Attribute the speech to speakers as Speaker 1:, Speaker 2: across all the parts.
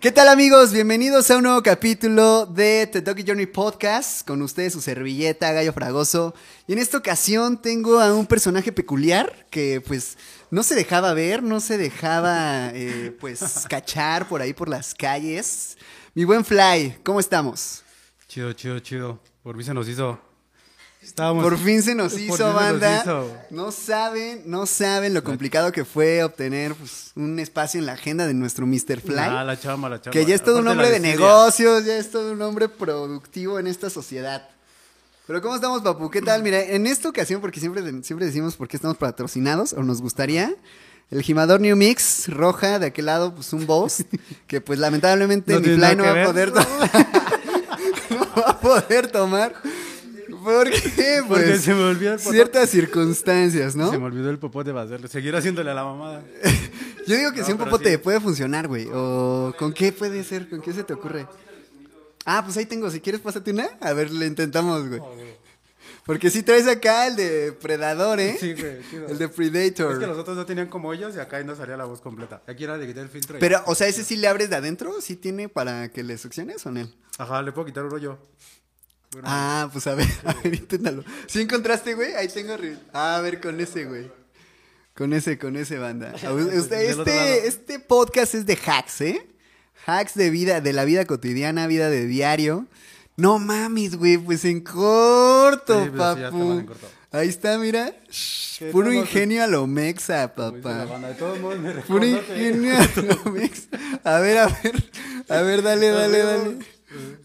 Speaker 1: ¿Qué tal amigos? Bienvenidos a un nuevo capítulo de The Doggy Journey Podcast. Con ustedes su servilleta, Gallo Fragoso. Y en esta ocasión tengo a un personaje peculiar que pues no se dejaba ver, no se dejaba eh, pues cachar por ahí por las calles. Mi buen Fly, ¿cómo estamos?
Speaker 2: Chido, chido, chido. Por mí se nos hizo. Estábamos.
Speaker 1: Por fin se nos
Speaker 2: Por
Speaker 1: hizo,
Speaker 2: fin se nos
Speaker 1: banda.
Speaker 2: hizo.
Speaker 1: No saben, no saben lo complicado que fue obtener pues, un espacio en la agenda de nuestro Mr. Fly.
Speaker 2: Ah, la chamba, la chamba.
Speaker 1: Que ya es todo un
Speaker 2: Aparte la
Speaker 1: hombre de
Speaker 2: desidia.
Speaker 1: negocios, ya es todo un hombre productivo en esta sociedad. Pero ¿cómo estamos, papu? ¿Qué tal? Mira, en esta ocasión, porque siempre, siempre decimos por qué estamos patrocinados, o nos gustaría, el gimador New Mix, roja, de aquel lado, pues un boss, que pues lamentablemente
Speaker 2: No
Speaker 1: mi
Speaker 2: tiene
Speaker 1: fly
Speaker 2: nada
Speaker 1: no
Speaker 2: que
Speaker 1: va a
Speaker 2: ver.
Speaker 1: poder tomar. no va a poder tomar. ¿Por qué? Pues,
Speaker 2: Porque se me olvidó el popote.
Speaker 1: Ciertas circunstancias, ¿no? ¿Eh?
Speaker 2: Se me olvidó el popote va a hacerle. Seguir haciéndole a la mamada.
Speaker 1: Yo digo que
Speaker 2: No,
Speaker 1: si un
Speaker 2: pero
Speaker 1: popote
Speaker 2: sí.
Speaker 1: puede funcionar, güey. O con qué puede ser, con qué se te ocurre. Ah, pues ahí tengo, si quieres pásate una. A ver, le intentamos, güey. Porque si traes acá el de Predador, ¿eh?
Speaker 2: Sí, güey, chido.
Speaker 1: El de Predator.
Speaker 2: Es que los otros no tenían como ellos y acá ahí no salía la voz completa. Aquí era de quitar el filtro. y-
Speaker 1: Pero, o sea, ese sí le abres de adentro, sí tiene para que le succiones o no.
Speaker 2: Ajá, le puedo quitar un rollo. Bueno,
Speaker 1: Ah, pues a ver, a ver, inténtalo. ¿Sí encontraste, güey? Ahí tengo. re- Ah, a ver, con ese, güey. Con ese, con ese, banda. A ver, Este,
Speaker 2: Pues, Del otro lado.
Speaker 1: este, este podcast es de hacks, ¿eh? Hacks de vida, de la vida cotidiana, vida de diario. No mames, güey, pues en corto,
Speaker 2: Sí, pues sí, ya
Speaker 1: papu.
Speaker 2: estamos en corto.
Speaker 1: Ahí está, mira. Shh,
Speaker 2: Que
Speaker 1: Puro
Speaker 2: todo-
Speaker 1: ingenio a lo mexa,
Speaker 2: como dice la
Speaker 1: papá.
Speaker 2: banda. De todos modos, me
Speaker 1: Puro
Speaker 2: recuerdo que-
Speaker 1: ingenio a lo mexa. A ver, a ver. A ver, dale, dale, dale.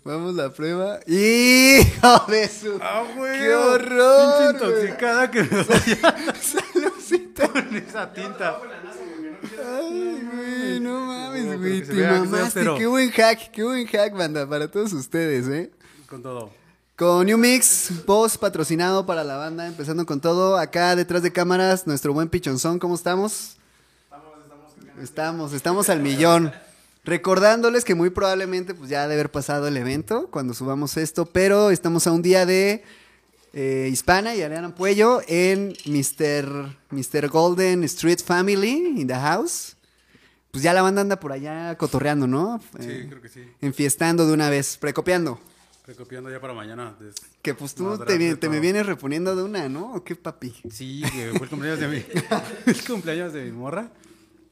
Speaker 1: Vamos la prueba. ¡Hijo de su!
Speaker 2: ¡Ah, güey!
Speaker 1: ¡Qué horror!
Speaker 2: Pinche intoxicada que me
Speaker 1: Salucita.
Speaker 2: con esa tinta.
Speaker 1: Ay, güey, no mames,
Speaker 2: Ah. pero
Speaker 1: güey.
Speaker 2: que se
Speaker 1: Te
Speaker 2: vea, que sea
Speaker 1: mamaste.
Speaker 2: austero.
Speaker 1: Qué buen hack, qué buen hack, banda, para todos ustedes, ¿eh?
Speaker 2: Con todo.
Speaker 1: Con New Mix, voz patrocinado para la banda, empezando con todo. Acá detrás de cámaras, nuestro buen Pichonzón, ¿cómo estamos? Estamos, estamos al millón. Recordándoles que muy probablemente pues, ya ha de haber pasado el evento cuando subamos esto, pero estamos a un día de eh, Hispana y Ariana Puello en Mr. Mr. Golden Street Family in the house. Pues ya la banda anda por allá cotorreando, ¿no?
Speaker 2: Sí,
Speaker 1: Eh,
Speaker 2: creo que sí.
Speaker 1: Enfiestando de una vez, precopiando.
Speaker 2: Recopiando ya para mañana. des-
Speaker 1: Que pues tú
Speaker 2: No,
Speaker 1: te, vi-
Speaker 2: durante
Speaker 1: te me
Speaker 2: todo.
Speaker 1: vienes reponiendo de una, ¿no? ¿O qué papi?
Speaker 2: Sí, que fue el cumpleaños de mi, el cumpleaños de mi morra.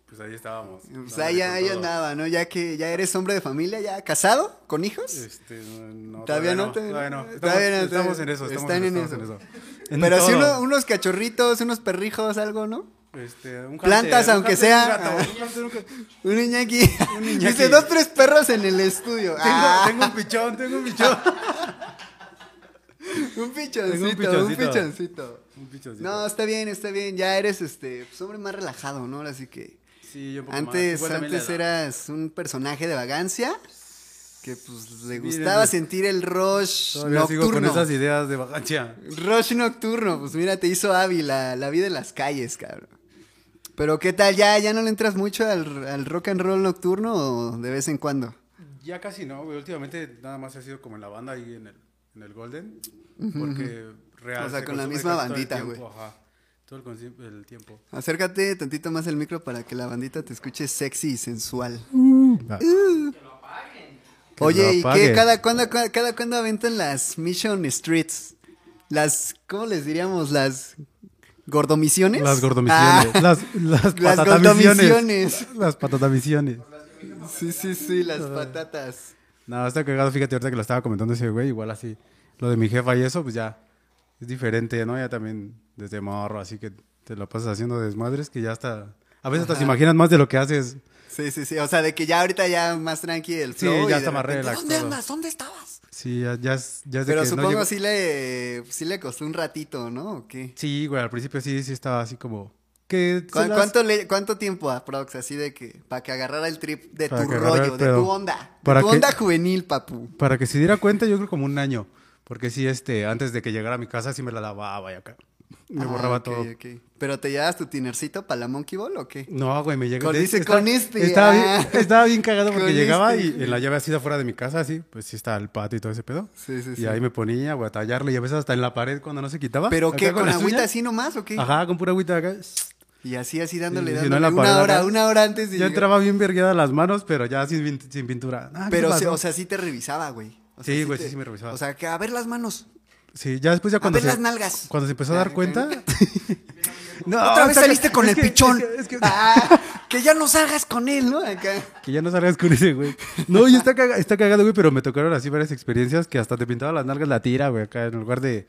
Speaker 2: Pues ahí estábamos.
Speaker 1: O sea,
Speaker 2: dándole
Speaker 1: ya,
Speaker 2: con
Speaker 1: ahí
Speaker 2: todo.
Speaker 1: andaba, ¿no? Ya que ya eres hombre de familia, ya casado, con hijos.
Speaker 2: Este, no, no,
Speaker 1: Todavía
Speaker 2: todavía,
Speaker 1: no,
Speaker 2: no,
Speaker 1: todavía
Speaker 2: todavía no.
Speaker 1: no,
Speaker 2: Estamos,
Speaker 1: todavía no,
Speaker 2: estamos
Speaker 1: todavía
Speaker 2: en eso.
Speaker 1: no.
Speaker 2: Estamos
Speaker 1: Están en
Speaker 2: en, estamos
Speaker 1: eso.
Speaker 2: en eso. En
Speaker 1: Pero sí
Speaker 2: todo.
Speaker 1: uno- unos cachorritos, unos perrijos, algo, ¿no?
Speaker 2: Este, un
Speaker 1: plantas,
Speaker 2: hámster, un
Speaker 1: aunque
Speaker 2: hámster,
Speaker 1: sea.
Speaker 2: un gato, un hámster, un gato.
Speaker 1: Un niño aquí.
Speaker 2: niñaki.
Speaker 1: Dice, dos, tres perros en el estudio.
Speaker 2: Tengo,
Speaker 1: Ah,
Speaker 2: tengo un pichón, tengo un pichón.
Speaker 1: un pichoncito,
Speaker 2: tengo
Speaker 1: un
Speaker 2: un
Speaker 1: pichoncito.
Speaker 2: pichoncito. un pichón.
Speaker 1: No, está bien, está bien. Ya eres, este, pues, hombre más relajado, ¿no? Ahora sí que...
Speaker 2: sí, yo un poco más.
Speaker 1: Antes,
Speaker 2: Igual también
Speaker 1: antes
Speaker 2: la edad.
Speaker 1: eras un personaje de vagancia que pues le
Speaker 2: Miren,
Speaker 1: gustaba
Speaker 2: güey.
Speaker 1: sentir el rush
Speaker 2: Todavía sigo con
Speaker 1: nocturno.
Speaker 2: esas ideas de vagancia.
Speaker 1: Rush nocturno, pues mira, te hizo hábil la, la vida en las calles, cabrón. Pero qué tal, ya, ya no le entras mucho al, al rock and roll nocturno o de vez en cuando.
Speaker 2: Ya casi no, güey. Últimamente nada más ha sido como en la banda ahí en el, en el Golden. Porque real.
Speaker 1: O sea,
Speaker 2: se
Speaker 1: con la
Speaker 2: consume
Speaker 1: misma
Speaker 2: casi todo el
Speaker 1: bandita,
Speaker 2: tiempo,
Speaker 1: güey.
Speaker 2: Ajá. Todo el, consi- el tiempo.
Speaker 1: Acércate tantito más el micro para que la bandita te escuche sexy y sensual.
Speaker 2: Ah.
Speaker 1: Uh.
Speaker 2: Que lo
Speaker 1: Oye, ¿y qué?
Speaker 2: apague.
Speaker 1: ¿Cada cuándo, cua- cada cuándo aventan las Mission Streets? Las, ¿cómo les diríamos? Las gordomisiones.
Speaker 2: Las gordomisiones.
Speaker 1: Ah,
Speaker 2: Las, las,
Speaker 1: Las gordomisiones.
Speaker 2: patatomisiones. Las patatomisiones.
Speaker 1: sí, sí, sí, las patatas.
Speaker 2: No, está cagado. Fíjate, ahorita que lo estaba comentando ese güey, igual así. Lo de mi jefa y eso, pues ya es diferente, ¿no? Ya también desde morro, así que te lo pasas haciendo desmadres que ya hasta. A veces hasta se imaginas más de lo que haces.
Speaker 1: Sí, sí, sí. O sea, de que ya ahorita ya más tranqui el
Speaker 2: Sí,
Speaker 1: flow. y
Speaker 2: ya
Speaker 1: de
Speaker 2: está más
Speaker 1: repente,
Speaker 2: relax
Speaker 1: ¿Dónde
Speaker 2: todo".
Speaker 1: andas? ¿Dónde estabas?
Speaker 2: Sí, ya, ya es, ya es de
Speaker 1: Pero
Speaker 2: que no
Speaker 1: supongo
Speaker 2: llego-
Speaker 1: sí, le, sí le costó un ratito, ¿no? ¿O qué?
Speaker 2: Sí, güey, al principio sí, sí estaba así como. Que se
Speaker 1: ¿Cu-
Speaker 2: las-
Speaker 1: ¿Cuánto, le- ¿Cuánto tiempo aprox así de que para que agarrara el trip de
Speaker 2: Para
Speaker 1: tu
Speaker 2: que agarrara
Speaker 1: rollo,
Speaker 2: el
Speaker 1: de
Speaker 2: pedo.
Speaker 1: tu onda, de
Speaker 2: ¿Para
Speaker 1: tu
Speaker 2: qué?
Speaker 1: onda juvenil, papu?
Speaker 2: Para que se diera cuenta, yo creo como un año. Porque sí, este, antes de que llegara a mi casa sí me la lavaba y acá. Me
Speaker 1: Ah,
Speaker 2: borraba
Speaker 1: ok,
Speaker 2: todo.
Speaker 1: ok. ¿Pero te llevas tu tinercito para la Monkey Ball o qué?
Speaker 2: No, güey, me llegó.
Speaker 1: Con-
Speaker 2: de-
Speaker 1: dice,
Speaker 2: estaba-
Speaker 1: con este,
Speaker 2: Estaba,
Speaker 1: ah.
Speaker 2: bien, estaba bien cagado porque
Speaker 1: Con
Speaker 2: llegaba
Speaker 1: este.
Speaker 2: y en la llave así de afuera de mi casa, así, pues sí está el patio y todo ese pedo.
Speaker 1: Sí, sí,
Speaker 2: y
Speaker 1: sí.
Speaker 2: ahí me ponía, güey, a tallarle y a veces hasta en la pared cuando no se quitaba.
Speaker 1: ¿Pero
Speaker 2: acá
Speaker 1: qué? ¿Con
Speaker 2: las
Speaker 1: agüita
Speaker 2: uñas.
Speaker 1: así nomás o qué?
Speaker 2: Ajá, con pura agüita acá.
Speaker 1: Y así, así dándole,
Speaker 2: Sí, sí, sí,
Speaker 1: dándole
Speaker 2: no en la
Speaker 1: una
Speaker 2: parada,
Speaker 1: hora,
Speaker 2: ¿no?
Speaker 1: una hora antes de
Speaker 2: Yo
Speaker 1: llegar.
Speaker 2: entraba bien vergueada las manos, pero ya sin, vin- sin pintura. Ah, ¿qué
Speaker 1: Pero,
Speaker 2: pasó?
Speaker 1: sí, o sea, sí te revisaba, güey. O sea,
Speaker 2: Sí, güey,
Speaker 1: te-
Speaker 2: sí, sí me revisaba.
Speaker 1: O sea, que a ver las manos.
Speaker 2: Sí, ya después ya
Speaker 1: A
Speaker 2: cuando
Speaker 1: ver
Speaker 2: se,
Speaker 1: las nalgas.
Speaker 2: cuando se empezó a
Speaker 1: Ya,
Speaker 2: dar cuenta. No,
Speaker 1: Otra vez
Speaker 2: saca-
Speaker 1: saliste con
Speaker 2: es
Speaker 1: el
Speaker 2: que-
Speaker 1: pichón.
Speaker 2: es que- es que-
Speaker 1: Ah, que ya no salgas con él, ¿no? Acá.
Speaker 2: Que ya no salgas con ese, güey. No, ya está, caga- está cagado, güey, pero me tocaron así varias experiencias que hasta te pintaba las nalgas la tira, güey, acá en lugar de,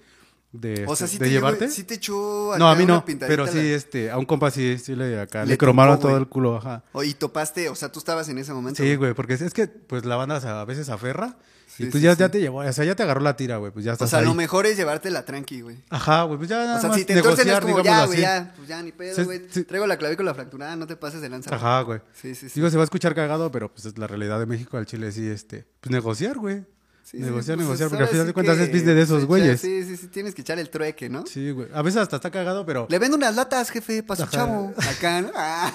Speaker 2: de,
Speaker 1: O sea, sí
Speaker 2: este, de
Speaker 1: te, llevó-
Speaker 2: llevarte.
Speaker 1: sí te echó
Speaker 2: no, a
Speaker 1: acá
Speaker 2: mí
Speaker 1: una
Speaker 2: no,
Speaker 1: pintadita
Speaker 2: pero sí,
Speaker 1: la-
Speaker 2: este, a un compa sí, sí le, acá, le,
Speaker 1: Le
Speaker 2: cromaron
Speaker 1: tocó,
Speaker 2: todo
Speaker 1: güey.
Speaker 2: el culo, ajá.
Speaker 1: O- y topaste, o sea, tú estabas en ese momento.
Speaker 2: Sí, güey, porque es, es que, pues, la banda se- a veces se aferra
Speaker 1: Sí,
Speaker 2: y pues
Speaker 1: sí,
Speaker 2: ya,
Speaker 1: sí.
Speaker 2: ya te llevó, o sea, ya te agarró la tira, güey, pues ya
Speaker 1: o
Speaker 2: estás
Speaker 1: sea, lo
Speaker 2: ahí.
Speaker 1: mejor es llevártela tranqui, güey.
Speaker 2: Ajá, güey, pues ya nada
Speaker 1: O sea,
Speaker 2: más
Speaker 1: si te entorces no es
Speaker 2: negociar,
Speaker 1: como,
Speaker 2: digámoslo
Speaker 1: ya,
Speaker 2: así.
Speaker 1: güey, ya, pues ya, ni
Speaker 2: Sí,
Speaker 1: pedo, güey.
Speaker 2: sí.
Speaker 1: Traigo la clavícula fracturada, no te pases de lanza.
Speaker 2: Ajá, güey.
Speaker 1: Sí, sí, sí.
Speaker 2: Digo, se va a escuchar cagado, pero pues es la realidad de México al Chile, sí, este, pues negociar, güey.
Speaker 1: Sí, sí,
Speaker 2: negociar,
Speaker 1: pues,
Speaker 2: negociar,
Speaker 1: es-
Speaker 2: porque al
Speaker 1: ahora
Speaker 2: final
Speaker 1: sí
Speaker 2: de cuentas
Speaker 1: que
Speaker 2: es business de esos
Speaker 1: echar-
Speaker 2: güeyes.
Speaker 1: Sí, sí, sí, tienes que echar el trueque, ¿no?
Speaker 2: Sí, güey. A veces hasta está cagado, pero
Speaker 1: Le vendo unas latas, jefe, para su
Speaker 2: Ajá.
Speaker 1: chavo. Acá, ¿no? Ah.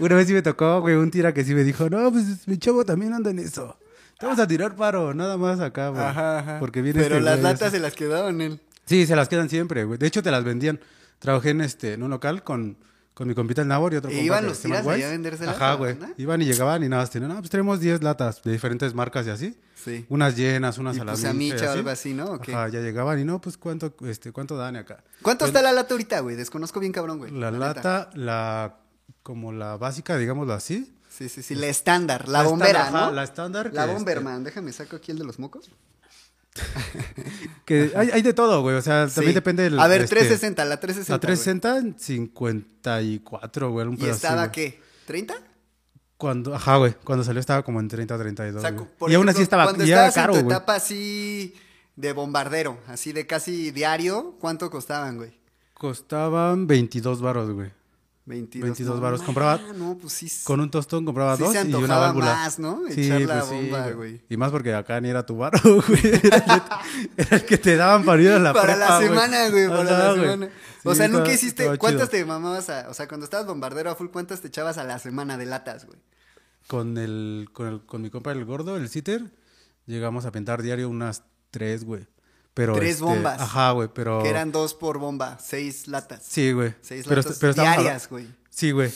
Speaker 2: una vez sí me tocó, güey, un tira que sí me dijo, no, pues mi chavo también anda en eso. Te vamos a tirar paro, nada más acá, güey. Porque viene
Speaker 1: Pero
Speaker 2: este
Speaker 1: las
Speaker 2: güey,
Speaker 1: latas
Speaker 2: así.
Speaker 1: se las quedaron él.
Speaker 2: Sí, se las quedan siempre, güey. De hecho, te las vendían. Trabajé en, este, en un local con, con mi compita el Nabor y otro
Speaker 1: ¿Y
Speaker 2: compa
Speaker 1: ¿E iban
Speaker 2: que
Speaker 1: los
Speaker 2: se llama
Speaker 1: tiras
Speaker 2: Wise.
Speaker 1: allá a vendérselas a
Speaker 2: Ajá,
Speaker 1: la
Speaker 2: güey.
Speaker 1: banda?
Speaker 2: Iban y llegaban y nada, más tenían, ah, pues tenemos 10 latas de diferentes marcas y así.
Speaker 1: Sí.
Speaker 2: Unas llenas, unas
Speaker 1: Y
Speaker 2: a la
Speaker 1: pues a
Speaker 2: micha y
Speaker 1: micha o algo así, ¿no? ¿O qué?
Speaker 2: Ajá, ya llegaban y no, pues cuánto, este, cuánto dan acá.
Speaker 1: ¿Cuánto está la lata ahorita, güey? Desconozco bien cabrón, güey.
Speaker 2: La
Speaker 1: neta.
Speaker 2: lata, la como la básica, digámoslo así.
Speaker 1: Sí, sí, sí, la estándar, la,
Speaker 2: La
Speaker 1: bombera,
Speaker 2: estándar,
Speaker 1: ¿no?
Speaker 2: ajá, la estándar
Speaker 1: La
Speaker 2: que, este
Speaker 1: bomberman, déjame saco aquí el de los mocos.
Speaker 2: Que hay, hay de todo, güey. O sea, también
Speaker 1: Sí.
Speaker 2: depende del.
Speaker 1: A ver,
Speaker 2: este,
Speaker 1: 360, la 360.
Speaker 2: La
Speaker 1: güey.
Speaker 2: 360 en 54, güey. Un
Speaker 1: ¿Y
Speaker 2: pedo así,
Speaker 1: estaba
Speaker 2: güey.
Speaker 1: qué? ¿30?
Speaker 2: Cuando, ajá, güey. Cuando salió estaba como en 30, 32.
Speaker 1: O sea,
Speaker 2: güey.
Speaker 1: por
Speaker 2: y aún así
Speaker 1: ejemplo,
Speaker 2: estaba,
Speaker 1: cuando
Speaker 2: y era
Speaker 1: estabas en
Speaker 2: caro,
Speaker 1: tu
Speaker 2: güey.
Speaker 1: etapa así de bombardero, así de casi diario, ¿cuánto costaban, güey?
Speaker 2: Costaban 22 baros, güey.
Speaker 1: 22,
Speaker 2: 22
Speaker 1: no,
Speaker 2: varos.
Speaker 1: ma,
Speaker 2: Compraba-
Speaker 1: No, pues sí.
Speaker 2: Con un tostón compraba
Speaker 1: Sí
Speaker 2: dos
Speaker 1: se
Speaker 2: y una
Speaker 1: antojaba
Speaker 2: válvula. pues
Speaker 1: más, ¿no? Echar la bomba, güey.
Speaker 2: Y más porque acá ni era tu baro, güey. Era, el que- era el que te daban para ir a la
Speaker 1: para
Speaker 2: prepa,
Speaker 1: la semana, güey, para
Speaker 2: Ajá,
Speaker 1: la
Speaker 2: güey.
Speaker 1: semana.
Speaker 2: Sí,
Speaker 1: o sea, nunca
Speaker 2: estaba-
Speaker 1: hiciste.
Speaker 2: estaba
Speaker 1: ¿Cuántas
Speaker 2: chido.
Speaker 1: te mamabas a.? O sea, cuando estabas bombardero a full, ¿cuántas te echabas a la semana de latas, güey?
Speaker 2: Con, el, con, el, con mi compa el gordo, el sitter, llegamos a pintar diario unas tres, güey. Pero
Speaker 1: Tres
Speaker 2: este,
Speaker 1: bombas.
Speaker 2: Ajá, güey, pero...
Speaker 1: Que eran dos por bomba, seis latas.
Speaker 2: Sí, güey.
Speaker 1: Seis
Speaker 2: Pero,
Speaker 1: latas
Speaker 2: pero estábamos habla-
Speaker 1: diarias, güey.
Speaker 2: Sí, güey.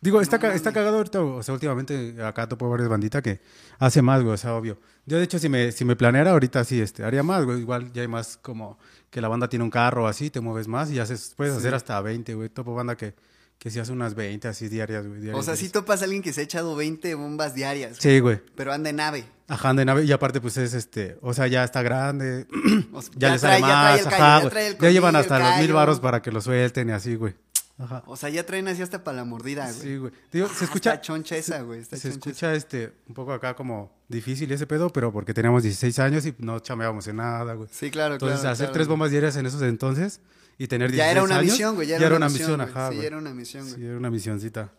Speaker 2: Digo, está, ca- está cagado ahorita, o sea, últimamente acá topo varias bandita que hace más, güey, o sea, obvio. Yo, de hecho, si me, si me planeara ahorita, sí, este, haría más, güey. Igual ya hay más como que la banda tiene un carro así, te mueves más y haces, puedes hacer hasta 20, güey. Topo banda que, que sí hace unas 20 así diarias, güey.
Speaker 1: O
Speaker 2: diarias,
Speaker 1: sea, si
Speaker 2: diarias.
Speaker 1: topas a alguien que se ha echado 20 bombas diarias, güey,
Speaker 2: Sí, güey.
Speaker 1: pero anda en nave.
Speaker 2: Ajá, de nave. Y aparte, pues es este, o sea, ya está grande,
Speaker 1: O sea,
Speaker 2: ya, les
Speaker 1: trae-
Speaker 2: sale más,
Speaker 1: ya trae el
Speaker 2: ajá,
Speaker 1: callo,
Speaker 2: güey.
Speaker 1: ya trae el
Speaker 2: Ya llevan
Speaker 1: colmillo,
Speaker 2: hasta
Speaker 1: el
Speaker 2: los mil
Speaker 1: callo.
Speaker 2: varos para que lo suelten y así, güey. Ajá.
Speaker 1: O sea, ya traen así hasta para la mordida, güey.
Speaker 2: Sí, güey. Digo,
Speaker 1: Ah,
Speaker 2: se escucha.
Speaker 1: está choncha esa, güey, está
Speaker 2: Se,
Speaker 1: choncha
Speaker 2: escucha este, un poco acá como difícil ese pedo, pero porque teníamos 16 años y no chameábamos en nada, güey.
Speaker 1: Sí, claro,
Speaker 2: Entonces,
Speaker 1: claro,
Speaker 2: hacer
Speaker 1: claro.
Speaker 2: tres bombas diarias en esos entonces y tener 16
Speaker 1: Ya era una
Speaker 2: años,
Speaker 1: misión, güey. Ya era, una misión, güey.
Speaker 2: ajá,
Speaker 1: Sí,
Speaker 2: güey.
Speaker 1: era una misión, güey.
Speaker 2: Sí, era una misioncita.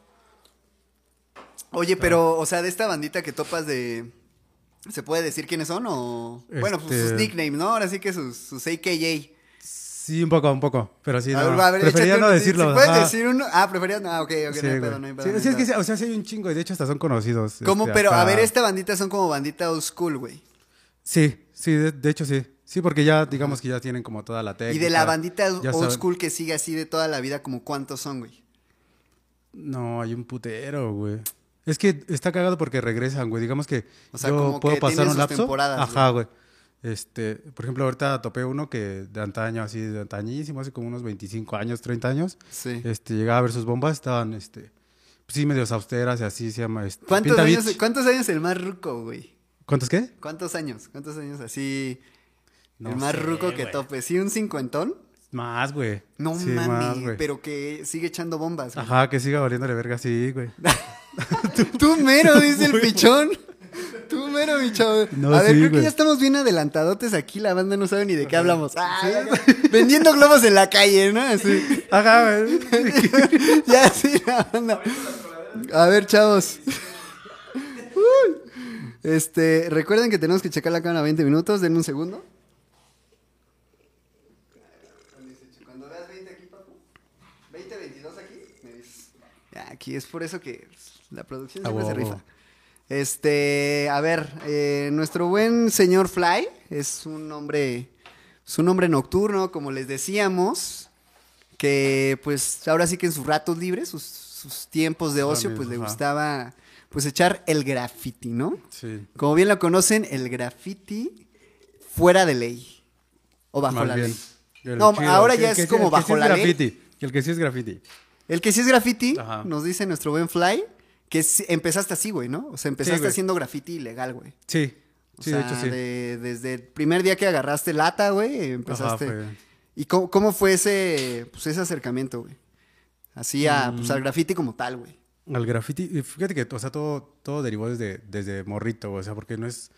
Speaker 2: Ah.
Speaker 1: Oye, pero, o sea, de esta bandita que topas de. ¿Se puede decir quiénes son? O. Bueno, pues
Speaker 2: Este-
Speaker 1: sus nicknames, ¿no? Ahora sí que sus, sus AKJ.
Speaker 2: Sí, un poco, un poco, pero sí,
Speaker 1: a
Speaker 2: no,
Speaker 1: ver, a ver,
Speaker 2: prefería
Speaker 1: échate
Speaker 2: no
Speaker 1: uno, sí,
Speaker 2: decirlo.
Speaker 1: ¿sí puedes
Speaker 2: ajá.
Speaker 1: decir uno? Ah, preferías. No, ok, ok, no hay pedo,
Speaker 2: güey.
Speaker 1: no hay pedo.
Speaker 2: Sí,
Speaker 1: no hay
Speaker 2: sí, es que,
Speaker 1: pedo.
Speaker 2: sí, o sea, sí hay un chingo, y de hecho hasta son conocidos.
Speaker 1: ¿Cómo?
Speaker 2: este,
Speaker 1: pero, a
Speaker 2: acá.
Speaker 1: ver, esta bandita son como bandita old school, güey.
Speaker 2: Sí, sí, de, de hecho sí. Sí, porque ya, digamos que ya tienen como toda la técnica.
Speaker 1: Y de la bandita old
Speaker 2: ya saben.
Speaker 1: school que sigue así de toda la vida, como cuántos son, güey.
Speaker 2: No, hay un putero, güey. Es que está cagado porque regresan, güey. Digamos que
Speaker 1: O sea,
Speaker 2: yo
Speaker 1: como que
Speaker 2: puedo pasar
Speaker 1: tienen
Speaker 2: un
Speaker 1: sus
Speaker 2: lapso.
Speaker 1: temporadas,
Speaker 2: Ajá, güey. Este, por ejemplo, ahorita topé uno que de antaño, así de antañísimo, hace como unos 25 años, 30 años.
Speaker 1: Sí.
Speaker 2: Este, llegaba a ver sus bombas, estaban, este, pues sí, medios austeras y así se llama. Este,
Speaker 1: ¿Cuántos
Speaker 2: Pinta
Speaker 1: años,
Speaker 2: Beach.
Speaker 1: ¿Cuántos años el más ruco, güey?
Speaker 2: ¿Cuántos qué?
Speaker 1: ¿Cuántos años? ¿Cuántos años así?
Speaker 2: No
Speaker 1: el más
Speaker 2: sé,
Speaker 1: ruco que
Speaker 2: güey.
Speaker 1: tope. ¿Sí, un cincuentón?
Speaker 2: Más, güey.
Speaker 1: No
Speaker 2: Sí,
Speaker 1: mames,
Speaker 2: más, güey.
Speaker 1: pero que sigue echando bombas. güey.
Speaker 2: Ajá, que siga valiéndole verga así, güey.
Speaker 1: Tú mero, dice el pichón. Tú mero, mi chavo.
Speaker 2: No,
Speaker 1: a ver,
Speaker 2: sí,
Speaker 1: creo que
Speaker 2: güey.
Speaker 1: ya estamos bien adelantadotes aquí. La banda no sabe ni de qué hablamos. Ah, ya, Vendiendo globos en la calle, ¿no? Así.
Speaker 2: Ajá, güey.
Speaker 1: ya, sí, la banda. A ver, chavos. Uy. Este, recuerden que tenemos que checar la cámara 20 minutos. Denme un segundo. Cuando veas 20 aquí, papu. 20, 22 aquí, me dices. Ya, Aquí es por eso que la producción
Speaker 2: A
Speaker 1: siempre se
Speaker 2: huevo.
Speaker 1: rifa. Este, a ver, eh, nuestro buen señor Fly es un hombre, es un hombre nocturno, como les decíamos, que pues ahora sí que en sus ratos libres, sus, sus tiempos de ocio,
Speaker 2: También,
Speaker 1: pues le
Speaker 2: ajá.
Speaker 1: gustaba pues echar el graffiti, ¿no?
Speaker 2: Sí.
Speaker 1: Como bien lo conocen, el graffiti fuera de ley o bajo
Speaker 2: más
Speaker 1: la
Speaker 2: bien.
Speaker 1: ley.
Speaker 2: El
Speaker 1: No,
Speaker 2: chido,
Speaker 1: ahora
Speaker 2: el
Speaker 1: ya es
Speaker 2: que-
Speaker 1: como
Speaker 2: el que sí
Speaker 1: bajo
Speaker 2: es
Speaker 1: la ley.
Speaker 2: graffiti, El que sí es graffiti.
Speaker 1: El que sí es graffiti,
Speaker 2: Ajá.
Speaker 1: nos dice nuestro buen Fly, que sí- empezaste así, güey, ¿no? O sea, empezaste
Speaker 2: güey.
Speaker 1: haciendo graffiti ilegal, güey.
Speaker 2: Sí.
Speaker 1: O
Speaker 2: Sí,
Speaker 1: sea,
Speaker 2: de hecho sí.
Speaker 1: de- desde el primer día que agarraste lata, güey, empezaste.
Speaker 2: Ajá, fue-
Speaker 1: ¿Y cómo, cómo fue ese, pues, ese acercamiento, güey? Así a,
Speaker 2: Mm.
Speaker 1: pues, al graffiti como tal, güey.
Speaker 2: Al graffiti, y fíjate que, o sea, todo, todo derivó desde, desde morrito, güey, o sea, porque no es...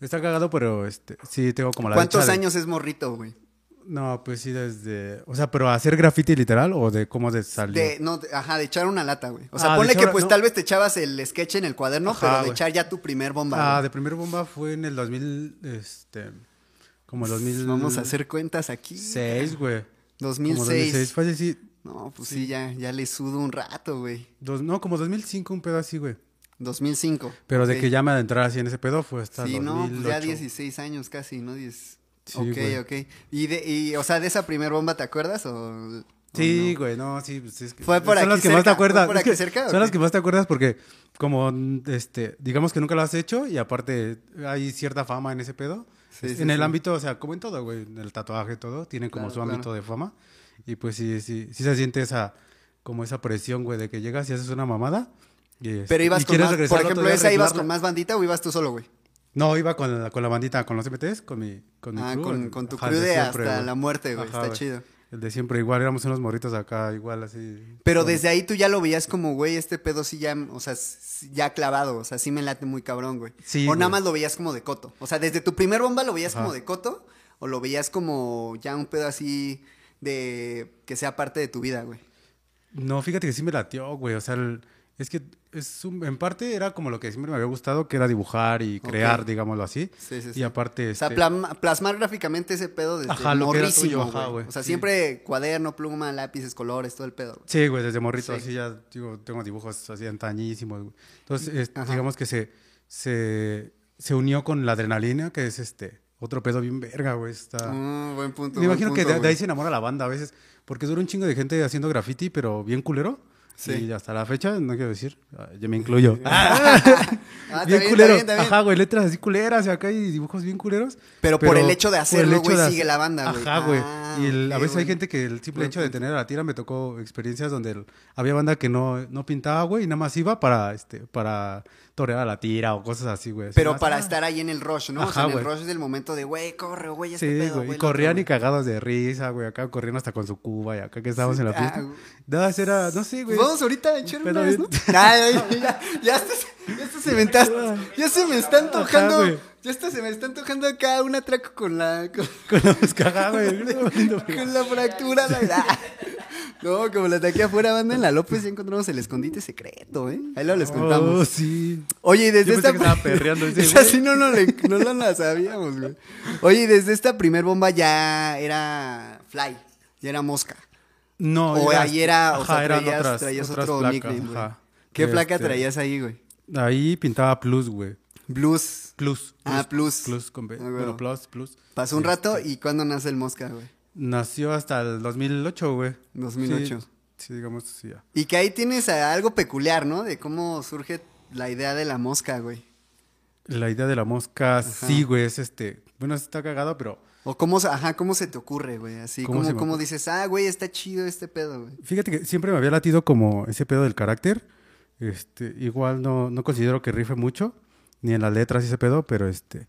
Speaker 2: Está cagado, pero este, sí tengo como la...
Speaker 1: ¿Cuántos
Speaker 2: dicha de-
Speaker 1: años es morrito, güey?
Speaker 2: No, pues sí, desde... O sea, pero hacer graffiti literal o de cómo de salir.
Speaker 1: De, no, de- ajá, de echar una lata, güey. O sea,
Speaker 2: Ah, de
Speaker 1: ponle que
Speaker 2: echar-
Speaker 1: pues
Speaker 2: no.
Speaker 1: tal vez te echabas el sketch en el cuaderno,
Speaker 2: Ajá,
Speaker 1: pero de
Speaker 2: güey.
Speaker 1: echar ya tu primer bomba.
Speaker 2: Ah,
Speaker 1: güey.
Speaker 2: de primer bomba fue en el 2000, este... Como el 2000...
Speaker 1: Vamos a hacer cuentas aquí.
Speaker 2: Seis, güey. Como
Speaker 1: 2006.
Speaker 2: 2006. Fue así,
Speaker 1: No, pues sí, ya, ya le sudo un rato, güey.
Speaker 2: dos- no, como 2005, un pedo así, güey.
Speaker 1: 2005.
Speaker 2: Pero de
Speaker 1: Ok.
Speaker 2: que ya me adentrara así en ese pedo fue hasta
Speaker 1: Sí,
Speaker 2: 2008.
Speaker 1: no, pues ya 16 años casi, ¿no? 10.
Speaker 2: Sí,
Speaker 1: ok,
Speaker 2: güey.
Speaker 1: ok. ¿Y, de, y, o sea, de esa primer bomba te acuerdas o...? o
Speaker 2: Sí,
Speaker 1: no?
Speaker 2: güey, no, sí, pues es que
Speaker 1: ¿Fue por
Speaker 2: son
Speaker 1: aquí
Speaker 2: las que más te
Speaker 1: cerca? ¿Fue
Speaker 2: acuerdas.
Speaker 1: por
Speaker 2: es
Speaker 1: aquí
Speaker 2: que
Speaker 1: cerca o
Speaker 2: son las
Speaker 1: qué?
Speaker 2: que más te acuerdas porque como mm, este, digamos que nunca lo has hecho y aparte hay cierta fama en ese pedo.
Speaker 1: Sí,
Speaker 2: Es-
Speaker 1: sí,
Speaker 2: en el
Speaker 1: sí.
Speaker 2: ámbito, o sea, como en todo, güey, en el tatuaje todo tiene como
Speaker 1: Claro,
Speaker 2: su
Speaker 1: claro.
Speaker 2: ámbito de fama y pues sí sí sí se siente esa como esa presión, güey, de que llegas y haces una mamada. y, este,
Speaker 1: Pero ibas
Speaker 2: y
Speaker 1: con
Speaker 2: quieres
Speaker 1: más,
Speaker 2: regresar
Speaker 1: por
Speaker 2: otro
Speaker 1: ejemplo,
Speaker 2: día a
Speaker 1: esa ibas
Speaker 2: arreglarla.
Speaker 1: con más bandita o ibas tú solo, güey.
Speaker 2: No, iba con la, con la bandita, con los MTs, con mi, con mi
Speaker 1: Ah,
Speaker 2: crew,
Speaker 1: con,
Speaker 2: el-
Speaker 1: con tu
Speaker 2: ajá,
Speaker 1: crew
Speaker 2: el
Speaker 1: de
Speaker 2: siempre,
Speaker 1: hasta
Speaker 2: güey.
Speaker 1: la muerte, güey.
Speaker 2: Ajá,
Speaker 1: Está chido.
Speaker 2: El de siempre, igual éramos unos morritos acá, igual así.
Speaker 1: Pero
Speaker 2: con-
Speaker 1: desde ahí tú ya lo veías como, güey, este pedo sí ya, o sea, s- ya clavado, o sea, sí me late muy cabrón, güey.
Speaker 2: Sí,
Speaker 1: o nada
Speaker 2: güey.
Speaker 1: más lo veías como de coto. O sea, desde tu primer bomba lo veías
Speaker 2: Ajá.
Speaker 1: como de coto o lo veías como ya un pedo así de que sea parte de tu vida, güey.
Speaker 2: No, fíjate que sí me latió, güey. O sea, el- es que es un- en parte era como lo que siempre me había gustado, que era dibujar y crear,
Speaker 1: Ok.
Speaker 2: digámoslo así.
Speaker 1: Sí, sí, sí.
Speaker 2: Y aparte.
Speaker 1: O sea,
Speaker 2: este,
Speaker 1: plam- plasmar gráficamente ese pedo desde
Speaker 2: Ajá, lo que era tuyo,
Speaker 1: morrísimo,
Speaker 2: ajá,
Speaker 1: güey.
Speaker 2: güey.
Speaker 1: O sea,
Speaker 2: Sí.
Speaker 1: siempre cuaderno, pluma, lápices, colores, todo el pedo, güey.
Speaker 2: Sí, güey, desde morrito,
Speaker 1: Sí.
Speaker 2: así ya, digo, tengo dibujos así antañísimos, güey. Entonces, es-
Speaker 1: Ajá.
Speaker 2: digamos que se, se, se unió con la adrenalina, que es este, otro pedo bien verga, güey. Está.
Speaker 1: Mm, buen punto.
Speaker 2: Ah. Me
Speaker 1: buen
Speaker 2: imagino que
Speaker 1: punto,
Speaker 2: de, de
Speaker 1: güey.
Speaker 2: ahí se enamora la banda a veces, porque dura un chingo de gente haciendo graffiti, pero bien culero.
Speaker 1: Sí.
Speaker 2: Y hasta la fecha, no quiero decir, ah, yo me incluyo.
Speaker 1: Ah, está
Speaker 2: bien
Speaker 1: bien,
Speaker 2: culero.
Speaker 1: está bien, está bien.
Speaker 2: Ajá, güey, letras así culeras y acá hay dibujos bien culeros.
Speaker 1: Pero por el hecho de
Speaker 2: por el
Speaker 1: hacerlo,
Speaker 2: hecho
Speaker 1: güey,
Speaker 2: de
Speaker 1: sigue
Speaker 2: hacer-
Speaker 1: la banda, güey.
Speaker 2: Ajá, güey.
Speaker 1: Ah,
Speaker 2: y el- a
Speaker 1: ok,
Speaker 2: veces hay
Speaker 1: güey.
Speaker 2: gente que el simple
Speaker 1: Buen
Speaker 2: hecho de
Speaker 1: punto.
Speaker 2: tener a la tira me tocó experiencias donde el- había banda que no, no pintaba, güey, y nada más iba para, este, para torear a la tira o cosas así, güey. Así
Speaker 1: Pero
Speaker 2: más,
Speaker 1: para
Speaker 2: ah.
Speaker 1: estar ahí en el rush, ¿no? o
Speaker 2: Ajá,
Speaker 1: sea, en el
Speaker 2: güey.
Speaker 1: rush del momento de, güey, corre, güey, este pedo,
Speaker 2: Sí, güey.
Speaker 1: güey,
Speaker 2: Y
Speaker 1: lo otro,
Speaker 2: corrían y
Speaker 1: güey.
Speaker 2: cagados de risa, güey. Acá corrían hasta con su cuba y acá que estábamos en la
Speaker 1: ah,
Speaker 2: fiesta.
Speaker 1: güey.
Speaker 2: Nada, era, no sé, güey.
Speaker 1: Vamos ahorita a echar una
Speaker 2: Pero
Speaker 1: vez, ¿no?
Speaker 2: bien-
Speaker 1: Ya, ya, ya, ya, ya hasta se- ya hasta se me está, ya se me está antojando,
Speaker 2: güey.
Speaker 1: ya hasta se me está antojando acá un atraco con la, con,
Speaker 2: Con la mascada, güey.
Speaker 1: con la fractura, la verdad. No, como la de aquí afuera, banda, en la López ya encontramos el escondite secreto, ¿eh? Ahí lo les contamos.
Speaker 2: Oh, sí.
Speaker 1: Oye, y desde
Speaker 2: Yo pensé
Speaker 1: esta.
Speaker 2: que estaba perreando ese,
Speaker 1: Esa
Speaker 2: güey.
Speaker 1: sí no, no, le- no la, la sabíamos, güey. Oye, y desde esta primer bomba ya era Fly, ya era Mosca.
Speaker 2: No,
Speaker 1: o
Speaker 2: era-
Speaker 1: ahí era. O
Speaker 2: ajá,
Speaker 1: sea,
Speaker 2: eran
Speaker 1: traías,
Speaker 2: otras-
Speaker 1: traías
Speaker 2: otras
Speaker 1: otro
Speaker 2: placas,
Speaker 1: nickname, güey.
Speaker 2: ajá.
Speaker 1: ¿Qué placa
Speaker 2: Este,
Speaker 1: traías ahí, güey?
Speaker 2: Ahí pintaba Plus, güey.
Speaker 1: Blues.
Speaker 2: Plus.
Speaker 1: Ah, Plus.
Speaker 2: Plus con B.
Speaker 1: Ah, güey.
Speaker 2: Bueno, Plus, Plus.
Speaker 1: Pasó un
Speaker 2: este.
Speaker 1: rato y ¿cuándo nace el Mosca, güey?
Speaker 2: Nació hasta el 2008, güey.
Speaker 1: 2008.
Speaker 2: Sí, sí, digamos, sí, ya.
Speaker 1: Y que ahí tienes a- algo peculiar, ¿no? De cómo surge la idea de la mosca, güey.
Speaker 2: La idea de la mosca, sí, güey, es este. Bueno, está cagado, pero
Speaker 1: O cómo, se- ajá, cómo se te ocurre, güey. Así,
Speaker 2: ¿Cómo
Speaker 1: como
Speaker 2: se me
Speaker 1: cómo
Speaker 2: ocurre?
Speaker 1: dices, ah, güey, está chido este pedo, güey.
Speaker 2: Fíjate que siempre me había latido como ese pedo del carácter. Este, igual no, no considero que rife mucho, ni en las letras y ese pedo, pero este,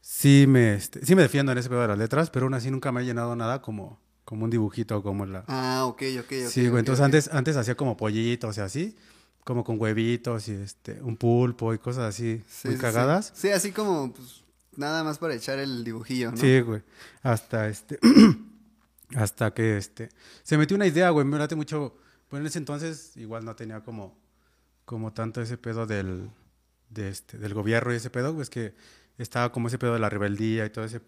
Speaker 2: sí me, este, sí me defiendo en ese pedo de las letras, pero aún así nunca me he llenado nada como, como un dibujito, como la...
Speaker 1: Ah, ok, ok, ok.
Speaker 2: sí, güey,
Speaker 1: ok,
Speaker 2: entonces
Speaker 1: ok.
Speaker 2: antes, antes hacía como pollitos, o sea, así, como con huevitos y este, un pulpo y cosas así,
Speaker 1: Sí, sí,
Speaker 2: muy
Speaker 1: sí.
Speaker 2: cagadas.
Speaker 1: Sí, así como pues, nada más para echar el dibujillo, ¿no?
Speaker 2: Sí, güey. Hasta este. hasta que este. Se metió una idea, güey. Me late mucho. Bueno, en ese entonces igual no tenía como. Como tanto ese pedo del. De este, del gobierno y ese pedo, güey. Es que estaba como ese pedo de la rebeldía y todo ese.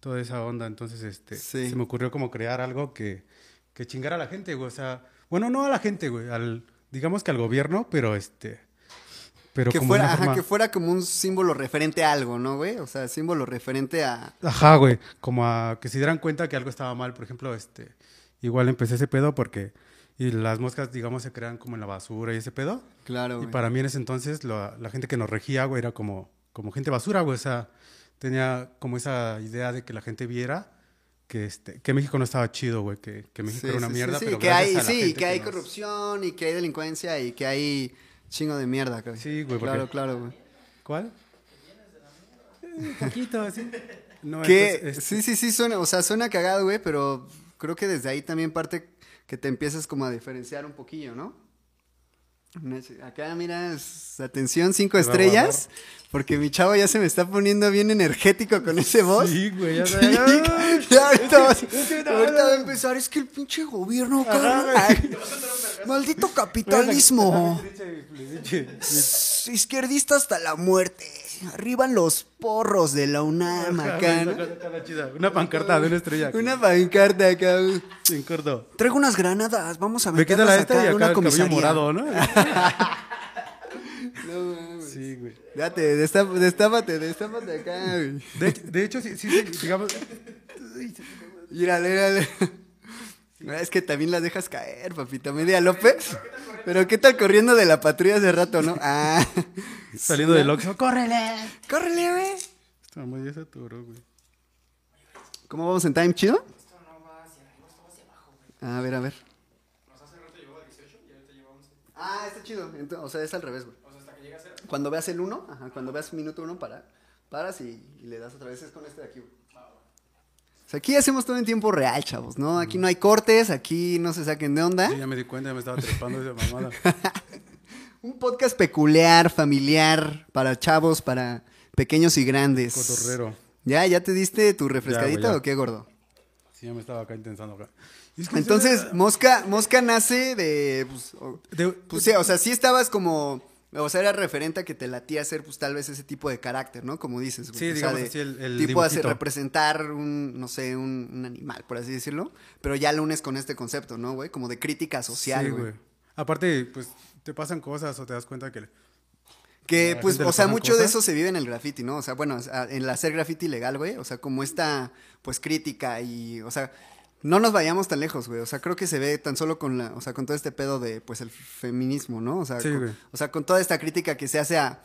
Speaker 2: Toda esa onda. Entonces, este.
Speaker 1: Sí.
Speaker 2: Se me ocurrió como crear algo que. que chingar a la gente, güey. O sea, bueno, no a la gente, güey, al, digamos que al gobierno, pero este... Pero
Speaker 1: Que
Speaker 2: como
Speaker 1: fuera,
Speaker 2: una
Speaker 1: ajá,
Speaker 2: forma-
Speaker 1: que fuera como un símbolo referente a algo, ¿no, güey? O sea, símbolo referente a...
Speaker 2: Ajá, güey. Como a que se dieran cuenta que algo estaba mal. Por ejemplo, este. Igual empecé ese pedo porque. Y las moscas, digamos, se crean como en la basura y ese pedo.
Speaker 1: Claro,
Speaker 2: Y
Speaker 1: Ah, güey.
Speaker 2: para mí en ese entonces, la, la gente que nos regía, güey, era como, como gente basura, güey. O sea, tenía como esa idea de que la gente viera que, este, que México no estaba chido, güey. Que, que México
Speaker 1: Sí,
Speaker 2: era una
Speaker 1: sí, sí,
Speaker 2: mierda.
Speaker 1: sí,
Speaker 2: pero
Speaker 1: que
Speaker 2: gracias
Speaker 1: hay,
Speaker 2: a la
Speaker 1: sí,
Speaker 2: gente
Speaker 1: que hay
Speaker 2: nos-
Speaker 1: corrupción y que hay delincuencia y que hay chingo de mierda, güey.
Speaker 2: Sí, güey, porque-
Speaker 1: Claro, claro, güey.
Speaker 2: ¿Cuál? Eh, poquito, así. No,
Speaker 1: Que
Speaker 2: entonces, este,
Speaker 1: sí, sí, sí, suena, o sea, suena cagado, güey, pero creo que desde ahí también parte que te empiezas como a diferenciar un poquillo, ¿no? Una ch- Acá miras, atención, cinco
Speaker 2: Te va a
Speaker 1: estrellas, porque mi chavo ya se me está poniendo bien energético con ese voz.
Speaker 2: Sí, güey, ya
Speaker 1: Sí,
Speaker 2: sabes. Ah,
Speaker 1: ya ahorita, vas-
Speaker 2: que no,
Speaker 1: ahorita
Speaker 2: no,
Speaker 1: va a
Speaker 2: no.
Speaker 1: empezar, es que el pinche gobierno,
Speaker 2: Ajá,
Speaker 1: cabrón,
Speaker 2: güey.
Speaker 1: ay, maldito
Speaker 2: Pues,
Speaker 1: capitalismo, izquierdista hasta la muerte, arriban los porros de la UNAM acá, ¿no?
Speaker 2: Una pancarta de una estrella.
Speaker 1: Una pancarta acá. güey.
Speaker 2: En corto.
Speaker 1: Traigo unas granadas, vamos a
Speaker 2: Me quita
Speaker 1: meterlas
Speaker 2: la
Speaker 1: acá
Speaker 2: esta y
Speaker 1: a
Speaker 2: acá
Speaker 1: una
Speaker 2: el cabello
Speaker 1: comisaría.
Speaker 2: morado, ¿no?
Speaker 1: No mames.
Speaker 2: Sí, güey.
Speaker 1: Date, destap- destápate, destápate acá, güey.
Speaker 2: De, de hecho, sí, sí, sí, digamos.
Speaker 1: Mírale, mírale. Ah, Es que también las dejas caer, papita. Media López. Pero qué tal corriendo de la patrulla hace rato, ¿no? Ah.
Speaker 2: Saliendo del Oxxo. ¡Córrele!
Speaker 1: Córrele, güey.
Speaker 2: Esta madre ya se atoró, güey.
Speaker 1: ¿Cómo vamos en time, chido? A ver, a ver. Ah, está chido. Ento- o sea, es al revés, güey. Cuando veas el 1, ajá, cuando veas minuto 1, para, paras y, y le das otra vez. Es con este de aquí, güey. O sea, aquí hacemos todo en tiempo real, chavos, ¿no? Aquí no hay cortes, aquí no se saquen de onda.
Speaker 2: Yo ya me di cuenta, ya me estaba trepando esa mamada.
Speaker 1: Un podcast peculiar, familiar, para chavos, para pequeños y grandes.
Speaker 2: Cotorrero.
Speaker 1: ¿Ya? ¿Ya te diste tu refrescadita
Speaker 2: ya.
Speaker 1: o qué, gordo?
Speaker 2: Sí, ya me estaba acá intentando acá. Y es que-
Speaker 1: Entonces, Mosca, Mosca nace de. Pues, o-
Speaker 2: De-
Speaker 1: pues, sí, o sea, sí estabas como. O sea, era referente a que te latía hacer, pues tal vez ese tipo de carácter, ¿no? Como dices, güey.
Speaker 2: Sí,
Speaker 1: O sea,
Speaker 2: digamos
Speaker 1: de
Speaker 2: así, el- el
Speaker 1: Tipo hacer,
Speaker 2: dibujito.
Speaker 1: representar un, no sé, un, un animal, por así decirlo. Pero ya lo unes con este concepto, ¿no, güey? Como de crítica social,
Speaker 2: sí,
Speaker 1: güey.
Speaker 2: güey. Aparte, pues te pasan cosas o te das cuenta que. A
Speaker 1: Que,
Speaker 2: la
Speaker 1: pues,
Speaker 2: gente le
Speaker 1: o sea,
Speaker 2: pasan
Speaker 1: mucho de
Speaker 2: cosas.
Speaker 1: eso se vive en el graffiti, ¿no? O sea, bueno, es- a- en el hacer graffiti legal, güey. O sea, como esta, pues, crítica y, o sea, no nos vayamos tan lejos, güey. O sea, creo que se ve tan solo con la, o sea, con todo este pedo de, pues, el feminismo, ¿no? O sea,
Speaker 2: Sí,
Speaker 1: con,
Speaker 2: güey.
Speaker 1: o sea, con toda esta crítica que se hace a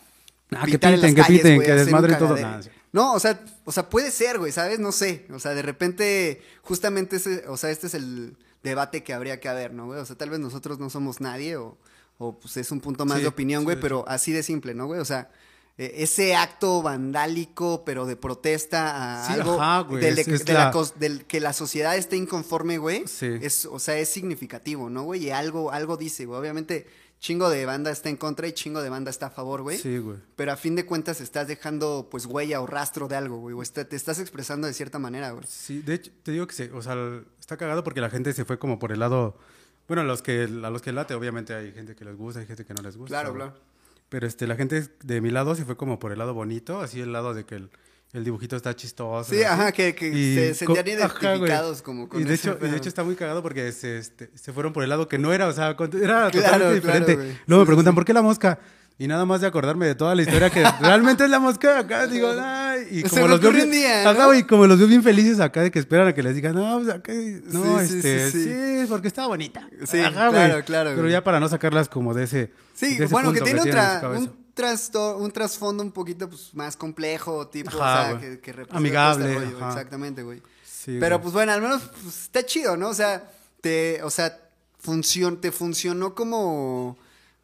Speaker 2: Ah, que
Speaker 1: pitar en las
Speaker 2: pinten, que
Speaker 1: calles,
Speaker 2: pinten,
Speaker 1: güey,
Speaker 2: que
Speaker 1: hacer un
Speaker 2: desmadren todo.
Speaker 1: cagadero.
Speaker 2: Nah, sí.
Speaker 1: No, o sea, o sea, puede ser, güey, ¿sabes? No sé. O sea, de repente, justamente, ese, o sea, este es el debate que habría que haber, ¿no, güey? O sea, tal vez nosotros no somos nadie o, o pues es un punto más
Speaker 2: Sí,
Speaker 1: de opinión,
Speaker 2: sí,
Speaker 1: güey,
Speaker 2: de
Speaker 1: pero así de simple, ¿no, güey? O sea, eh, ese acto vandálico, pero de protesta a
Speaker 2: Sí,
Speaker 1: algo
Speaker 2: ajá, güey,
Speaker 1: del-
Speaker 2: es- es
Speaker 1: de la
Speaker 2: la-
Speaker 1: cos- del que la sociedad esté inconforme, güey,
Speaker 2: Sí.
Speaker 1: es, o sea, es significativo, ¿no, güey? Y algo, algo dice, güey. Obviamente, chingo de banda está en contra y chingo de banda está a favor, güey.
Speaker 2: Sí, güey.
Speaker 1: Pero a fin de cuentas estás dejando pues huella o rastro de algo, güey. O está- te estás expresando de cierta manera, güey.
Speaker 2: Sí, de hecho, te digo que se, o sea, el- está cagado porque la gente se fue como por el lado, bueno, a los que, a los que late, obviamente hay gente que les gusta, hay gente que no les gusta.
Speaker 1: Claro,
Speaker 2: güey.
Speaker 1: claro.
Speaker 2: Pero este, la gente de mi lado se fue como por el lado bonito, así el lado de que el, el dibujito está chistoso.
Speaker 1: Sí,
Speaker 2: así.
Speaker 1: ajá, que- que
Speaker 2: Y
Speaker 1: se sentían
Speaker 2: co- ajá, güey.
Speaker 1: identificados como con
Speaker 2: y de
Speaker 1: ese
Speaker 2: hecho, y
Speaker 1: pedo.
Speaker 2: de hecho está muy cagado porque se, este, se fueron por el lado que no era, o sea, con- era
Speaker 1: Claro,
Speaker 2: totalmente
Speaker 1: claro,
Speaker 2: diferente.
Speaker 1: güey.
Speaker 2: Luego
Speaker 1: Sí,
Speaker 2: me
Speaker 1: sí,
Speaker 2: preguntan,
Speaker 1: sí.
Speaker 2: ¿por qué la mosca? Y nada más de acordarme de toda la historia que realmente es la mosca acá, digo, ay, y
Speaker 1: Se
Speaker 2: como
Speaker 1: me
Speaker 2: los veo
Speaker 1: ocurrió
Speaker 2: bien,
Speaker 1: un día,
Speaker 2: ajá,
Speaker 1: ¿no?
Speaker 2: güey, como los veo bien felices acá de que esperan a que les digan, no, pues acá, no,
Speaker 1: Sí, sí,
Speaker 2: este,
Speaker 1: sí,
Speaker 2: sí,
Speaker 1: sí.
Speaker 2: porque estaba bonita.
Speaker 1: Sí,
Speaker 2: Ajá, güey.
Speaker 1: claro, claro,
Speaker 2: Pero
Speaker 1: güey.
Speaker 2: ya para no sacarlas como de ese
Speaker 1: Sí,
Speaker 2: de ese
Speaker 1: bueno, que
Speaker 2: punto
Speaker 1: tiene
Speaker 2: tienen en su
Speaker 1: otra,
Speaker 2: cabeza.
Speaker 1: un, trasto- un trasfondo un poquito pues, más complejo, tipo,
Speaker 2: Ajá,
Speaker 1: o sea,
Speaker 2: güey.
Speaker 1: que, que representa
Speaker 2: Amigable,
Speaker 1: todo este rollo,
Speaker 2: ajá.
Speaker 1: Exactamente, güey.
Speaker 2: Sí,
Speaker 1: Pero
Speaker 2: güey.
Speaker 1: pues bueno, al menos pues, está chido, ¿no? O sea, te, o sea, función, te funcionó como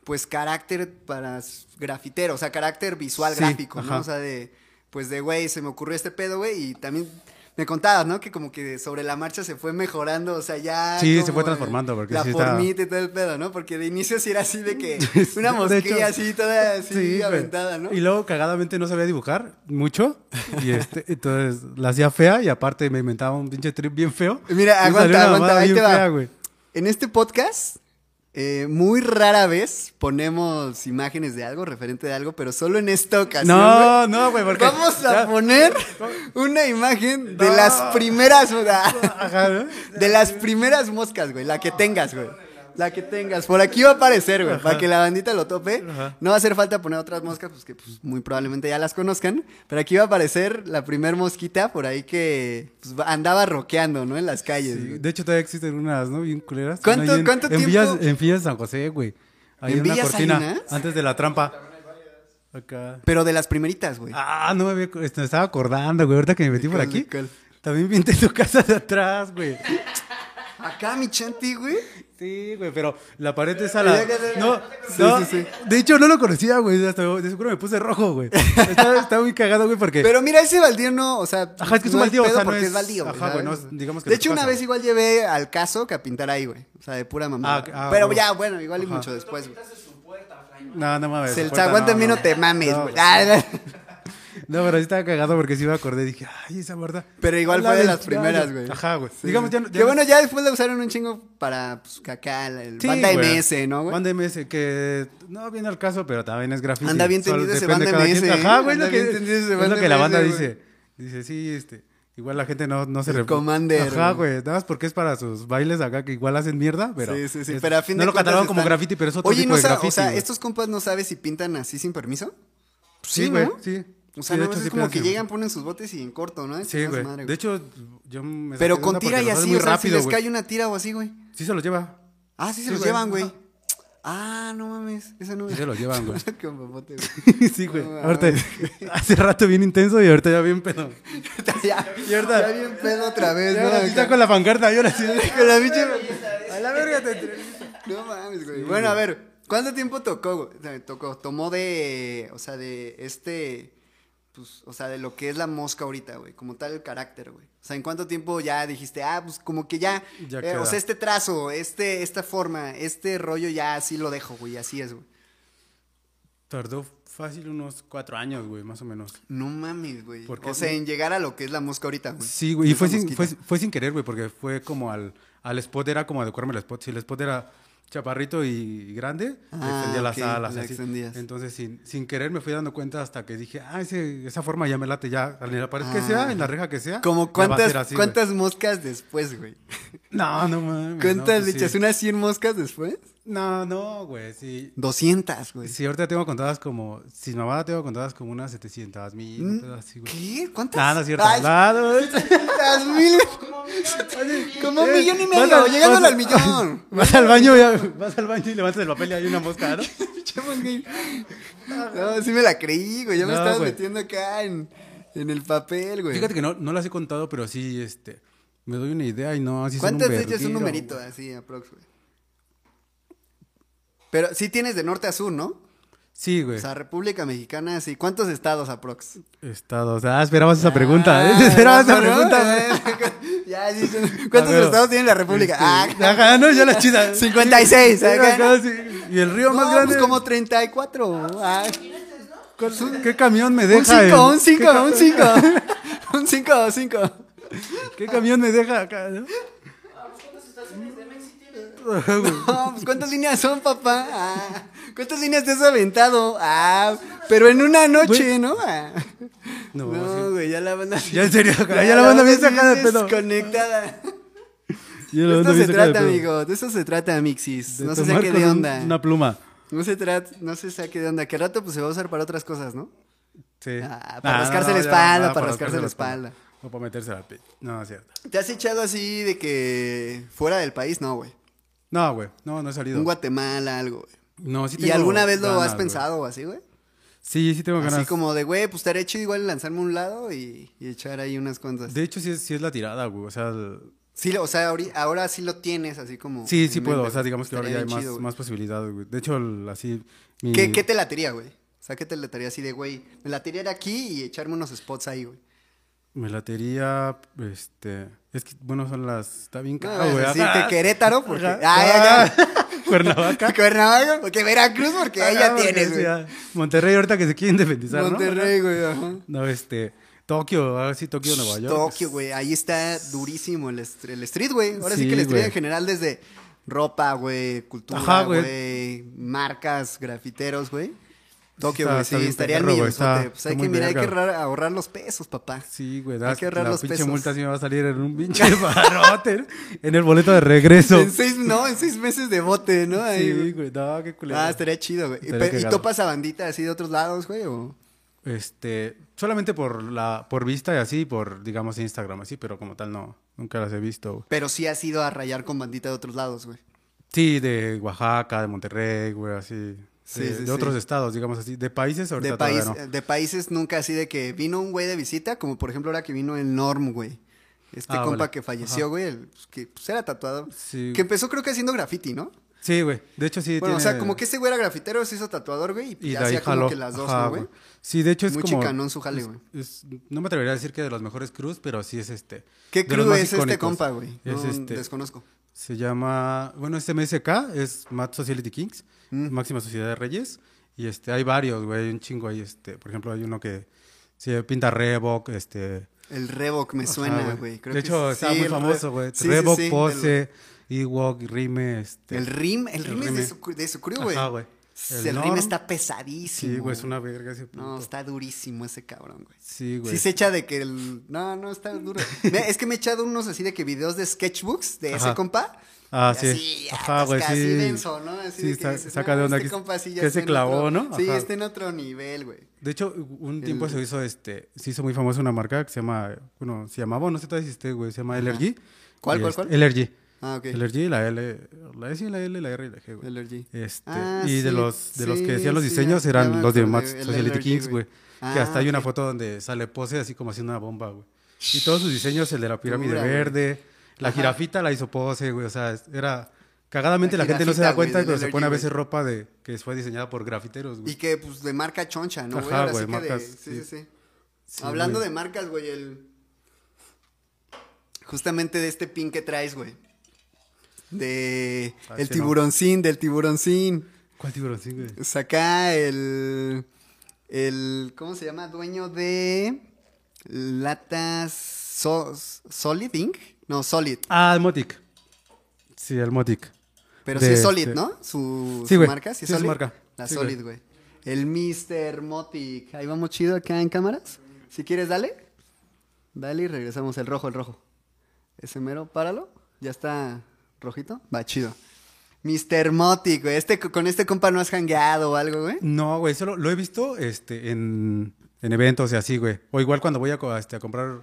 Speaker 1: pues carácter para s- grafitero, o sea, carácter visual
Speaker 2: Sí,
Speaker 1: gráfico, ¿no?
Speaker 2: ajá.
Speaker 1: O sea, de pues de güey, se me ocurrió este pedo, güey, y también me contabas, ¿no? Que como que sobre la marcha se fue mejorando, o sea, ya
Speaker 2: Sí, se
Speaker 1: como
Speaker 2: fue transformando, porque
Speaker 1: la
Speaker 2: sí está-
Speaker 1: formita y todo el pedo, ¿no? Porque de inicio sí era así de que una
Speaker 2: De
Speaker 1: mosquilla
Speaker 2: hecho,
Speaker 1: así toda así
Speaker 2: güey.
Speaker 1: aventada, ¿no?
Speaker 2: Y luego cagadamente no sabía dibujar mucho. Y este, entonces la hacía fea y aparte me inventaba un pinche trip bien feo.
Speaker 1: Mira,
Speaker 2: Me salió
Speaker 1: aguanta,
Speaker 2: una
Speaker 1: aguanta,
Speaker 2: mamada
Speaker 1: ahí
Speaker 2: bien
Speaker 1: te va.
Speaker 2: fea, güey.
Speaker 1: En este podcast eh, muy rara vez ponemos imágenes de algo, referente de algo, pero solo en esta ocasión.
Speaker 2: No,
Speaker 1: güey,
Speaker 2: no, güey, porque.
Speaker 1: Vamos a
Speaker 2: ya-
Speaker 1: poner una imagen de
Speaker 2: No.
Speaker 1: las primeras. o sea,
Speaker 2: Ajá, ¿no?
Speaker 1: De las primeras moscas, güey. La que tengas, güey. La que tengas. Por aquí va a aparecer, güey. Para que la bandita lo tope.
Speaker 2: Ajá.
Speaker 1: No va a hacer falta poner otras moscas, pues que pues, muy probablemente ya las conozcan. Pero aquí va a aparecer la primer mosquita por ahí que pues, va- andaba roqueando, ¿no? En las calles.
Speaker 2: Sí,
Speaker 1: güey.
Speaker 2: de hecho, todavía existen unas, ¿no? Bien culeras.
Speaker 1: ¿Cuánto-
Speaker 2: Ahí en,
Speaker 1: cuánto
Speaker 2: en
Speaker 1: tiempo?
Speaker 2: Villas, en Villas San José, güey. Ahí
Speaker 1: ¿En
Speaker 2: en una
Speaker 1: Villas hay
Speaker 2: cortina.
Speaker 1: unas?
Speaker 2: Antes de la trampa. Acá.
Speaker 1: Pero de las primeritas, güey.
Speaker 2: Ah, no me había. acu- Me estaba acordando, güey. Ahorita que me metí por
Speaker 1: ¿Cuál,
Speaker 2: aquí.
Speaker 1: cuál?
Speaker 2: También pinté tu casa de atrás, güey.
Speaker 1: Acá, mi chanti, güey.
Speaker 2: Sí, güey, pero la pared esa la.
Speaker 1: Eh, Ya, ya, ya, ya.
Speaker 2: No,
Speaker 1: Sí,
Speaker 2: no.
Speaker 1: sí, sí.
Speaker 2: De hecho, no lo conocía, güey. Hasta de seguro me puse rojo, güey. Está, está muy cagado, güey, porque.
Speaker 1: Pero mira, ese baldío no, o sea,
Speaker 2: Ajá, es que es un baldío,
Speaker 1: pedo
Speaker 2: o sea, no
Speaker 1: porque es,
Speaker 2: es-
Speaker 1: baldío. güey,
Speaker 2: ajá, güey,
Speaker 1: ¿sabes?
Speaker 2: no es- digamos que
Speaker 1: de
Speaker 2: no es
Speaker 1: hecho, una
Speaker 2: casa.
Speaker 1: vez igual llevé al caso que a pintar ahí, güey. O sea, de pura mamá.
Speaker 2: Ah, ah,
Speaker 1: Pero
Speaker 2: güey.
Speaker 1: ya, bueno, igual y
Speaker 2: Ajá.
Speaker 1: mucho después, güey.
Speaker 2: No, no mames.
Speaker 1: Se- El
Speaker 2: puerta,
Speaker 1: chaguán también no, te mames, güey.
Speaker 2: pues
Speaker 1: Ah,
Speaker 2: No, pero sí estaba cagado porque sí me acordé. Dije, ay, esa verdad.
Speaker 1: Pero igual fue de las primeras, güey.
Speaker 2: Ajá, güey.
Speaker 1: Sí,
Speaker 2: Digamos,
Speaker 1: sí.
Speaker 2: ya no.
Speaker 1: que bueno, ya después la usaron un chingo para, pues, acá, la- el
Speaker 2: Sí,
Speaker 1: banda
Speaker 2: güey.
Speaker 1: MS, ¿no, güey?
Speaker 2: Banda MS, que no viene al caso, pero también es graffiti.
Speaker 1: Anda bien
Speaker 2: Solo
Speaker 1: tendido ese
Speaker 2: depende de
Speaker 1: Banda
Speaker 2: cada quien.
Speaker 1: MS, ¿eh?
Speaker 2: Ajá, güey,
Speaker 1: Anda
Speaker 2: lo que,
Speaker 1: bien tendido ese
Speaker 2: es lo
Speaker 1: Banda
Speaker 2: que la banda
Speaker 1: MS,
Speaker 2: dice. Dice, sí, este. Igual la gente no, no se
Speaker 1: El
Speaker 2: rep-
Speaker 1: Commander,
Speaker 2: Ajá,
Speaker 1: güey.
Speaker 2: güey. Nada más porque es para sus bailes acá que igual hacen mierda, pero.
Speaker 1: sí, sí, sí.
Speaker 2: es-
Speaker 1: Pero a fin
Speaker 2: No
Speaker 1: de
Speaker 2: lo
Speaker 1: cuentas
Speaker 2: catalogan como
Speaker 1: están-
Speaker 2: graffiti, pero es otro
Speaker 1: Oye,
Speaker 2: tipo
Speaker 1: no
Speaker 2: de
Speaker 1: sa-
Speaker 2: graffiti.
Speaker 1: o sea,
Speaker 2: güey.
Speaker 1: estos compas no sabes si pintan así sin permiso.
Speaker 2: Sí, güey.
Speaker 1: ¿no?
Speaker 2: Sí.
Speaker 1: O
Speaker 2: Sí,
Speaker 1: sea,
Speaker 2: de
Speaker 1: nada
Speaker 2: hecho,
Speaker 1: más
Speaker 2: sí
Speaker 1: es como
Speaker 2: piensan,
Speaker 1: que
Speaker 2: güey.
Speaker 1: llegan, ponen sus botes y en corto, ¿no?
Speaker 2: Sí,
Speaker 1: Chinga su
Speaker 2: güey.
Speaker 1: madre,
Speaker 2: De hecho, yo me saqué
Speaker 1: Pero
Speaker 2: de
Speaker 1: con
Speaker 2: onda
Speaker 1: tira
Speaker 2: porque
Speaker 1: y
Speaker 2: los hace
Speaker 1: así,
Speaker 2: muy
Speaker 1: o sea, si les
Speaker 2: güey.
Speaker 1: cae una tira o así, güey.
Speaker 2: Sí se lo lleva.
Speaker 1: Ah, sí se
Speaker 2: Sí,
Speaker 1: los
Speaker 2: güey.
Speaker 1: llevan, güey.
Speaker 2: Ajá.
Speaker 1: Ah, no mames. Esa no
Speaker 2: Sí se lo llevan, güey.
Speaker 1: Qué papote, güey.
Speaker 2: sí, güey.
Speaker 1: No,
Speaker 2: Ahorita,
Speaker 1: mames.
Speaker 2: hace rato bien intenso y ahorita ya bien pedo.
Speaker 1: ya,
Speaker 2: Y ahorita-
Speaker 1: ya bien pedo otra vez,
Speaker 2: Ya
Speaker 1: ¿no?
Speaker 2: ahora sí
Speaker 1: Acá.
Speaker 2: está con la pancarta, yo ahora sí.
Speaker 1: Con la pinche-
Speaker 2: A la verga te entrevisto.
Speaker 1: No mames, güey. Bueno, a ver, ¿cuánto tiempo tocó, güey? O sea, Tocó, tomó de, o sea, de este, pues, o sea, de lo que es la mosca ahorita, güey. Como tal el carácter, güey. O sea, ¿en cuánto tiempo ya dijiste, ah, pues como que ya,
Speaker 2: Ya
Speaker 1: eh,
Speaker 2: queda.
Speaker 1: o sea, este trazo, este, esta forma, este rollo ya así lo dejo, güey, así es, güey.
Speaker 2: Tardó fácil unos cuatro años, güey, más o menos.
Speaker 1: No mames, güey.
Speaker 2: ¿Por qué?
Speaker 1: O sea, en llegar a lo que es la mosca ahorita, güey.
Speaker 2: Sí, güey, y
Speaker 1: Esa
Speaker 2: fue sin,
Speaker 1: mosquita.
Speaker 2: fue, fue sin querer, güey, porque fue como al, al spot, era como adecuarme al spot. Si el spot era chaparrito y grande,
Speaker 1: Ah,
Speaker 2: le extendía las
Speaker 1: ok,
Speaker 2: alas.
Speaker 1: la
Speaker 2: así.
Speaker 1: extendías.
Speaker 2: Entonces, sin, sin querer, me fui dando cuenta hasta que dije, ah, ese- esa forma ya me late, ya, en la pared que
Speaker 1: Ah.
Speaker 2: sea, en la reja que sea.
Speaker 1: Como
Speaker 2: ya va a
Speaker 1: cuántas,
Speaker 2: ser así, güey.
Speaker 1: cuántas moscas después, güey.
Speaker 2: No, no mames.
Speaker 1: ¿Cuántas
Speaker 2: no,
Speaker 1: le
Speaker 2: pues,
Speaker 1: echas?
Speaker 2: sí.
Speaker 1: ¿Unas 100 moscas después?
Speaker 2: No, no, güey, sí.
Speaker 1: 200, güey.
Speaker 2: Sí, ahorita tengo contadas como. Si mamada tengo contadas como unas 700
Speaker 1: Mm,
Speaker 2: mil. Así, güey.
Speaker 1: ¿Qué? ¿Cuántas?
Speaker 2: No, no es cierto.
Speaker 1: Ay,
Speaker 2: No, no, no.
Speaker 1: las mil. Como un millón y
Speaker 2: Vas
Speaker 1: medio,
Speaker 2: al-
Speaker 1: llegándole
Speaker 2: vas-
Speaker 1: al millón.
Speaker 2: Vas al baño, ya, vas al baño y levantas el papel y hay una mosca, ¿no?
Speaker 1: Chamos, güey. No, sí me la creí, güey. Ya me
Speaker 2: No,
Speaker 1: estabas
Speaker 2: güey.
Speaker 1: metiendo acá en, en el papel, güey.
Speaker 2: Fíjate que no, no las he contado, pero sí, este. Me doy una idea y no, así son
Speaker 1: ¿Cuántas
Speaker 2: un
Speaker 1: le echas un
Speaker 2: verguero,
Speaker 1: numerito
Speaker 2: güey.
Speaker 1: así, aprox, güey? Pero sí tienes de norte a sur, ¿no?
Speaker 2: Sí, güey.
Speaker 1: O sea, República Mexicana, sí. ¿Cuántos estados aprox?
Speaker 2: Estados. Ah, esperabas esa pregunta. ¿eh?
Speaker 1: Ah,
Speaker 2: Esperabas esa
Speaker 1: ¿no?
Speaker 2: pregunta, güey.
Speaker 1: Ya, sí, sí. ¿Cuántos
Speaker 2: A ver,
Speaker 1: estados tiene la República? Ah,
Speaker 2: Este, ajá, no, yo la chida.
Speaker 1: 56,
Speaker 2: Sí,
Speaker 1: acá.
Speaker 2: acá, sí. Y el río
Speaker 1: no,
Speaker 2: más grande.
Speaker 1: pues como 34. Ah,
Speaker 2: ¿Cuál- ¿Qué camión me
Speaker 1: un
Speaker 2: deja?
Speaker 1: 5,
Speaker 2: el-
Speaker 1: un 5, un 5. Un 5, 5.
Speaker 2: ¿Qué camión me deja acá? no? Ajá, güey.
Speaker 1: No, pues ¿cuántas líneas son, papá? Ah, ¿Cuántas líneas te has aventado? Ah, pero en una noche, ¿no? Ah.
Speaker 2: No,
Speaker 1: No,
Speaker 2: sí.
Speaker 1: güey, ya la banda...
Speaker 2: Ya en serio, acá, ya la banda bien sacada de pedo.
Speaker 1: Desconectada.
Speaker 2: Yo
Speaker 1: De esto
Speaker 2: lo ando
Speaker 1: se
Speaker 2: bien sacado de
Speaker 1: trata,
Speaker 2: pedo.
Speaker 1: amigo. De esto se trata, Mixis.
Speaker 2: De
Speaker 1: No se
Speaker 2: tomar
Speaker 1: saque
Speaker 2: con
Speaker 1: de
Speaker 2: un-
Speaker 1: onda.
Speaker 2: Una pluma.
Speaker 1: No se trata, no se saque de onda. Que al rato pues se va a usar para otras cosas, ¿no?
Speaker 2: Sí.
Speaker 1: Ah, para rascarse la espalda, para rascarse la espalda.
Speaker 2: O para meterse la pi- No, es cierto.
Speaker 1: ¿Te has echado así de que fuera del país? No, güey.
Speaker 2: No, güey. No, no he salido.
Speaker 1: Un Guatemala, algo, güey.
Speaker 2: No, sí
Speaker 1: ¿Y
Speaker 2: tengo
Speaker 1: alguna vez lo
Speaker 2: ganas,
Speaker 1: has
Speaker 2: güey.
Speaker 1: pensado o así, güey?
Speaker 2: Sí, sí tengo ganas.
Speaker 1: Así como de, güey, pues estaría chido igual lanzarme a un lado y, y echar ahí unas cuantas.
Speaker 2: De hecho, sí es, sí es la tirada, güey. O sea, el-
Speaker 1: Sí, o sea, ahori- ahora sí lo tienes así como...
Speaker 2: sí,
Speaker 1: en
Speaker 2: sí puedo.
Speaker 1: mente,
Speaker 2: O sea, digamos que ahora
Speaker 1: estaría
Speaker 2: ya hay
Speaker 1: bien
Speaker 2: más,
Speaker 1: chido, güey.
Speaker 2: más posibilidades, güey. De hecho, el- así. mi-
Speaker 1: ¿Qué, qué te latería, güey? O sea, ¿qué te latería así de, güey? Me latería ir aquí y echarme unos spots ahí, güey.
Speaker 2: Me latería, este... Es que, bueno, son las... Está bien
Speaker 1: No,
Speaker 2: caro,
Speaker 1: vas
Speaker 2: güey.
Speaker 1: a
Speaker 2: Ajá.
Speaker 1: decirte Querétaro porque...
Speaker 2: Ajá.
Speaker 1: Ay, ay, ay.
Speaker 2: Cuernavaca.
Speaker 1: Cuernavaca, porque Veracruz, porque ahí ya
Speaker 2: Ajá, Ah, porque
Speaker 1: tienes,
Speaker 2: sí,
Speaker 1: güey.
Speaker 2: ya. Monterrey ahorita que se quieren independizar, ¿no?
Speaker 1: Monterrey, güey, ajá.
Speaker 2: No, este... Tokio, ahora sí Tokio, Nueva York.
Speaker 1: Tokio, güey, ahí está durísimo el, est- el street, güey. Ahora sí,
Speaker 2: Sí,
Speaker 1: que el street
Speaker 2: güey.
Speaker 1: en general desde ropa, güey, cultura,
Speaker 2: Ajá, güey.
Speaker 1: güey, marcas, grafiteros, güey. Tokio,
Speaker 2: está-
Speaker 1: güey,
Speaker 2: está
Speaker 1: sí,
Speaker 2: bien
Speaker 1: estaría el
Speaker 2: perro, güey,
Speaker 1: mío.
Speaker 2: está-
Speaker 1: Pues
Speaker 2: está
Speaker 1: hay
Speaker 2: muy
Speaker 1: que, mira, hay que
Speaker 2: verga.
Speaker 1: ahorrar, ahorrar los pesos, papá.
Speaker 2: Sí, güey.
Speaker 1: Hay
Speaker 2: das-
Speaker 1: que ahorrar
Speaker 2: la
Speaker 1: los
Speaker 2: pinche
Speaker 1: pesos.
Speaker 2: multa sí me va a salir en un pinche barrote. en el boleto de regreso.
Speaker 1: En seis, no, en seis meses de bote, ¿no? Ahí,
Speaker 2: Sí,
Speaker 1: güey.
Speaker 2: güey. No, qué culero.
Speaker 1: ah, estaría chido, güey. Y,
Speaker 2: Estaría
Speaker 1: pe- ¿Y
Speaker 2: cagado.
Speaker 1: topas a bandita así de otros lados, güey? o?
Speaker 2: Este, solamente por la, por vista y así, por, digamos, Instagram, así, pero como tal no, nunca las he visto. güey.
Speaker 1: Pero sí has ido a rayar con bandita de otros lados, güey.
Speaker 2: Sí, de Oaxaca, de Monterrey, güey, así. de-
Speaker 1: Sí,
Speaker 2: de
Speaker 1: sí, sí.
Speaker 2: otros estados, digamos así. De países ahorita
Speaker 1: De, país, eh.
Speaker 2: todavía no.
Speaker 1: de países nunca así de que vino un güey de visita, como por ejemplo ahora que vino el Norm, güey. Este
Speaker 2: Ah,
Speaker 1: compa
Speaker 2: vale.
Speaker 1: que
Speaker 2: Ajá.
Speaker 1: falleció, güey, el- pues, que pues, era tatuado.
Speaker 2: Sí.
Speaker 1: Que empezó creo que haciendo graffiti, ¿no?
Speaker 2: Sí, güey. De hecho, sí.
Speaker 1: bueno, o
Speaker 2: tiene-
Speaker 1: sea, como que ese güey era grafitero, se hizo tatuador, güey, y,
Speaker 2: Y de ahí
Speaker 1: hacía
Speaker 2: jaló.
Speaker 1: como que las dos,
Speaker 2: Ajá,
Speaker 1: ¿no, güey?
Speaker 2: Sí, de hecho es
Speaker 1: Muy
Speaker 2: como.
Speaker 1: chicanón su jale,
Speaker 2: es-
Speaker 1: güey.
Speaker 2: es- No me atrevería a decir que de los mejores cruz, pero sí es este.
Speaker 1: ¿Qué
Speaker 2: de los
Speaker 1: crew
Speaker 2: más
Speaker 1: es este
Speaker 2: icónicos.
Speaker 1: compa, güey?
Speaker 2: Es
Speaker 1: No,
Speaker 2: este.
Speaker 1: Desconozco.
Speaker 2: Se llama, bueno, este MSK es Mad Society Kings,
Speaker 1: Mm.
Speaker 2: Máxima Sociedad de Reyes. Y este, hay varios, güey, hay un chingo ahí, este, por ejemplo, hay uno que se pinta Reebok, este.
Speaker 1: El Reebok me
Speaker 2: ajá,
Speaker 1: suena, güey. Creo
Speaker 2: De
Speaker 1: que
Speaker 2: hecho,
Speaker 1: sí,
Speaker 2: está muy
Speaker 1: el Re-
Speaker 2: famoso, güey.
Speaker 1: Sí, sí,
Speaker 2: Reebok,
Speaker 1: sí, del-
Speaker 2: Pose, Ewok, Rime, este.
Speaker 1: El Rim, el Rim es
Speaker 2: Rime.
Speaker 1: de su, de su crew, güey.
Speaker 2: Ajá, güey.
Speaker 1: El,
Speaker 2: El
Speaker 1: Rim
Speaker 2: Norm.
Speaker 1: está pesadísimo.
Speaker 2: Sí, güey, es una verga ese puto.
Speaker 1: No, está durísimo ese cabrón, güey.
Speaker 2: Sí, güey.
Speaker 1: Sí se echa de que el... No, no, está duro. Me- es que me he echado unos así de que videos de sketchbooks de ese
Speaker 2: Ajá.
Speaker 1: compa.
Speaker 2: Ah,
Speaker 1: Y
Speaker 2: sí.
Speaker 1: así,
Speaker 2: Ajá, güey,
Speaker 1: atasca,
Speaker 2: sí.
Speaker 1: así denso, ¿no? Así
Speaker 2: Sí,
Speaker 1: de que
Speaker 2: sa-
Speaker 1: dices,
Speaker 2: saca
Speaker 1: "No,
Speaker 2: de onda
Speaker 1: este
Speaker 2: que-
Speaker 1: compa sí ya
Speaker 2: que
Speaker 1: está
Speaker 2: se
Speaker 1: en
Speaker 2: clavó,
Speaker 1: otro-
Speaker 2: ¿no?
Speaker 1: Sí,
Speaker 2: Ajá.
Speaker 1: está en otro nivel, güey.
Speaker 2: De hecho, un tiempo
Speaker 1: El-
Speaker 2: se hizo este, se hizo muy famosa una marca que se llama, bueno, se llamaba, o no sé todavía si existe, güey, se llama LRG.
Speaker 1: ¿Cuál,
Speaker 2: Y
Speaker 1: cuál,
Speaker 2: este-
Speaker 1: cuál?
Speaker 2: LRG.
Speaker 1: Ah, ok.
Speaker 2: El RG, la L, la S, y la L, la R y la G, güey.
Speaker 1: LRG.
Speaker 2: Este,
Speaker 1: Ah,
Speaker 2: y de
Speaker 1: sí,
Speaker 2: los de los
Speaker 1: sí,
Speaker 2: que decían los
Speaker 1: sí, ya-
Speaker 2: diseños
Speaker 1: ya
Speaker 2: eran
Speaker 1: me
Speaker 2: los de
Speaker 1: acordé,
Speaker 2: Max
Speaker 1: güey, el
Speaker 2: Society
Speaker 1: LRG,
Speaker 2: Kings,
Speaker 1: güey.
Speaker 2: güey.
Speaker 1: Ah,
Speaker 2: que hasta hay una
Speaker 1: ok.
Speaker 2: foto donde sale pose así como haciendo una bomba, güey. Y todos sus diseños, el de la pirámide
Speaker 1: Dura, güey.
Speaker 2: verde, la jirafita la hizo pose, güey. O sea, es- era. Cagadamente
Speaker 1: La
Speaker 2: la, gente no se da
Speaker 1: jirafita, güey,
Speaker 2: cuenta,
Speaker 1: del
Speaker 2: pero se
Speaker 1: LRG,
Speaker 2: pone a
Speaker 1: güey.
Speaker 2: veces ropa de que fue diseñada por grafiteros,
Speaker 1: Y
Speaker 2: güey.
Speaker 1: que, pues, de marca choncha, ¿no, güey?
Speaker 2: Ajá,
Speaker 1: Ahora
Speaker 2: güey,
Speaker 1: sí que de...
Speaker 2: marcas,
Speaker 1: Sí, sí,
Speaker 2: sí.
Speaker 1: sí.
Speaker 2: Sí,
Speaker 1: Hablando
Speaker 2: güey.
Speaker 1: de marcas, güey, el... Justamente de este pin que traes, güey. De...
Speaker 2: Ah,
Speaker 1: el
Speaker 2: sí, no.
Speaker 1: tiburoncín, del tiburoncín.
Speaker 2: ¿Cuál tiburón, sí, güey?
Speaker 1: Saca el... El... ¿Cómo se llama? Dueño de... Latas... So- Solid Inc. No, Solid.
Speaker 2: Ah, el Motic. Sí, el Motic.
Speaker 1: Pero
Speaker 2: De
Speaker 1: sí es Solid,
Speaker 2: este-
Speaker 1: ¿no? Su,
Speaker 2: Sí,
Speaker 1: su
Speaker 2: güey.
Speaker 1: marca, sí es
Speaker 2: Sí, su
Speaker 1: Solid.
Speaker 2: marca.
Speaker 1: La
Speaker 2: Sí,
Speaker 1: Solid, güey. El Mr. Motic. Ahí vamos chido acá en cámaras. Si quieres, dale. Dale y regresamos. El rojo, el rojo. Ese mero, páralo. Ya está rojito. Va chido. Mr. Motic, güey. Este, con este compa no has hangueado o algo, güey.
Speaker 2: No, güey, solo lo he visto este, en, en eventos y así, güey. O igual cuando voy a, co- este, a comprar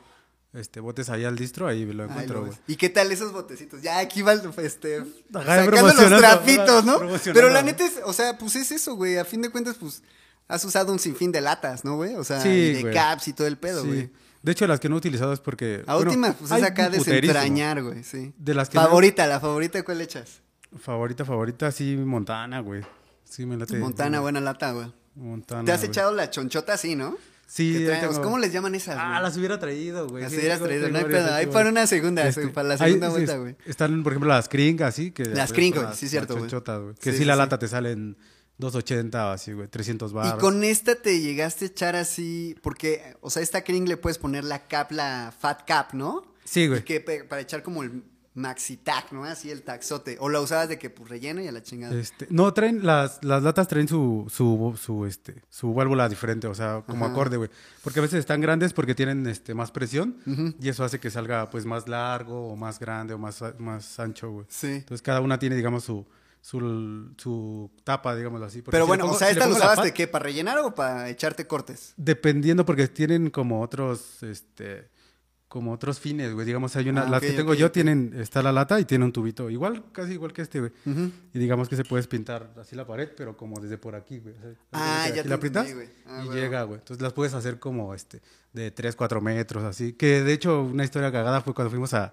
Speaker 2: este, botes ahí al distro, ahí lo
Speaker 1: Ahí
Speaker 2: encuentro,
Speaker 1: lo
Speaker 2: güey.
Speaker 1: ves. ¿Y qué tal esos botecitos? Ya aquí va el, este,
Speaker 2: Ajá,
Speaker 1: sacando los
Speaker 2: promocionando,
Speaker 1: trapitos, ¿no?
Speaker 2: ajá, promocionando.
Speaker 1: Pero la neta es, o sea, pues es eso, güey. A fin de cuentas, pues has usado un sinfín de latas, ¿no, güey? O sea,
Speaker 2: Sí,
Speaker 1: y de
Speaker 2: güey.
Speaker 1: caps y todo el pedo,
Speaker 2: Sí.
Speaker 1: güey.
Speaker 2: De hecho, las que no he utilizado es porque.
Speaker 1: La
Speaker 2: bueno,
Speaker 1: última, pues
Speaker 2: hay
Speaker 1: es acá
Speaker 2: un puterísimo.
Speaker 1: desentrañar, güey, sí.
Speaker 2: De las que
Speaker 1: favorita, la favorita, ¿cuál echas?
Speaker 2: Favorita, favorita, sí, Montana, güey. Sí, me late.
Speaker 1: Montana, buena lata, güey.
Speaker 2: Montana.
Speaker 1: Te has
Speaker 2: güey.
Speaker 1: echado la chonchota así, ¿no?
Speaker 2: Sí,
Speaker 1: Que
Speaker 2: ahí
Speaker 1: traen- pues,
Speaker 2: tengo.
Speaker 1: ¿Cómo les llaman esas,
Speaker 2: Ah,
Speaker 1: güey?
Speaker 2: las hubiera traído, güey.
Speaker 1: Las
Speaker 2: Sí,
Speaker 1: hubieras
Speaker 2: tengo-
Speaker 1: traído,
Speaker 2: tengo
Speaker 1: no hay
Speaker 2: varias
Speaker 1: pedo.
Speaker 2: aquí,
Speaker 1: Ahí
Speaker 2: güey.
Speaker 1: para una segunda,
Speaker 2: Este,
Speaker 1: para la
Speaker 2: ahí,
Speaker 1: segunda
Speaker 2: sí,
Speaker 1: vuelta,
Speaker 2: es-
Speaker 1: güey.
Speaker 2: Están, por ejemplo, las cring así. Que
Speaker 1: Las
Speaker 2: apretas
Speaker 1: cring, güey,
Speaker 2: las-
Speaker 1: sí, cierto,
Speaker 2: las
Speaker 1: güey.
Speaker 2: chochotas, Que
Speaker 1: Sí,
Speaker 2: sí,
Speaker 1: sí,
Speaker 2: la
Speaker 1: sí.
Speaker 2: lata te sale en 280, así, güey, 300
Speaker 1: Y
Speaker 2: bar.
Speaker 1: con esta te llegaste a echar así, porque, o sea, esta cring le puedes poner la cap, la fat cap, ¿no?
Speaker 2: Sí,
Speaker 1: Y
Speaker 2: güey.
Speaker 1: que pe- para echar como el maxi tac, ¿no? Así el taxote. O la usabas de que pues relleno y a la chingada.
Speaker 2: Este, no, traen, las, las latas traen su, su, su, este, su válvula diferente, o sea, como
Speaker 1: Ajá.
Speaker 2: acorde, güey. Porque a veces están grandes porque tienen este, más presión y eso hace que salga pues más largo o más grande o más, más ancho, güey.
Speaker 1: Sí.
Speaker 2: Entonces cada una tiene, digamos, su, su, su tapa, digámoslo así. Porque
Speaker 1: Pero
Speaker 2: si le
Speaker 1: bueno,
Speaker 2: pongo-
Speaker 1: o sea,
Speaker 2: si le
Speaker 1: esta la
Speaker 2: pongo la
Speaker 1: usabas
Speaker 2: pat-
Speaker 1: de qué, para rellenar o para echarte cortes.
Speaker 2: Dependiendo, porque tienen como otros, este, como otros fines, güey. Digamos, hay una,
Speaker 1: Ah,
Speaker 2: las
Speaker 1: ok,
Speaker 2: que tengo
Speaker 1: ok,
Speaker 2: yo
Speaker 1: ok.
Speaker 2: tienen, está la lata y tiene un tubito, igual, casi igual que este, güey. Y digamos que se puedes pintar así la pared, pero como desde por aquí, güey. O sea,
Speaker 1: Ah,
Speaker 2: desde
Speaker 1: ya
Speaker 2: aquí
Speaker 1: te
Speaker 2: la aprietas
Speaker 1: entendí, güey. Ah,
Speaker 2: y
Speaker 1: bueno.
Speaker 2: llega, güey. Entonces las puedes hacer como, este, de 3, 4 metros, así. Que de hecho, una historia cagada fue cuando fuimos a,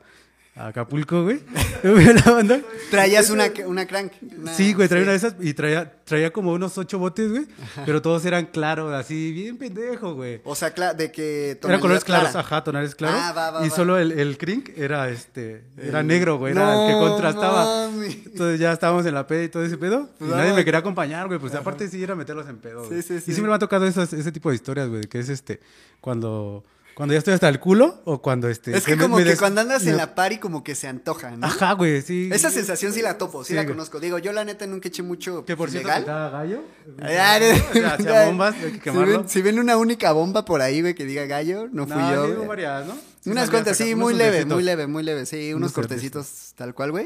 Speaker 2: a Acapulco, güey. la banda.
Speaker 1: Traías una, una crank. una-
Speaker 2: Sí, güey, traía una de esas y traía, traía como unos ocho botes, güey. Pero todos eran claros, así, bien pendejo, güey.
Speaker 1: O sea, cla- de que...
Speaker 2: Eran
Speaker 1: tonalidad
Speaker 2: colores
Speaker 1: clara.
Speaker 2: claros, ajá, tonales claros.
Speaker 1: Ah, va, va,
Speaker 2: y
Speaker 1: va.
Speaker 2: solo el, el crink era este, era
Speaker 1: El-
Speaker 2: negro, güey, era el que
Speaker 1: No
Speaker 2: contrastaba.
Speaker 1: mames.
Speaker 2: Entonces ya estábamos en la peda y todo ese pedo.
Speaker 1: Pues,
Speaker 2: y nadie
Speaker 1: ah,
Speaker 2: me quería acompañar, güey. Pues aparte sí era meterlos en pedo.
Speaker 1: Sí,
Speaker 2: güey.
Speaker 1: sí, sí.
Speaker 2: Y siempre me ha tocado esas- ese tipo de historias, güey, que es este, cuando Cuando ya estoy hasta el culo o cuando este.
Speaker 1: Es que
Speaker 2: se me-
Speaker 1: como
Speaker 2: me
Speaker 1: que
Speaker 2: des-
Speaker 1: cuando andas en
Speaker 2: me-
Speaker 1: la party como que se antoja, ¿no?
Speaker 2: Ajá, güey, sí.
Speaker 1: Esa sensación sí la topo, sí,
Speaker 2: Sí,
Speaker 1: la
Speaker 2: güey.
Speaker 1: conozco. Digo, yo la neta nunca eché mucho
Speaker 2: Que por cierto,
Speaker 1: legal.
Speaker 2: que cada gallo.
Speaker 1: Ah, no,
Speaker 2: O sea, si a bombas, hay que
Speaker 1: si,
Speaker 2: quemarlo.
Speaker 1: ven, si ven una única bomba por ahí, güey, que diga gallo, no fui
Speaker 2: No,
Speaker 1: yo.
Speaker 2: sí,
Speaker 1: güey.
Speaker 2: hubo varias, ¿no? Sí,
Speaker 1: Unas
Speaker 2: salías
Speaker 1: cuantas,
Speaker 2: acá,
Speaker 1: sí,
Speaker 2: unos
Speaker 1: muy leve,
Speaker 2: suertecitos.
Speaker 1: muy leve, muy leve, sí, unos
Speaker 2: Unos
Speaker 1: cortecitos tal cual, güey.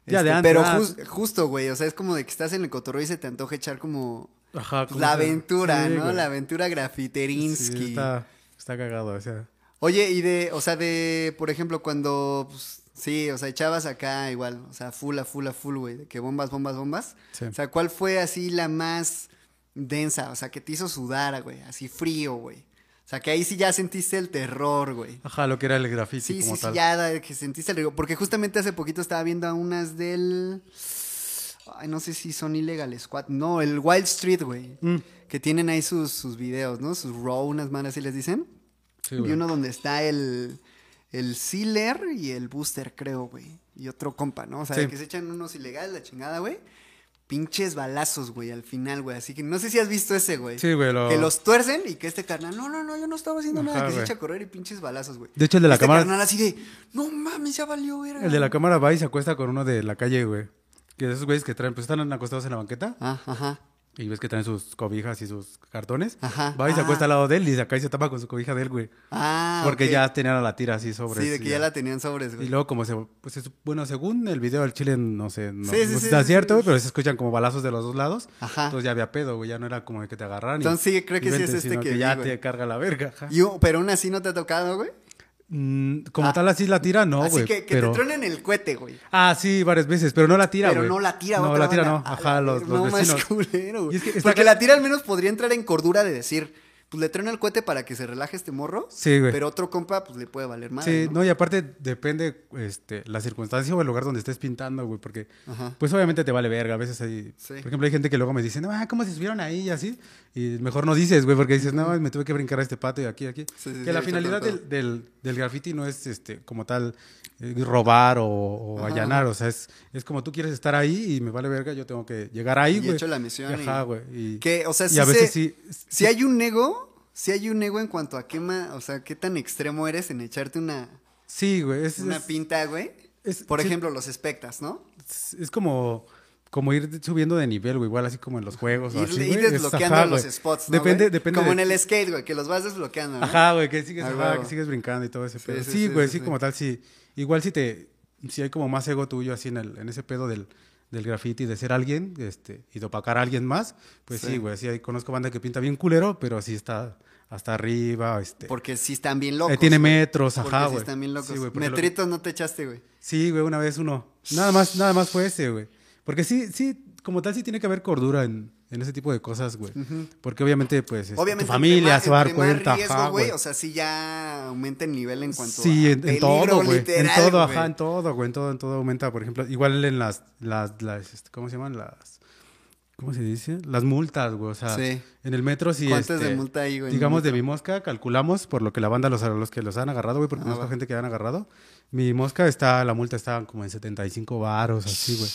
Speaker 1: Este,
Speaker 2: Ya de antes,
Speaker 1: pero
Speaker 2: ah.
Speaker 1: jus- justo, güey, o sea, es como de que estás en el cotorreo y se te antoja echar como pues,
Speaker 2: Ajá, ¿cómo
Speaker 1: la
Speaker 2: se-
Speaker 1: aventura,
Speaker 2: sí,
Speaker 1: ¿no?
Speaker 2: güey.
Speaker 1: La aventura
Speaker 2: Sí,
Speaker 1: grafiterinsky.
Speaker 2: está, está cagado, o sea.
Speaker 1: Oye, y de, o sea, de, por ejemplo, cuando, pues, sí, o sea, echabas acá igual, o sea, full, a full, a full, güey, de que bombas, bombas, bombas.
Speaker 2: Sí.
Speaker 1: O sea, ¿cuál fue así la más densa? O sea, que te hizo sudar, güey, así frío, güey. O sea, que ahí sí ya sentiste el terror, güey.
Speaker 2: Ajá, lo que era el grafiti
Speaker 1: Sí, sí,
Speaker 2: como
Speaker 1: sí,
Speaker 2: tal.
Speaker 1: ya da- que sentiste el rigor. Porque justamente hace poquito estaba viendo a unas del... Ay, no sé si son ilegales, cuat- No, el Wild Street, güey.
Speaker 2: Mm.
Speaker 1: Que tienen ahí sus, sus videos, ¿no? Sus raw, unas manas, así les dicen.
Speaker 2: Sí,
Speaker 1: y
Speaker 2: güey.
Speaker 1: uno donde está el... El Sealer y el Booster, creo, güey. Y otro compa, ¿no? O sea,
Speaker 2: Sí.
Speaker 1: que se echan unos ilegales, la chingada, güey. Pinches balazos, güey, al final, güey. Así que no sé si has visto ese, güey.
Speaker 2: Sí, güey, lo-
Speaker 1: Que los tuercen y que este carnal, no, no, no, yo no estaba haciendo nada.
Speaker 2: Ajá,
Speaker 1: Que se
Speaker 2: güey.
Speaker 1: echa a correr y pinches balazos, güey.
Speaker 2: De hecho, el de la
Speaker 1: Este
Speaker 2: cámara-
Speaker 1: carnal así de, no mames, ya valió, verga".
Speaker 2: El de la cámara va y se acuesta con uno de la calle, güey. Que de esos güeyes que traen, pues están acostados en la banqueta
Speaker 1: Ah, ajá.
Speaker 2: y ves que traen sus cobijas y sus cartones.
Speaker 1: Ajá.
Speaker 2: Va y se
Speaker 1: Ah.
Speaker 2: acuesta al lado de él y se acá y se tapa con su cobija de él, güey.
Speaker 1: Ah,
Speaker 2: Porque
Speaker 1: ok.
Speaker 2: ya tenían a la tira así sobre.
Speaker 1: Sí, de que ya la tenían sobres,
Speaker 2: Y
Speaker 1: güey.
Speaker 2: luego como se... Pues es- bueno, según el video del Chile, no sé, no,
Speaker 1: Sí, sí,
Speaker 2: no
Speaker 1: sí,
Speaker 2: está
Speaker 1: sí,
Speaker 2: cierto,
Speaker 1: sí.
Speaker 2: pero se escuchan como balazos de los dos lados.
Speaker 1: Ajá.
Speaker 2: Entonces ya había pedo, güey, ya no era como de que te agarraran. y-
Speaker 1: Entonces sí, creo
Speaker 2: y
Speaker 1: que sí es
Speaker 2: vente,
Speaker 1: este
Speaker 2: sino
Speaker 1: que vi,
Speaker 2: ya
Speaker 1: güey.
Speaker 2: te carga la verga. ajá.
Speaker 1: Y, oh, pero aún así no te ha tocado, güey.
Speaker 2: Mm, como
Speaker 1: Ah.
Speaker 2: tal así la tira, no,
Speaker 1: así
Speaker 2: güey.
Speaker 1: que, que
Speaker 2: pero...
Speaker 1: te tronen el cohete, güey.
Speaker 2: Ah, sí, varias veces, pero no la tira, güey.
Speaker 1: Pero no la tira,
Speaker 2: No,
Speaker 1: otra
Speaker 2: la tira
Speaker 1: banda.
Speaker 2: no.
Speaker 1: A
Speaker 2: Ajá,
Speaker 1: la
Speaker 2: los,
Speaker 1: verga,
Speaker 2: los
Speaker 1: no, más
Speaker 2: vecinos.
Speaker 1: culero, güey.
Speaker 2: Y es que está
Speaker 1: Porque
Speaker 2: ca-
Speaker 1: la tira al menos podría entrar en cordura de decir, pues le truena el cohete para que se relaje este morro.
Speaker 2: Sí, güey.
Speaker 1: Pero otro compa, pues le puede valer más.
Speaker 2: Sí, ¿no? y aparte depende este, la circunstancia o el lugar donde estés pintando, güey, porque
Speaker 1: Ajá.
Speaker 2: pues obviamente te vale verga, a veces hay,
Speaker 1: Sí.
Speaker 2: por ejemplo, hay gente que luego me dice, no, ah, ¿cómo se subieron ahí y así? Y mejor no dices, güey, porque dices, no, me tuve que brincar a este pato y aquí, aquí.
Speaker 1: Sí, sí, sí,
Speaker 2: que la
Speaker 1: ahorita
Speaker 2: finalidad
Speaker 1: todo.
Speaker 2: del, del, del graffiti no es este, como tal eh, robar o, o
Speaker 1: Ajá,
Speaker 2: allanar, o sea, es, es como tú quieres estar ahí y me vale verga, yo tengo que llegar ahí,
Speaker 1: Y
Speaker 2: güey.
Speaker 1: hecho la misión y-
Speaker 2: Ajá, güey. Y,
Speaker 1: Que, o sea,
Speaker 2: y
Speaker 1: sí
Speaker 2: a
Speaker 1: se-
Speaker 2: veces sí,
Speaker 1: Si hay un ego, si hay un ego en cuanto a qué ma- o sea, qué tan extremo eres en echarte una,
Speaker 2: sí, güey, es,
Speaker 1: una
Speaker 2: es-
Speaker 1: pinta, güey.
Speaker 2: es-
Speaker 1: Por
Speaker 2: sí.
Speaker 1: ejemplo, los espectas, ¿no?
Speaker 2: es es como como ir subiendo de nivel, güey, igual así como en los juegos o
Speaker 1: Ir,
Speaker 2: Pues así,
Speaker 1: ir
Speaker 2: güey.
Speaker 1: desbloqueando
Speaker 2: Ajá,
Speaker 1: los
Speaker 2: güey.
Speaker 1: spots, ¿no?
Speaker 2: Depende,
Speaker 1: güey?
Speaker 2: depende.
Speaker 1: Como
Speaker 2: de-
Speaker 1: en el skate, güey, que los vas desbloqueando, ¿no?
Speaker 2: Ajá, güey, que sigues,
Speaker 1: Ah,
Speaker 2: ajá,
Speaker 1: huevo.
Speaker 2: que sigues brincando y todo ese
Speaker 1: Sí,
Speaker 2: pedo.
Speaker 1: sí,
Speaker 2: Sí,
Speaker 1: sí,
Speaker 2: güey,
Speaker 1: sí,
Speaker 2: sí,
Speaker 1: sí.
Speaker 2: como tal, sí. Igual si te, si hay como más ego tuyo así en el, en ese pedo del, del graffiti, de ser alguien, este, y de opacar a alguien más, pues
Speaker 1: Sí.
Speaker 2: sí, güey, sí, hay- conozco banda que pinta bien culero, pero sí está hasta arriba, este.
Speaker 1: Porque sí están bien
Speaker 2: eh,
Speaker 1: locos.
Speaker 2: tiene
Speaker 1: güey.
Speaker 2: metros,
Speaker 1: Porque
Speaker 2: ajá,
Speaker 1: sí
Speaker 2: güey.
Speaker 1: están bien locos.
Speaker 2: Sí, güey, porque lo- Este,
Speaker 1: Metritos no te echaste, güey.
Speaker 2: Sí, güey, una vez uno. Nada más, nada más fue ese, güey. Porque sí, sí, como tal sí tiene que haber cordura en, en ese tipo de cosas, güey. Porque obviamente, pues, este,
Speaker 1: Obviamente,
Speaker 2: tu familia
Speaker 1: entre
Speaker 2: se va a dar
Speaker 1: entre más
Speaker 2: cuenta,
Speaker 1: riesgo,
Speaker 2: ajá,
Speaker 1: güey.
Speaker 2: güey.
Speaker 1: O sea, sí ya aumenta el nivel en cuanto
Speaker 2: sí,
Speaker 1: a
Speaker 2: en, en
Speaker 1: peligro
Speaker 2: todo, güey. En
Speaker 1: literal,
Speaker 2: todo,
Speaker 1: güey.
Speaker 2: ajá, en todo, güey. En todo, en todo aumenta. Por ejemplo, igual en las, las, las, este, ¿cómo se llaman? Las, ¿cómo se dice? Las multas, güey. O sea,
Speaker 1: Sí.
Speaker 2: en el metro sí,
Speaker 1: ¿Cuántas
Speaker 2: este,
Speaker 1: de multa hay, güey, en el
Speaker 2: Digamos, de mi mosca calculamos por lo que la banda, los, a los que los han agarrado, güey, porque
Speaker 1: Ah,
Speaker 2: conozco
Speaker 1: va.
Speaker 2: gente que han agarrado. Mi mosca está, la multa está como en 75 varos, así, güey.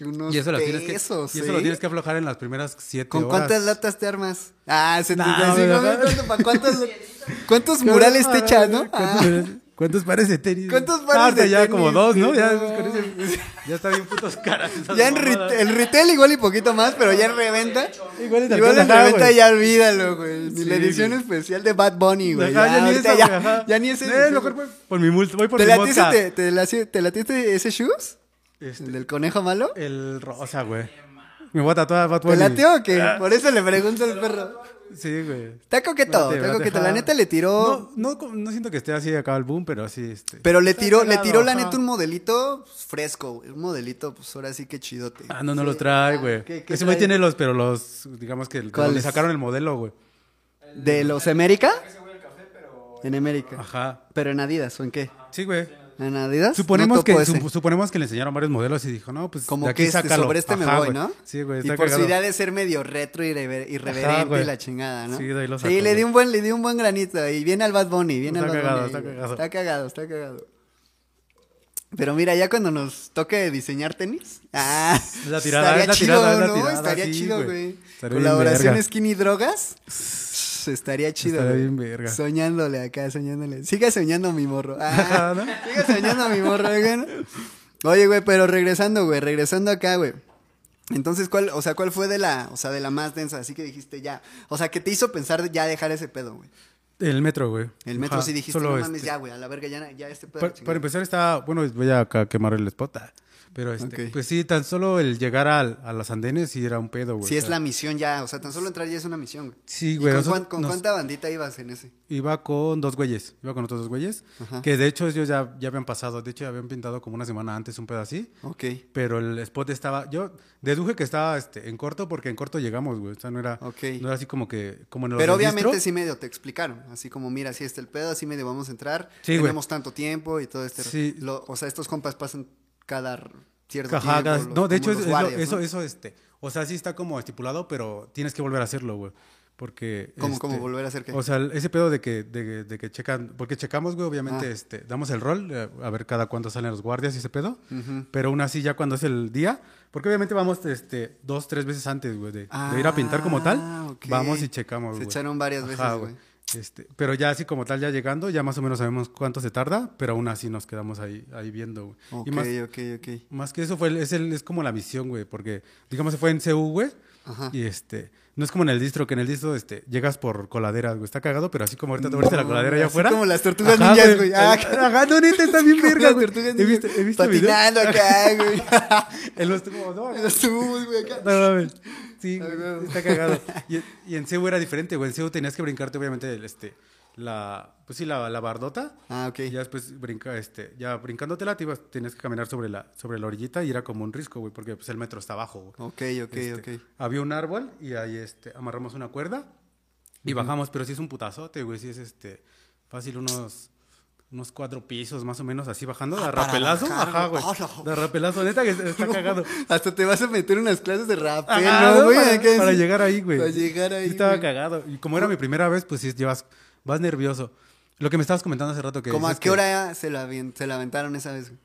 Speaker 1: Unos
Speaker 2: Y eso, lo tienes que,
Speaker 1: pesos,
Speaker 2: y eso
Speaker 1: ¿eh?
Speaker 2: lo tienes que aflojar en las primeras siete
Speaker 1: ¿Con
Speaker 2: horas.
Speaker 1: cuántas latas te armas? Ah, 75.
Speaker 2: No, ¿verdad?
Speaker 1: ¿cuánto- pa- ¿Cuántos, cuántos murales te echas, no?
Speaker 2: ¿Cuántos,
Speaker 1: Ah,
Speaker 2: murales- cuántos pares de tenis?
Speaker 1: ¿Cuántos
Speaker 2: güey?
Speaker 1: pares
Speaker 2: Ah,
Speaker 1: de
Speaker 2: ya
Speaker 1: tenis,
Speaker 2: como dos, ¿no?
Speaker 1: güey?
Speaker 2: Ya,
Speaker 1: No
Speaker 2: con ese- pues, ya está bien putos caras. esas
Speaker 1: ya en
Speaker 2: mamadas.
Speaker 1: rit- el retail igual y poquito más, pero ya en reventa.
Speaker 2: Igual en
Speaker 1: Igual en
Speaker 2: ajá,
Speaker 1: reventa
Speaker 2: güey.
Speaker 1: ya olvídalo, güey. Ni la
Speaker 2: Sí,
Speaker 1: edición
Speaker 2: güey.
Speaker 1: especial de Bad Bunny, güey.
Speaker 2: Ajá,
Speaker 1: ya,
Speaker 2: ya, ni
Speaker 1: ahorita
Speaker 2: esa,
Speaker 1: ya,
Speaker 2: güey, ajá.
Speaker 1: ya ni ese.
Speaker 2: Eh, mejor voy por mi multa, voy por
Speaker 1: ¿Te
Speaker 2: mi
Speaker 1: latiste,
Speaker 2: mosca.
Speaker 1: te, te laci- te latiste ese shoes?
Speaker 2: Este.
Speaker 1: ¿El del conejo malo?
Speaker 2: El rosa, güey. Me voy a tatuar Bad
Speaker 1: ¿Te
Speaker 2: Bunny.
Speaker 1: lateó o qué?
Speaker 2: Ah.
Speaker 1: Por eso le pregunto al perro.
Speaker 2: Sí, güey.
Speaker 1: Está coqueto,
Speaker 2: Late,
Speaker 1: está
Speaker 2: late,
Speaker 1: coqueto.
Speaker 2: ajá.
Speaker 1: La neta le tiró.
Speaker 2: No, no, no siento que esté así acá el boom, pero así, este...
Speaker 1: Pero le
Speaker 2: está
Speaker 1: tiró, le
Speaker 2: pegado,
Speaker 1: tiró la
Speaker 2: ajá.
Speaker 1: neta un modelito pues, fresco, güey. Un modelito, pues ahora sí que chidote.
Speaker 2: Ah, no, no lo trae, güey.
Speaker 1: ¿Qué- qué
Speaker 2: Ese güey
Speaker 1: trae?
Speaker 2: tiene los, pero los, digamos que el- como le
Speaker 1: ¿Cuáles?
Speaker 2: sacaron el modelo, güey.
Speaker 1: ¿De los América? En América.
Speaker 2: Ajá.
Speaker 1: ¿Pero en Adidas o en qué?
Speaker 2: Sí, güey.
Speaker 1: ¿En Adidas?
Speaker 2: Suponemos,
Speaker 1: No
Speaker 2: que,
Speaker 1: topo ese.
Speaker 2: sup- suponemos que le enseñaron varios modelos y dijo, no, pues
Speaker 1: Como
Speaker 2: de aquí
Speaker 1: que este,
Speaker 2: sácalo.
Speaker 1: sobre este me
Speaker 2: Ajá,
Speaker 1: voy,
Speaker 2: güey.
Speaker 1: ¿no?
Speaker 2: Sí, güey,
Speaker 1: Y
Speaker 2: está
Speaker 1: por su
Speaker 2: cagado.
Speaker 1: idea de ser medio retro y rever- irreverente
Speaker 2: güey.
Speaker 1: y la chingada, ¿no?
Speaker 2: Sí, de ahí lo
Speaker 1: le
Speaker 2: sacó,
Speaker 1: di
Speaker 2: güey.
Speaker 1: un buen, le di un buen granito y viene al Bad Bunny, viene
Speaker 2: Está
Speaker 1: al Bad
Speaker 2: cagado,
Speaker 1: Bunny.
Speaker 2: está
Speaker 1: güey.
Speaker 2: cagado.
Speaker 1: Está cagado, está cagado. Pero mira, ya cuando nos toque diseñar tenis, ah,
Speaker 2: Es la tirada,
Speaker 1: estaría
Speaker 2: es la
Speaker 1: chido,
Speaker 2: tirada, es la
Speaker 1: ¿no?
Speaker 2: tirada,
Speaker 1: estaría
Speaker 2: sí,
Speaker 1: chido,
Speaker 2: güey.
Speaker 1: güey.
Speaker 2: Estaría bien
Speaker 1: Colaboración
Speaker 2: verga.
Speaker 1: skin y drogas. Estaría chido.
Speaker 2: Estaría
Speaker 1: güey.
Speaker 2: bien verga.
Speaker 1: Soñándole acá, soñándole. Siga soñando mi morro. Ah,
Speaker 2: ¿no?
Speaker 1: Siga soñando mi morro, güey. ¿no? Oye, güey, pero regresando, güey, regresando acá, güey. Entonces, ¿cuál, o sea, cuál fue de la, o sea, de la más densa? Así que dijiste ya. O sea, que te hizo pensar ya dejar ese pedo, güey.
Speaker 2: El metro, güey.
Speaker 1: El metro
Speaker 2: Ajá,
Speaker 1: sí dijiste,
Speaker 2: solo
Speaker 1: no mames,
Speaker 2: este-
Speaker 1: ya, güey, a la verga, ya, ya este pedo.
Speaker 2: Para,
Speaker 1: chingada".
Speaker 2: para empezar está, bueno, voy a acá quemar el spot, ah, pero este,
Speaker 1: Ok.
Speaker 2: pues sí, tan solo el llegar al- a las andenes sí era un pedo, güey.
Speaker 1: Sí,
Speaker 2: o
Speaker 1: es
Speaker 2: sea,
Speaker 1: la misión ya, o sea, tan solo entrar ya es una misión, güey.
Speaker 2: Sí,
Speaker 1: ¿Y
Speaker 2: güey.
Speaker 1: ¿Con,
Speaker 2: nosotros-
Speaker 1: cuán- con
Speaker 2: nos-
Speaker 1: cuánta bandita ibas en ese?
Speaker 2: Iba con dos güeyes, iba con otros dos güeyes,
Speaker 1: Ajá.
Speaker 2: que de hecho ellos ya, ya habían pasado, de hecho ya habían pintado como una semana antes un pedo así,
Speaker 1: Ok,
Speaker 2: pero el spot estaba, yo deduje que estaba este, en corto porque en corto llegamos, güey, o sea, no era,
Speaker 1: ok.
Speaker 2: no era así como que, como en el
Speaker 1: Pero
Speaker 2: registro.
Speaker 1: obviamente sí medio te explicaron, así como mira, así está el pedo, así medio vamos a entrar,
Speaker 2: Sí, güey.
Speaker 1: tenemos tanto tiempo y todo este...
Speaker 2: Sí.
Speaker 1: lo- o sea, estos compas pasan cada r- cierto
Speaker 2: Ajá,
Speaker 1: tiempo.
Speaker 2: gas-
Speaker 1: los-
Speaker 2: no, de
Speaker 1: como
Speaker 2: hecho, es-
Speaker 1: los
Speaker 2: es lo-
Speaker 1: guardias,
Speaker 2: eso,
Speaker 1: ¿no?
Speaker 2: eso, este. O sea, sí está como estipulado, pero tienes que volver a hacerlo, güey. Porque.
Speaker 1: ¿Cómo, cómo?
Speaker 2: este,
Speaker 1: ¿Volver a hacer qué?
Speaker 2: O sea, el- ese pedo de que, de, que- de que checan. Porque checamos, güey, obviamente,
Speaker 1: Ah.
Speaker 2: este, damos el rol, eh, a ver cada cuánto salen los guardias y ese pedo. Pero aún así, ya cuando es el día. Porque obviamente vamos este, dos, tres veces antes, güey, de, de ir a pintar como
Speaker 1: Ah,
Speaker 2: tal.
Speaker 1: ok.
Speaker 2: Vamos y checamos,
Speaker 1: Se
Speaker 2: güey.
Speaker 1: echaron varias
Speaker 2: Ajá,
Speaker 1: veces, güey.
Speaker 2: Este, pero ya así como tal, ya llegando, ya más o menos sabemos cuánto se tarda, pero aún así nos quedamos ahí, ahí viendo, güey.
Speaker 1: Ok,
Speaker 2: y más,
Speaker 1: ok, ok.
Speaker 2: más que eso fue el- es, el- es como la misión, güey, porque digamos se fue en CU, güey.
Speaker 1: Ajá.
Speaker 2: Y este, no es como en el distro, que en el distro este, llegas por coladeras, güey. Está cagado, pero así como ahorita te abriste la
Speaker 1: No,
Speaker 2: coladera allá
Speaker 1: así
Speaker 2: afuera.
Speaker 1: como las tortugas ninjas, güey. Ah,
Speaker 2: Ajá, no, neta, está bien verga,
Speaker 1: Las
Speaker 2: güey.
Speaker 1: tortugas
Speaker 2: He visto, he visto videos.
Speaker 1: Patinando acá, güey.
Speaker 2: En los tubos, no,
Speaker 1: Los tubos, güey, acá.
Speaker 2: no mames. Sí,
Speaker 1: Ay,
Speaker 2: güey,
Speaker 1: güey.
Speaker 2: está cagado. Y, y en CU era diferente, güey. En CU tenías que brincarte, obviamente, el, este, la, pues sí, la, la bardota.
Speaker 1: Ah, ok.
Speaker 2: Y ya después brinca, este, ya brincándotela, te ibas, tenías que caminar sobre la, sobre la orillita y era como un risco, güey, porque pues el metro está abajo, güey.
Speaker 1: Ok, ok,
Speaker 2: Este,
Speaker 1: ok.
Speaker 2: Había un árbol y ahí este, amarramos una cuerda y bajamos, pero sí es un putazote, güey, sí es este, fácil unos, unos cuatro pisos más o menos así bajando, de
Speaker 1: Ah, para
Speaker 2: rapelazo,
Speaker 1: bajar,
Speaker 2: ajá,
Speaker 1: güey.
Speaker 2: güey.
Speaker 1: Ah, no.
Speaker 2: De rapelazo, neta que está cagado.
Speaker 1: Hasta te vas a meter unas clases de rap, ¿eh?
Speaker 2: Ajá,
Speaker 1: ¿no,
Speaker 2: ¿no?
Speaker 1: güey?
Speaker 2: para,
Speaker 1: Acá
Speaker 2: para
Speaker 1: sí.
Speaker 2: llegar ahí, güey.
Speaker 1: Para llegar ahí.
Speaker 2: Sí estaba
Speaker 1: güey.
Speaker 2: cagado. Y como era mi primera vez, pues sí, llevas, vas nervioso. Lo que me estabas comentando hace rato que...
Speaker 1: ¿Cómo a
Speaker 2: dices
Speaker 1: qué
Speaker 2: que
Speaker 1: hora se la, avien- se la aventaron esa vez? güey?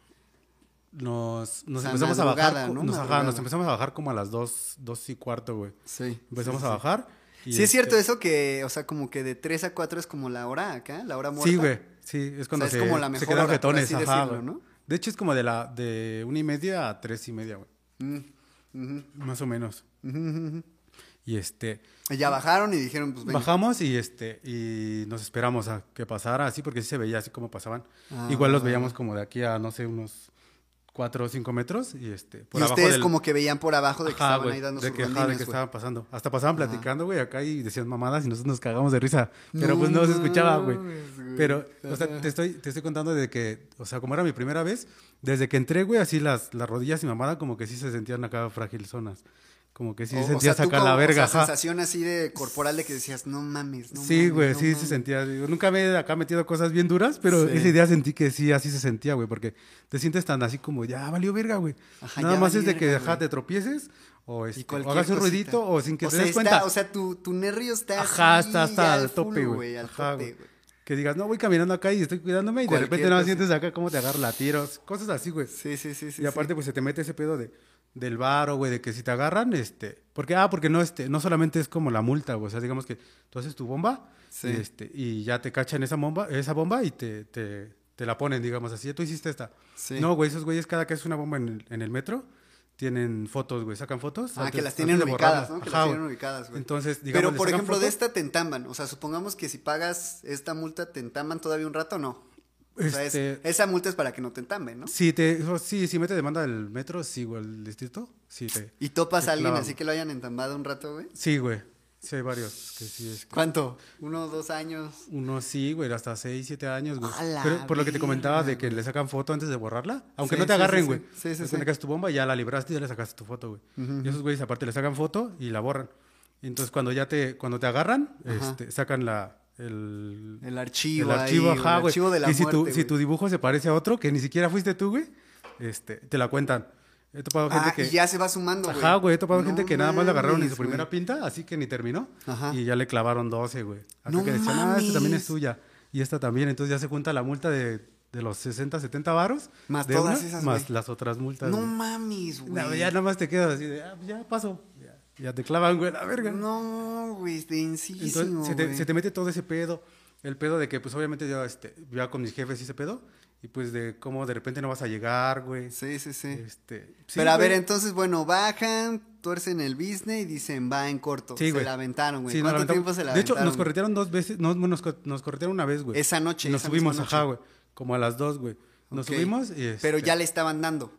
Speaker 2: Nos, nos
Speaker 1: O sea,
Speaker 2: empezamos a
Speaker 1: madrugada,
Speaker 2: bajar, co-
Speaker 1: ¿no?
Speaker 2: nos, ajá,
Speaker 1: Madrugada.
Speaker 2: nos empezamos a bajar como a las 2, dos y cuarto, güey.
Speaker 1: Sí.
Speaker 2: Empezamos
Speaker 1: sí,
Speaker 2: a
Speaker 1: sí.
Speaker 2: bajar. y,
Speaker 1: Sí, es cierto
Speaker 2: este,
Speaker 1: eso que, o sea, como que de 3 a 4 es como la hora acá, la hora muerta.
Speaker 2: Sí, güey. Sí, es cuando
Speaker 1: O sea,
Speaker 2: se,
Speaker 1: es como la
Speaker 2: se
Speaker 1: mejor
Speaker 2: quedan
Speaker 1: hora, por
Speaker 2: jetones,
Speaker 1: así
Speaker 2: ajá,
Speaker 1: decirlo,
Speaker 2: güey.
Speaker 1: ¿no?
Speaker 2: De hecho, es como de la de una y media a tres y media, güey.
Speaker 1: Mm, ujú,
Speaker 2: Más o menos.
Speaker 1: ujú, ujú,
Speaker 2: Y este,
Speaker 1: ujú. Ya bajaron y dijeron, pues venga.
Speaker 2: bajamos y este, y nos esperamos a que pasara así, porque sí se veía así como pasaban.
Speaker 1: Ah.
Speaker 2: Igual los veíamos como de aquí a, no sé, unos cuatro o cinco metros. Y este,
Speaker 1: y ustedes
Speaker 2: del-
Speaker 1: como que veían por abajo de que
Speaker 2: Ajá,
Speaker 1: estaban
Speaker 2: güey,
Speaker 1: ahí dando
Speaker 2: de
Speaker 1: sus
Speaker 2: que, ajá, de
Speaker 1: rondines,
Speaker 2: que
Speaker 1: güey.
Speaker 2: estaban pasando. Hasta pasaban
Speaker 1: Ajá.
Speaker 2: platicando, güey, acá y decían mamadas y nosotros nos cagamos de risa. Pero
Speaker 1: No
Speaker 2: pues no se escuchaba, güey.
Speaker 1: mames, güey.
Speaker 2: Pero, o sea, te estoy, te estoy contando de que, o sea, como era mi primera vez, desde que entré, güey, así las, las rodillas y mamada como que sí se sentían acá frágil zonas. Como que sí
Speaker 1: O- o
Speaker 2: sentías
Speaker 1: sea, tú
Speaker 2: acá la
Speaker 1: como- o sea,
Speaker 2: verga, ajá.
Speaker 1: sensación así de corporal de que decías, no mames, no
Speaker 2: sí,
Speaker 1: mames,
Speaker 2: güey,
Speaker 1: no
Speaker 2: sí se
Speaker 1: mames".
Speaker 2: sentía. digo, nunca me he acá metido cosas bien duras, pero
Speaker 1: Sí.
Speaker 2: esa idea sentí que sí, así se sentía, güey, porque te sientes tan así como, ya valió verga, güey.
Speaker 1: Ajá,
Speaker 2: Nada
Speaker 1: ya
Speaker 2: más
Speaker 1: valió
Speaker 2: es de que
Speaker 1: verga,
Speaker 2: ajá,
Speaker 1: güey.
Speaker 2: te tropieces o, este,
Speaker 1: Y
Speaker 2: o
Speaker 1: cualquier
Speaker 2: hagas un
Speaker 1: cosita.
Speaker 2: ruidito o sin que
Speaker 1: O
Speaker 2: te
Speaker 1: sea,
Speaker 2: des
Speaker 1: está-
Speaker 2: cuenta.
Speaker 1: o sea, tu, tu nervio está
Speaker 2: Ajá,
Speaker 1: así,
Speaker 2: está
Speaker 1: ya
Speaker 2: hasta al tope,
Speaker 1: full,
Speaker 2: güey.
Speaker 1: al
Speaker 2: Ajá,
Speaker 1: tope,
Speaker 2: güey.
Speaker 1: güey.
Speaker 2: Que digas, no, voy caminando acá y estoy cuidándome y de
Speaker 1: Cualquier
Speaker 2: repente no
Speaker 1: cosa.
Speaker 2: sientes acá cómo te agarra la tiros, cosas así, güey.
Speaker 1: Sí, sí, sí, sí.
Speaker 2: y aparte, pues se te mete ese pedo de, del varo, güey, de que si te agarran, este. Porque, ah, porque no, este, no solamente es como la multa, güey. O sea, digamos que tú haces tu bomba
Speaker 1: Sí.
Speaker 2: y, este, y ya te cachan esa bomba, esa bomba y te, te, te la ponen, digamos así. Tú hiciste esta.
Speaker 1: Sí.
Speaker 2: No, güey, esos güeyes, cada que es una bomba en el, en el metro, tienen fotos, güey, sacan fotos.
Speaker 1: Ah, que
Speaker 2: antes-
Speaker 1: las tienen
Speaker 2: antes de
Speaker 1: ubicadas,
Speaker 2: borrarlas.
Speaker 1: ¿no? Que
Speaker 2: Ajá,
Speaker 1: las tienen
Speaker 2: güey.
Speaker 1: ubicadas, güey.
Speaker 2: Entonces, digamos.
Speaker 1: Pero,
Speaker 2: le
Speaker 1: por
Speaker 2: sacan
Speaker 1: ejemplo, de
Speaker 2: fotos.
Speaker 1: esta te entamban. O sea, supongamos que si pagas esta multa, ¿te entamban todavía un rato o no? O sea, es-
Speaker 2: Este-
Speaker 1: esa multa es para que no te entamben, ¿no?
Speaker 2: Sí, te, o- sí, si mete demanda del metro, sí, güey, el distrito, sí, te-
Speaker 1: Y topas
Speaker 2: Te
Speaker 1: a alguien
Speaker 2: clavan.
Speaker 1: así que lo hayan entambado un rato, güey.
Speaker 2: sí, güey, sí hay varios, que sí es,
Speaker 1: ¿Cuánto? ¿Uno, dos años?
Speaker 2: uno sí, güey, hasta 6, 7 años, güey,
Speaker 1: A la
Speaker 2: Pero por lo que te comentaba de
Speaker 1: verga,
Speaker 2: que le sacan foto antes de borrarla, aunque
Speaker 1: Sí,
Speaker 2: no te
Speaker 1: sí, sí,
Speaker 2: agarren,
Speaker 1: sí.
Speaker 2: güey,
Speaker 1: Sí, sí,
Speaker 2: Entonces,
Speaker 1: sí.
Speaker 2: sacas tu bomba, ya la libraste, ya le sacaste tu foto, güey, y esos güeyes aparte le sacan foto y la borran, entonces cuando ya te, cuando te agarran,
Speaker 1: Ajá.
Speaker 2: este, sacan la, el,
Speaker 1: El archivo.
Speaker 2: el archivo,
Speaker 1: ahí, güey,
Speaker 2: ajá,
Speaker 1: el
Speaker 2: güey.
Speaker 1: archivo de la
Speaker 2: y si, tu,
Speaker 1: muerte,
Speaker 2: si
Speaker 1: güey.
Speaker 2: tu dibujo se parece a otro que ni siquiera fuiste tú, güey, este, te la cuentan. He topado gente
Speaker 1: Ah,
Speaker 2: que...
Speaker 1: y ya se va sumando, güey.
Speaker 2: Ajá, güey, he topado
Speaker 1: No
Speaker 2: gente que nada más le agarraron en su
Speaker 1: mames, güey.
Speaker 2: primera pinta, así que ni terminó.
Speaker 1: Ajá.
Speaker 2: Y ya le clavaron 12, güey. Acá
Speaker 1: ¡No
Speaker 2: que decían, ah, esta también
Speaker 1: mames!
Speaker 2: es tuya. Y esta también. Entonces ya se junta la multa de, de los 60, 70 varos.
Speaker 1: Más
Speaker 2: de
Speaker 1: todas esas,
Speaker 2: Más
Speaker 1: güey.
Speaker 2: las otras multas.
Speaker 1: No
Speaker 2: güey.
Speaker 1: mames, güey.
Speaker 2: No, ya nada más te quedas así de, ah, ya paso. Ya. Ya te clavan, güey, la verga.
Speaker 1: No, güey, te
Speaker 2: Entonces,
Speaker 1: insísimo,
Speaker 2: se, te,
Speaker 1: güey.
Speaker 2: se te mete todo ese pedo. El pedo de que, pues, obviamente, yo, este, ya con mis jefes hice pedo. Y pues, de cómo de repente no vas a llegar, güey.
Speaker 1: Sí, sí, sí.
Speaker 2: Este, sí,
Speaker 1: Pero a
Speaker 2: güey.
Speaker 1: ver, entonces, bueno, bajan, tuercen el business y dicen, va en corto.
Speaker 2: Sí,
Speaker 1: se
Speaker 2: güey.
Speaker 1: la aventaron, güey.
Speaker 2: Sí, nos
Speaker 1: ¿Cuánto tiempo
Speaker 2: aventamos.
Speaker 1: se la
Speaker 2: De hecho,
Speaker 1: aventaron?
Speaker 2: nos corretearon dos veces. No, nos, co- nos corretearon una vez, güey.
Speaker 1: Esa noche,
Speaker 2: Y Nos
Speaker 1: esa misma
Speaker 2: subimos,
Speaker 1: noche.
Speaker 2: ajá, güey. Como a las dos, güey. Nos
Speaker 1: Ok.
Speaker 2: subimos y.
Speaker 1: Pero
Speaker 2: este,
Speaker 1: ya le estaban dando.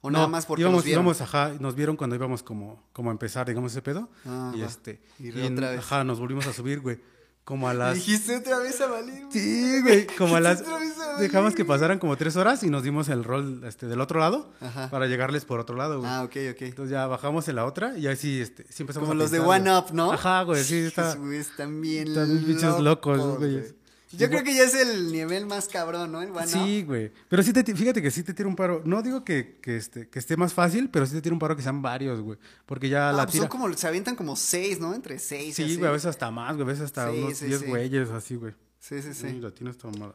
Speaker 1: O
Speaker 2: no,
Speaker 1: nada más porque
Speaker 2: íbamos,
Speaker 1: los vieron.
Speaker 2: íbamos, ajá, nos vieron cuando íbamos como, como a empezar, digamos, ese pedo.
Speaker 1: Ah,
Speaker 2: y
Speaker 1: va.
Speaker 2: este.
Speaker 1: Y re otra vez.
Speaker 2: Ajá, nos volvimos a subir, güey. Como a las.
Speaker 1: Dijiste otra vez a valer, güey.
Speaker 2: Sí, güey, como a las...
Speaker 1: Otra vez a valer,
Speaker 2: Dejamos que
Speaker 1: güey.
Speaker 2: pasaran como tres horas y nos dimos el rol este, del otro lado
Speaker 1: Ajá.
Speaker 2: para llegarles por otro lado, güey.
Speaker 1: Ah, ok, ok.
Speaker 2: Entonces ya bajamos en la otra y así este, sí empezamos
Speaker 1: Como
Speaker 2: a
Speaker 1: los de
Speaker 2: pensar,
Speaker 1: One
Speaker 2: güey.
Speaker 1: Up, ¿no?
Speaker 2: Ajá, güey, sí, está...
Speaker 1: Esos güeyes están bien
Speaker 2: están bien bichos locos,
Speaker 1: locos,
Speaker 2: güeyes.
Speaker 1: güey. Yo creo que ya es el nivel más cabrón, ¿no? El one
Speaker 2: sí, güey. Pero sí te, ti- fíjate que sí te tira un paro. No digo que, que, este, que esté más fácil, pero sí te tira un paro que sean varios, güey. Porque ya
Speaker 1: Ah,
Speaker 2: la
Speaker 1: pues
Speaker 2: tira...
Speaker 1: son como, se avientan como seis, ¿no? Entre seis. y
Speaker 2: Sí,
Speaker 1: así.
Speaker 2: güey, a veces hasta más, güey, a veces hasta
Speaker 1: Sí,
Speaker 2: unos
Speaker 1: sí,
Speaker 2: 10
Speaker 1: sí.
Speaker 2: güeyes así, güey.
Speaker 1: Sí, sí,
Speaker 2: Sí.
Speaker 1: sí.
Speaker 2: la tienes tomada.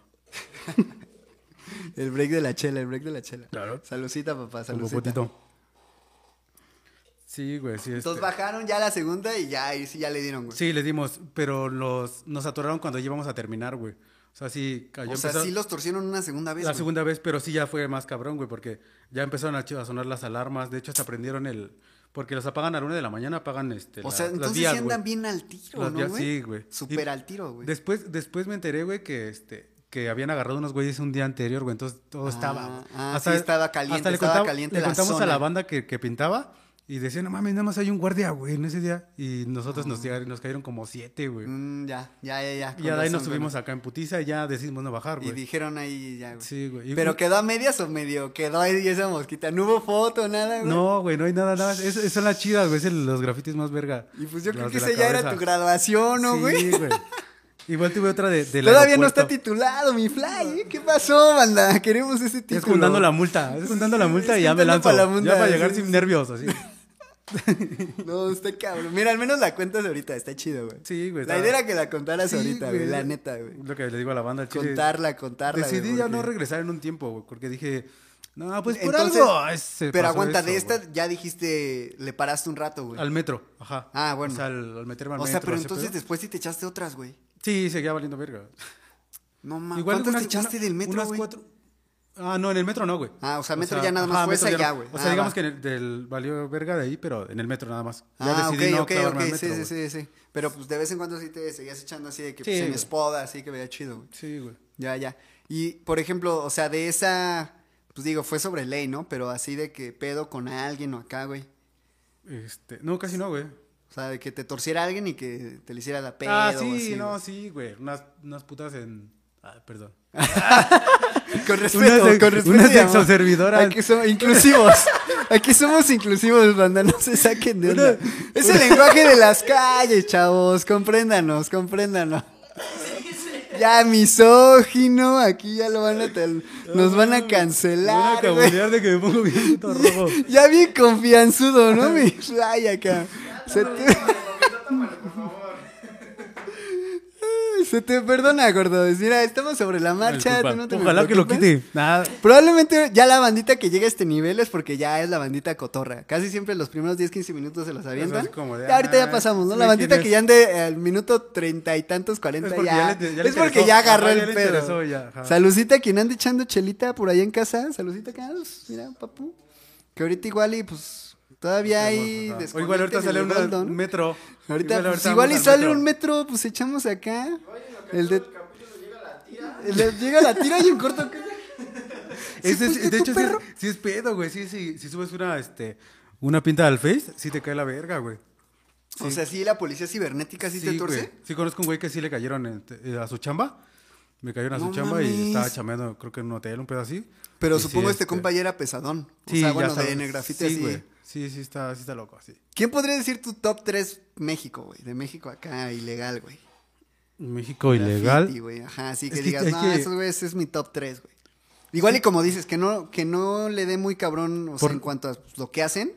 Speaker 1: El break de la chela, el break de la chela.
Speaker 2: Claro.
Speaker 1: Salucita, papá,
Speaker 2: Como
Speaker 1: salucita.
Speaker 2: potito. Sí, güey, sí.
Speaker 1: Entonces
Speaker 2: este-
Speaker 1: bajaron ya la segunda y ya, y sí, ya le dieron, güey.
Speaker 2: Sí, les dimos, pero los nos aturaron cuando ya íbamos a terminar, güey. O sea, sí, cayó.
Speaker 1: o sea,
Speaker 2: empezó-
Speaker 1: sí los torcieron una segunda vez.
Speaker 2: la
Speaker 1: güey.
Speaker 2: segunda vez, pero sí ya fue más cabrón, güey, porque ya empezaron a, ch- a sonar las alarmas. De hecho, hasta prendieron el. Porque los apagan a la una de la mañana, apagan este.
Speaker 1: O sea,
Speaker 2: las
Speaker 1: entonces
Speaker 2: vías,
Speaker 1: sí andan
Speaker 2: güey.
Speaker 1: bien al tiro,
Speaker 2: Las
Speaker 1: ¿no,
Speaker 2: vías,
Speaker 1: güey?
Speaker 2: sí, güey.
Speaker 1: Súper
Speaker 2: Y-
Speaker 1: al tiro, güey.
Speaker 2: Después, después me enteré, güey, que este que habían agarrado unos güeyes un día anterior, güey, entonces todo
Speaker 1: Ah,
Speaker 2: estaba...
Speaker 1: ah, sí, estaba caliente,
Speaker 2: hasta le
Speaker 1: estaba
Speaker 2: contaba-
Speaker 1: caliente
Speaker 2: Le
Speaker 1: la
Speaker 2: contamos a
Speaker 1: zona.
Speaker 2: la banda que, que pintaba y decían, no mames, nada más hay un guardia, güey, en ese día. Y nosotros nos, llegaron- nos cayeron como siete, güey.
Speaker 1: Ah. Mm, ya, ya, ya, ya.
Speaker 2: Y
Speaker 1: con
Speaker 2: ya de ahí nos
Speaker 1: razón,
Speaker 2: subimos
Speaker 1: güey.
Speaker 2: acá en putiza y ya decidimos no bajar,
Speaker 1: Y
Speaker 2: güey.
Speaker 1: dijeron ahí ya, güey.
Speaker 2: Sí, güey. Y-
Speaker 1: Pero quedó a medias o medio, quedó ahí esa mosquita. No hubo foto, nada, güey.
Speaker 2: No, güey, no hay nada, nada. Es, es- son las chidas, güey, es el- los grafitis más verga.
Speaker 1: Y pues yo creo
Speaker 2: Los
Speaker 1: que
Speaker 2: de la
Speaker 1: esa ya era
Speaker 2: cabeza.
Speaker 1: tu graduación, ¿no, güey?
Speaker 2: Sí, güey. Igual tuve otra de, del
Speaker 1: Todavía no
Speaker 2: aeropuerto.
Speaker 1: está titulado mi fly, ¿eh? ¿Qué pasó, banda? Queremos ese título.
Speaker 2: Es juntando la multa, es juntando la multa y ya me
Speaker 1: juntando
Speaker 2: lanzo.
Speaker 1: pa' la multa,
Speaker 2: ya para
Speaker 1: sí,
Speaker 2: llegar
Speaker 1: sí,
Speaker 2: sin
Speaker 1: sí.
Speaker 2: nervios, así.
Speaker 1: No, está cabrón. Mira, al menos la cuentas ahorita, está chido, güey.
Speaker 2: Sí, güey,
Speaker 1: La
Speaker 2: está-
Speaker 1: idea era que la contaras
Speaker 2: Sí,
Speaker 1: ahorita, güey, la neta, güey.
Speaker 2: Lo que le digo a la banda, al chile,
Speaker 1: Contarla, contarla. güey,
Speaker 2: Decidí ya no
Speaker 1: porque-
Speaker 2: regresar en un tiempo, güey, porque dije, no, pues por
Speaker 1: Entonces,
Speaker 2: algo. eh, se
Speaker 1: pero
Speaker 2: pasó
Speaker 1: aguanta,
Speaker 2: eso,
Speaker 1: de esta
Speaker 2: güey.
Speaker 1: ya dijiste, le paraste un rato, güey.
Speaker 2: Al metro, ajá.
Speaker 1: Ah, bueno.
Speaker 2: O sea, al, al meterme al
Speaker 1: O
Speaker 2: metro.
Speaker 1: sea, pero
Speaker 2: ese
Speaker 1: entonces
Speaker 2: pedo.
Speaker 1: después sí te echaste otras, güey.
Speaker 2: Sí, seguía valiendo verga.
Speaker 1: No mames.
Speaker 2: Igual
Speaker 1: ¿Cuántas
Speaker 2: unas-
Speaker 1: te echaste
Speaker 2: una-
Speaker 1: del metro,
Speaker 2: unas
Speaker 1: güey?
Speaker 2: cuatro. Ah, no, en el metro no, güey.
Speaker 1: Ah, o sea, metro ya nada más fue
Speaker 2: metro
Speaker 1: esa
Speaker 2: no.
Speaker 1: ya, güey.
Speaker 2: O sea,
Speaker 1: Ah,
Speaker 2: digamos
Speaker 1: va.
Speaker 2: que en el, del valió verga de ahí, pero en el metro nada más. Ya
Speaker 1: Ah, ok,
Speaker 2: decidí no
Speaker 1: ok,
Speaker 2: clavarme
Speaker 1: ok,
Speaker 2: al metro,
Speaker 1: sí, sí,
Speaker 2: güey.
Speaker 1: sí, sí. Pero pues de vez en cuando sí te seguías echando así de que pues,
Speaker 2: Sí,
Speaker 1: en
Speaker 2: güey.
Speaker 1: espoda, así que veía chido, güey.
Speaker 2: Sí, güey.
Speaker 1: Ya, ya. Y, por ejemplo, o sea, de esa, pues digo, fue sobre ley, ¿no? Pero así de que pedo con alguien o acá, güey.
Speaker 2: Este, no, casi no, güey.
Speaker 1: O sea, de que te torciera alguien y que te le hiciera la pedo.
Speaker 2: ah,
Speaker 1: o
Speaker 2: sí,
Speaker 1: así,
Speaker 2: no,
Speaker 1: güey.
Speaker 2: sí, güey. Unas, unas putas en. Ah, perdón.
Speaker 1: Con respeto,
Speaker 2: Unas ex-
Speaker 1: con respeto.
Speaker 2: unas
Speaker 1: mi amor.
Speaker 2: exoservidoras.
Speaker 1: Aquí somos inclusivos. Aquí somos inclusivos, banda. No se saquen de onda. Es el lenguaje de las calles, chavos. Compréndanos, compréndanos. Ya misógino, aquí ya lo van a tal- nos van a cancelar,
Speaker 2: Me van a
Speaker 1: güey.
Speaker 2: cabulear de que me pongo bien puto rojo.
Speaker 1: Ya bien confianzudo, ¿no? Mi fly acá. Se te... Ay, se te perdona, gordo. Mira, estamos sobre la marcha.
Speaker 2: Disculpa.
Speaker 1: tú no te me
Speaker 2: Ojalá que lo
Speaker 1: preocupes.
Speaker 2: quite. Nada.
Speaker 1: Probablemente ya la bandita que llega a este nivel es porque ya es la bandita cotorra. Casi siempre los primeros 10, 15 minutos se los avientan.
Speaker 2: es como de,
Speaker 1: ya ahorita
Speaker 2: ah,
Speaker 1: ya pasamos, ¿no?
Speaker 2: sí
Speaker 1: La
Speaker 2: me
Speaker 1: bandita
Speaker 2: quieres.
Speaker 1: que ya ande al minuto treinta y tantos, cuarenta,
Speaker 2: Es
Speaker 1: ya.
Speaker 2: porque ya le- ya le
Speaker 1: es porque
Speaker 2: interesó.
Speaker 1: ya agarró
Speaker 2: Ajá, ya
Speaker 1: el
Speaker 2: le
Speaker 1: pedo.
Speaker 2: interesó, ya, ajá.
Speaker 1: Salucita a quien ande echando chelita por ahí en casa. Salucita acá. Mira, papu. Que ahorita igual y pues todavía hay.
Speaker 2: Este O igual
Speaker 1: desconectes
Speaker 2: ahorita
Speaker 1: en
Speaker 2: sale
Speaker 1: el
Speaker 2: una-
Speaker 1: Goldo, ¿no?
Speaker 2: un metro.
Speaker 1: Ahorita, pues,
Speaker 2: ahorita
Speaker 1: igual y
Speaker 2: vamos al
Speaker 1: sale
Speaker 2: metro.
Speaker 1: un metro, pues echamos acá. el de... El de- llega la tira y en corto.
Speaker 2: Ese
Speaker 1: ¿Sí
Speaker 2: es-
Speaker 1: fuiste
Speaker 2: de
Speaker 1: tú,
Speaker 2: hecho, sí,
Speaker 1: perro?
Speaker 2: sí es pedo, güey. Sí, sí, si subes una, este, una pinta al Face, sí te cae la verga, güey.
Speaker 1: O sea, sí, la policía cibernética sí, te torce.
Speaker 2: güey. Sí, conozco un güey que sí le cayeron este, eh, a su chamba. Me cayeron a su
Speaker 1: No
Speaker 2: chamba
Speaker 1: mames.
Speaker 2: y estaba chameando, creo que en un hotel, un pedo así.
Speaker 1: Pero
Speaker 2: Y sí,
Speaker 1: supongo este
Speaker 2: este,
Speaker 1: compa ya era pesadón. O
Speaker 2: sí,
Speaker 1: sea,
Speaker 2: ya
Speaker 1: bueno, de
Speaker 2: sabes.
Speaker 1: negrafite
Speaker 2: sí,
Speaker 1: así.
Speaker 2: güey. Sí, sí está, sí está loco, así.
Speaker 1: ¿Quién podría decir tu top 3 México, güey? De México acá, ilegal, güey.
Speaker 2: México
Speaker 1: Graffiti,
Speaker 2: ilegal.
Speaker 1: güey. Ajá, así
Speaker 2: Es
Speaker 1: que
Speaker 2: que-
Speaker 1: digas,
Speaker 2: es
Speaker 1: no,
Speaker 2: que-
Speaker 1: esos güeyes es mi top 3, güey. Igual y como dices, que no, que no le dé muy cabrón, o sea,
Speaker 2: Por-
Speaker 1: en cuanto a lo que hacen,